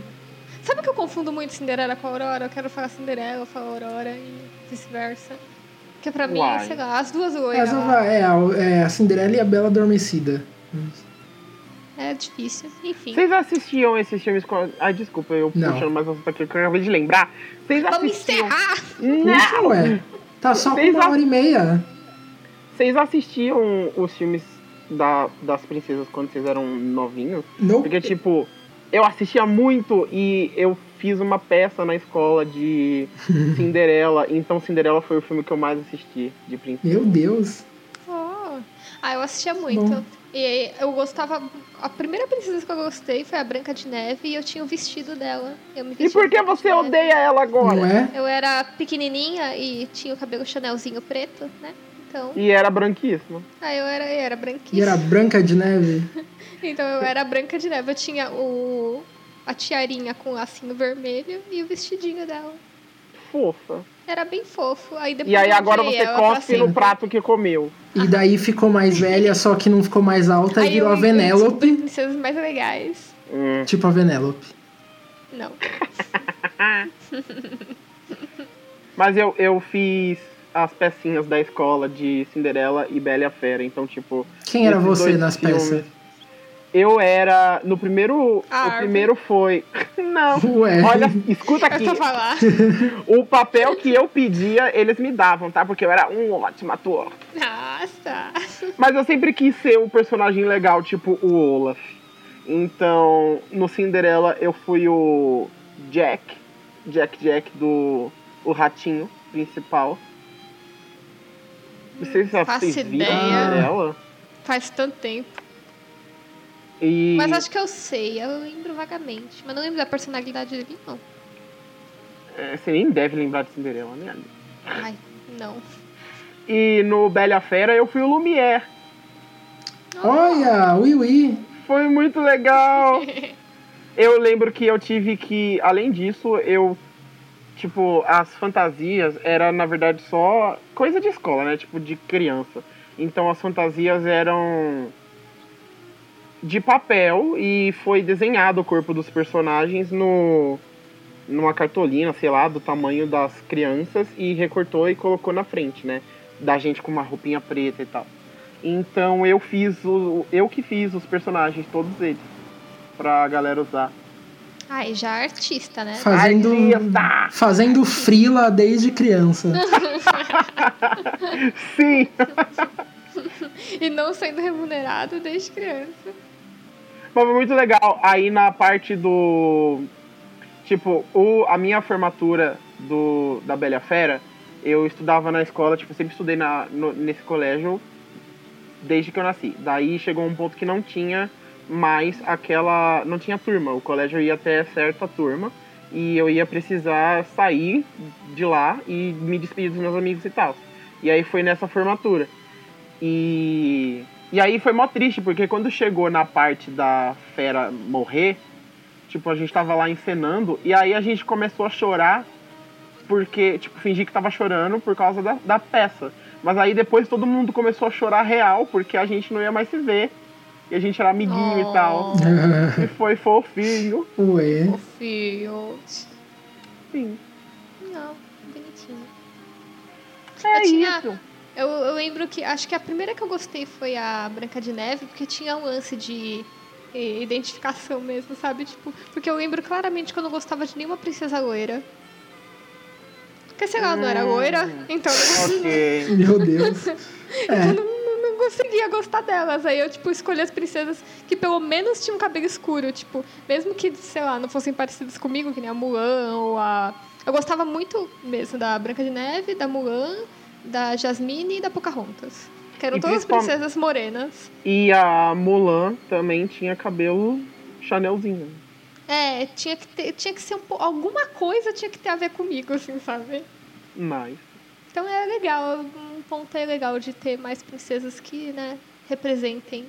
A: Sabe que eu confundo muito Cinderela com Aurora? Eu quero falar Cinderela, eu falo Aurora e vice-versa. Porque pra mim,
B: Uai.
A: sei lá, as duas loiras
C: Essa
A: lá,
C: vai- é, a- é a Cinderela e a Bela Adormecida.
A: é difícil. Enfim.
B: Vocês assistiam esses filmes com. Ai, desculpa, eu
C: Não.
B: puxando mais um assunto aqui que eu acabei de lembrar. Vocês
A: Vamos
B: assistiam.
A: encerrar!
C: Puxa, ué. Tá só com
B: Vocês
C: uma
B: a-
C: hora e meia.
B: Vocês assistiam os filmes da, das princesas quando vocês eram novinhos?
C: Não.
B: Porque, tipo, eu assistia muito e eu fiz uma peça na escola de Cinderela. Então, Cinderela foi o filme que eu mais assisti de princesa.
C: Meu Deus.
A: Oh. Ah, eu assistia muito.
C: Bom.
A: E eu gostava. A primeira princesa que eu gostei foi a Branca de Neve e eu tinha o vestido dela. Eu me
B: E
A: vestia
B: por
A: de
B: que
A: Branca de
B: você
A: Neve.
B: odeia ela
C: Não
B: agora?
C: é?
A: Eu era pequenininha e tinha o cabelo chanelzinho preto, né? Então,
B: E era branquíssima.
A: aí eu era, eu era
C: E
A: branquinha.
C: era Branca de Neve?
A: Então eu era a Branca de Neve. Eu tinha o a tiarinha com lacinho vermelho e o vestidinho dela.
B: Fofa.
A: Era bem fofo. Aí depois
B: E aí
A: eu
B: agora
A: odiei
B: você
A: ela pra
C: assim.
B: cospe no
A: sempre.
B: prato que comeu.
C: E daí ficou mais velha, só que não ficou mais alta e
A: Aí eu
C: virou a
A: descobri
C: Venélope.
A: princesas mais legais.
B: Hum.
C: Tipo a Venélope.
A: Não.
B: Mas eu, eu fiz as pecinhas da escola de Cinderela e Bela e a Fera. Então, tipo,
C: Quem era
B: Esses
C: você
B: dois
C: nas
B: filmes.
C: peças?
B: Eu era. No primeiro.
A: A
B: o
A: árvore.
B: primeiro foi. Não.
C: Ué.
B: Olha, escuta aqui.
A: Eu tô falar.
B: O papel que eu pedia, eles me davam, tá? Porque eu era um ótimo ator.
A: Nossa.
B: Mas eu sempre quis ser um personagem legal, tipo o Olaf. Então, no Cinderela, eu fui o Jack. Jack Jack do. O ratinho principal. Não sei se
A: Faço
B: vocês viram
A: ideia.
B: Cinderela.
A: Faz tanto tempo.
B: E...
A: Mas acho que eu sei. Eu lembro vagamente. Mas não lembro da personalidade dele, não.
B: é, Você nem deve lembrar de Cinderela, né? amigo?
A: Ai, não.
B: E no Bela e a Fera eu fui o Lumière.
C: Olha, ui ui.
B: Foi muito legal. Eu lembro que eu tive que, além disso, eu tipo, as fantasias era na verdade só coisa de escola, né? Tipo de criança. Então as fantasias eram de papel e foi desenhado o corpo dos personagens no numa cartolina, sei lá, do tamanho das crianças e recortou e colocou na frente, né? Da gente com uma roupinha preta e tal. Então eu fiz o eu que fiz os personagens todos eles pra galera usar.
A: Ai, já é artista, né?
C: Fazendo.
B: Artista!
C: Fazendo frila desde criança.
B: Sim.
A: E não sendo remunerado desde criança.
B: Mas foi muito legal. Aí na parte do. Tipo, o, a minha formatura do, da Bela e a Fera, eu estudava na escola, tipo, sempre estudei na, no- nesse colégio desde que eu nasci. Daí chegou um ponto que não tinha mais aquela. não tinha turma. O colégio ia até certa turma e eu ia precisar sair de lá e me despedir dos meus amigos e tal. E aí foi nessa formatura. E, e aí foi mó triste, porque quando chegou na parte da fera morrer, tipo, a gente tava lá encenando, e aí a gente começou a chorar, porque, tipo, fingir que tava chorando por causa da, da peça. Mas aí depois todo mundo começou a chorar real, porque a gente não ia mais se ver. E a gente era amiguinho e tal.
A: Oh.
B: E foi fofinho.
C: Ué.
A: Fio.
B: Sim.
A: Não, bonitinho.
B: É
A: Eu tinha-
B: isso.
A: Eu, eu lembro que. Acho que a primeira que eu gostei foi a Branca de Neve, porque tinha um lance de eh, identificação mesmo, sabe? Tipo, porque eu lembro claramente que eu não gostava de nenhuma princesa loira. Porque, sei lá, eu não era loira, então eu não,
B: Ok.
C: Meu Deus.
A: eu
C: É.
A: não, não- não conseguia gostar delas. Aí eu, tipo, escolhi as princesas que pelo menos tinham um cabelo escuro, tipo, mesmo que, sei lá, não fossem parecidas comigo, que nem a Mulan ou a. Eu gostava muito mesmo da Branca de Neve, da Mulan, da Jasmine e da Pocahontas. Que eram
B: E
A: todas
B: principal-
A: princesas morenas.
B: E a Mulan também tinha cabelo Chanelzinho.
A: É, tinha que, ter, tinha que ser um po... alguma coisa tinha que ter a ver comigo, assim, sabe?
B: Mas.
A: Então é legal, um ponto aí legal de ter mais princesas que, né, representem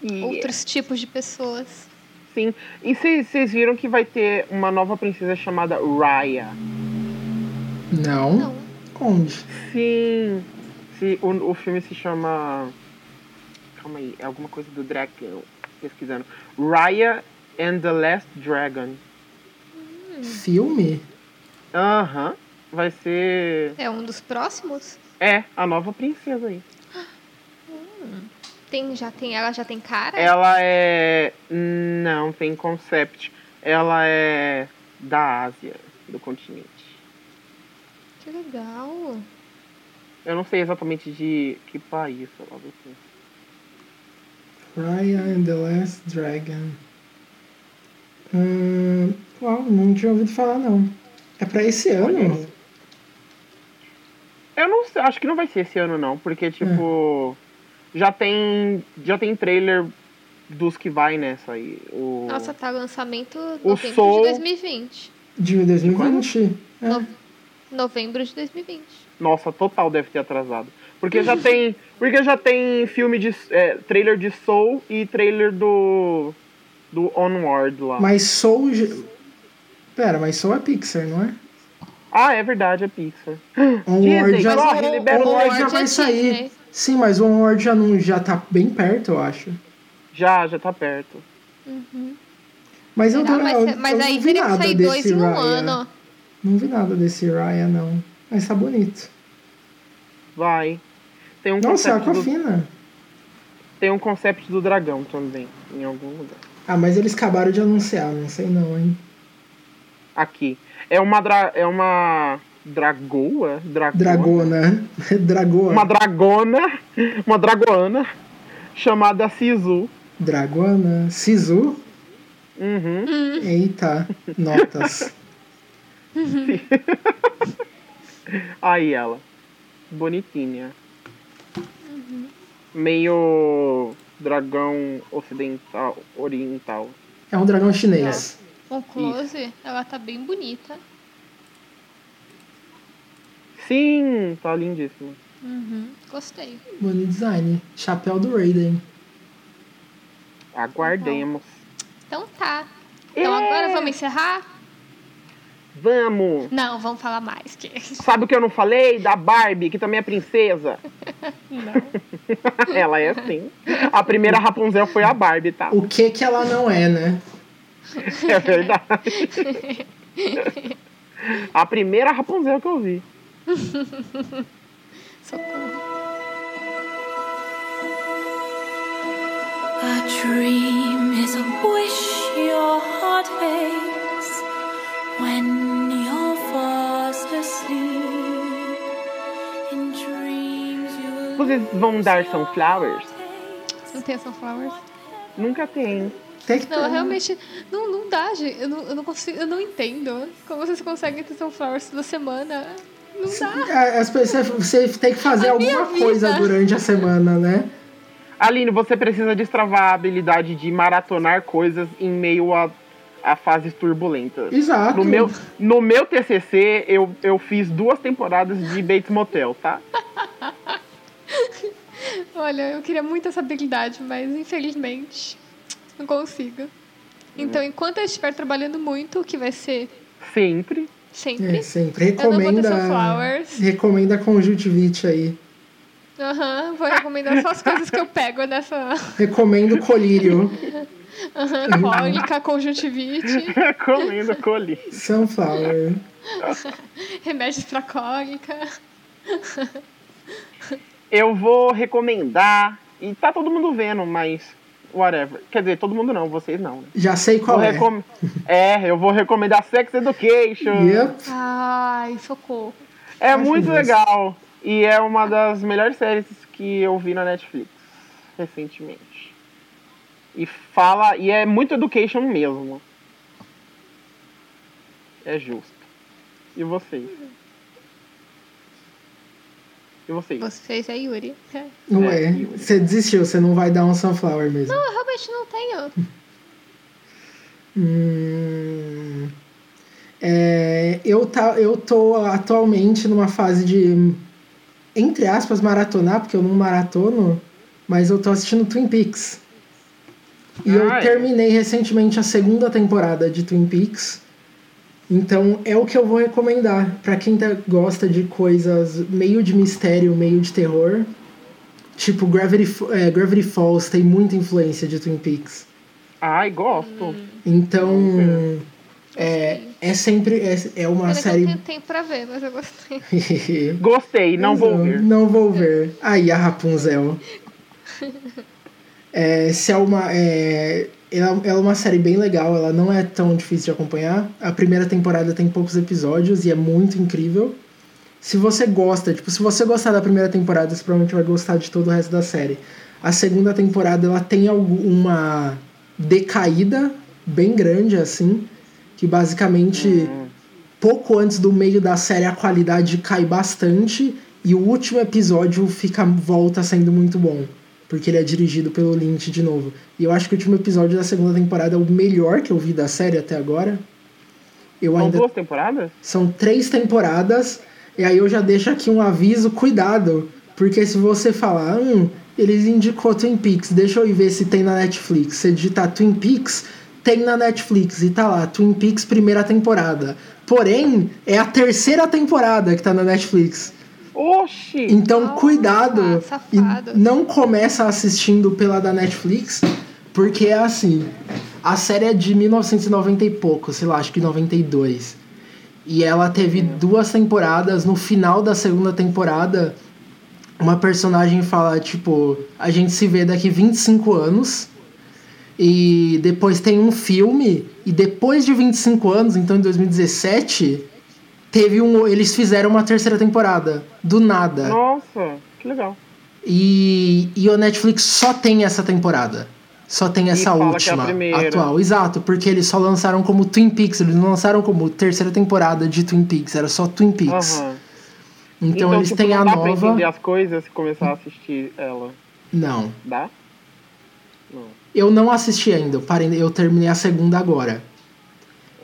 B: E,
A: outros tipos de pessoas.
B: Sim. E vocês vocês viram que vai ter uma nova princesa chamada Raya.
C: Não.
B: Hum.
A: Não.
C: Onde?
B: Sim. Se, o, o filme se chama. Calma aí, é alguma coisa do Dragão. Pesquisando. Raya and the Last Dragon.
C: Filme?
B: Aham. Vai ser.
A: É um dos próximos?
B: É, a nova princesa aí.
A: Tem, já tem, ela já tem cara?
B: Ela é. Não, tem concept. Ela é da Ásia, do continente.
A: Que legal.
B: Eu não sei exatamente de que país, sei lá, assim.
C: Raya and the Last Dragon. Hum, uau, não tinha ouvido falar, não. É pra esse ano?
B: Eu não sei, acho que não vai ser esse ano não, porque tipo já tem já tem trailer dos que vai nessa aí. O
A: Nossa, tá lançamento
B: O
A: novembro
B: Soul-
A: de 2020.
C: De 2020?
A: Nove- Novembro de 2020.
B: Nossa, total deve ter atrasado. Porque já tem, porque já tem filme de é, trailer de Soul e trailer do do Onward lá.
C: Mas Soul. já- Pera, mas Soul é Pixar, não é?
B: Ah, é verdade, é Pixar.
C: Onward Um já,
B: mas corre, libera o
C: Onward já
A: Onward
C: vai
A: é
C: sair.
A: Disney.
B: né?
C: Sim, mas o Onward já, não, já tá bem perto, eu acho.
B: Já, já tá perto.
C: Mas eu,
A: Será?
C: tô-
A: mas
C: eu-
A: se- mas
C: eu
A: aí
C: não vi
A: teria que
C: nada
A: sair
C: desse é.
A: dois em um
C: Raya.
A: ano.
C: Não vi nada desse Raya, não. Mas tá bonito.
B: Vai. Tem um
C: Nossa, é
B: concept do,
C: Aquafina.
B: tem um concept do dragão também em algum lugar.
C: Ah, mas eles acabaram de anunciar, não sei não, hein?
B: aqui. É uma dra é uma dragoa, dragona,
C: Dragona. Dragoa.
B: uma dragona, uma dragoana chamada Sisu.
C: Dragona. Sisu.
B: Uhum.
C: Eita. Notas.
B: Aí ela, bonitinha. Meio dragão ocidental, oriental.
C: É um dragão chinês.
A: Um close, ela tá bem bonita.
B: Sim, tá lindíssimo. Uhum.
A: Gostei.
C: Bonito design. Chapéu do Raiden.
B: Aguardemos.
A: Então tá. Então
B: É.
A: agora vamos encerrar?
B: Vamos!
A: Não, vamos falar mais. Que...
B: Sabe o que eu não falei? Da Barbie, que também é princesa. ela é sim. A primeira Rapunzel foi a Barbie, tá?
C: O que que ela não é, né?
B: É verdade. A primeira Rapunzel que eu vi.
A: Socorro.
D: A dream is a wish your heart makes when you're fast asleep. In dreams you
B: Vocês vão dar Sunflowers?
A: Não tem Sunflowers?
B: Nunca tem.
C: Tem que ter. né?
A: Não, realmente, não, não dá, gente. Eu não, eu não consigo, eu não entendo. Como vocês conseguem ter Sunflowers toda semana? Não dá.
C: É, As pessoas, você tem que fazer
A: A minha
C: alguma
A: vida.
C: coisa durante a semana, né?
B: Aline, você precisa destravar a habilidade de maratonar coisas em meio a, a fases turbulentas.
C: Exato.
B: No meu, no meu TCC, eu, eu fiz duas temporadas de Bates Motel, tá?
A: Olha, eu queria muito essa habilidade, mas infelizmente não consigo. Então, enquanto eu estiver trabalhando muito, que vai ser
B: Sempre.
A: sempre.
C: É, sempre.
A: Eu não vou ter
C: Recomenda.
A: sunflowers.
C: Recomenda a conjuntivite aí.
A: Aham, vou recomendar só as coisas que eu pego nessa.
C: Recomendo colírio.
A: Aham, cólica, conjuntivite,
B: Recomendo colhi.
C: Sunflower.
A: remédios pra cólica.
B: Eu vou recomendar, e tá todo mundo vendo, mas whatever. Quer dizer, todo mundo não, vocês não. né?
C: Já sei
B: Vou
C: qual é.
B: recom- é, eu vou recomendar Sex Education.
C: Yep.
A: Ai, socorro.
B: É
C: Acho
B: muito
C: justo.
B: legal. E é uma das melhores séries que eu vi na Netflix recentemente. E fala. E é muito education mesmo. É justo. E vocês? E vocês?
A: Vocês é Yuri. É.
C: Não
B: É,
C: é.
B: Yuri.
C: Você desistiu, você não vai dar um sunflower mesmo.
A: Não, eu realmente não tenho.
C: Hum, é, eu, tá, eu tô atualmente numa fase de, entre aspas, maratonar, porque eu não maratono, mas eu tô assistindo Twin Peaks. E eu
B: Ah, é.
C: terminei recentemente a segunda temporada de Twin Peaks. Então é o que eu vou recomendar pra quem tá- gosta de coisas meio de mistério, meio de terror. Tipo, Gravity, Fa- é, Gravity Falls tem muita influência de Twin Peaks.
B: Ai, gosto.
C: Então, é, é sempre. É, é uma
A: Pena que eu
C: série.
A: não tenho tempo pra ver, mas eu gostei.
B: Gostei, não
C: é.
B: vou ver.
C: Não vou ver. Aí, a Rapunzel. É, se é uma. É, ela, ela é uma série bem legal, ela não é tão difícil de acompanhar. A primeira temporada tem poucos episódios e é muito incrível. Se você gosta, tipo, se você gostar da primeira temporada, você provavelmente vai gostar de todo o resto da série. A segunda temporada, ela tem alguma decaída bem grande, assim, que basicamente pouco antes do meio da série a qualidade cai bastante e o último episódio fica volta sendo muito bom, porque ele é dirigido pelo Lynch de novo. E eu acho que o último episódio da segunda temporada é o melhor que eu vi da série até agora. Eu
B: São
C: ainda
B: duas temporadas?
C: são três temporadas. E aí eu já deixo aqui um aviso, cuidado. Porque se você falar, hum, eles indicou Twin Peaks, deixa eu ir ver se tem na Netflix. Você digitar Twin Peaks, tem na Netflix. E tá lá, Twin Peaks primeira temporada. Porém, é a terceira temporada que tá na Netflix.
B: Oxi!
C: Então,
A: Nossa,
C: cuidado. E
A: safado.
C: não começa assistindo pela da Netflix, porque é assim. A série é de 1990 e pouco, sei lá, acho que 92. E ela teve duas temporadas. No final da segunda temporada, uma personagem fala, tipo, a gente se vê daqui 25 anos. E depois tem um filme. E depois de 25 anos, então em 2017, teve um. Eles fizeram uma terceira temporada. Do nada.
B: Nossa, que legal.
C: E, e o Netflix só tem essa temporada. Só tem essa
B: fala que é a
C: última
B: primeira.
C: atual. Exato, porque eles só lançaram como Twin Peaks, eles não lançaram como terceira temporada de Twin Peaks, era só Twin Peaks.
B: Aham.
C: Então, eles
B: tipo,
C: têm
B: não
C: a
B: dá pra
C: nova.
B: entender as coisas e começar a assistir ela.
C: Não.
B: Dá? Não.
C: Eu não assisti ainda, eu, parei, eu terminei a segunda agora.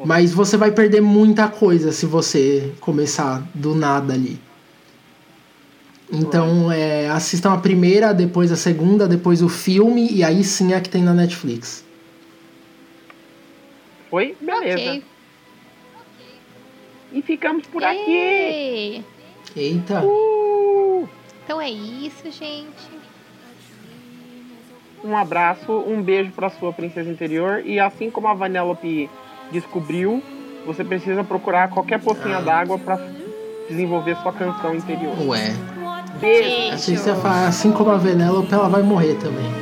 C: Mas você vai perder muita coisa se você começar do nada ali. Então, é, assistam a primeira, depois a segunda, depois o filme, e aí sim é a que tem na Netflix.
B: Foi? Beleza.
A: Ok.
B: E ficamos por aqui.
A: Yay!
C: Eita!
B: Uh!
A: Então é isso, gente.
B: Um abraço, um beijo pra sua princesa interior. E assim como a Vanellope descobriu, você precisa procurar qualquer pocinha
C: Ah.
B: d'água pra desenvolver sua canção interior.
C: Ué,
B: Beijo!
C: assim, você fala, assim como a Venelope, ela vai morrer também.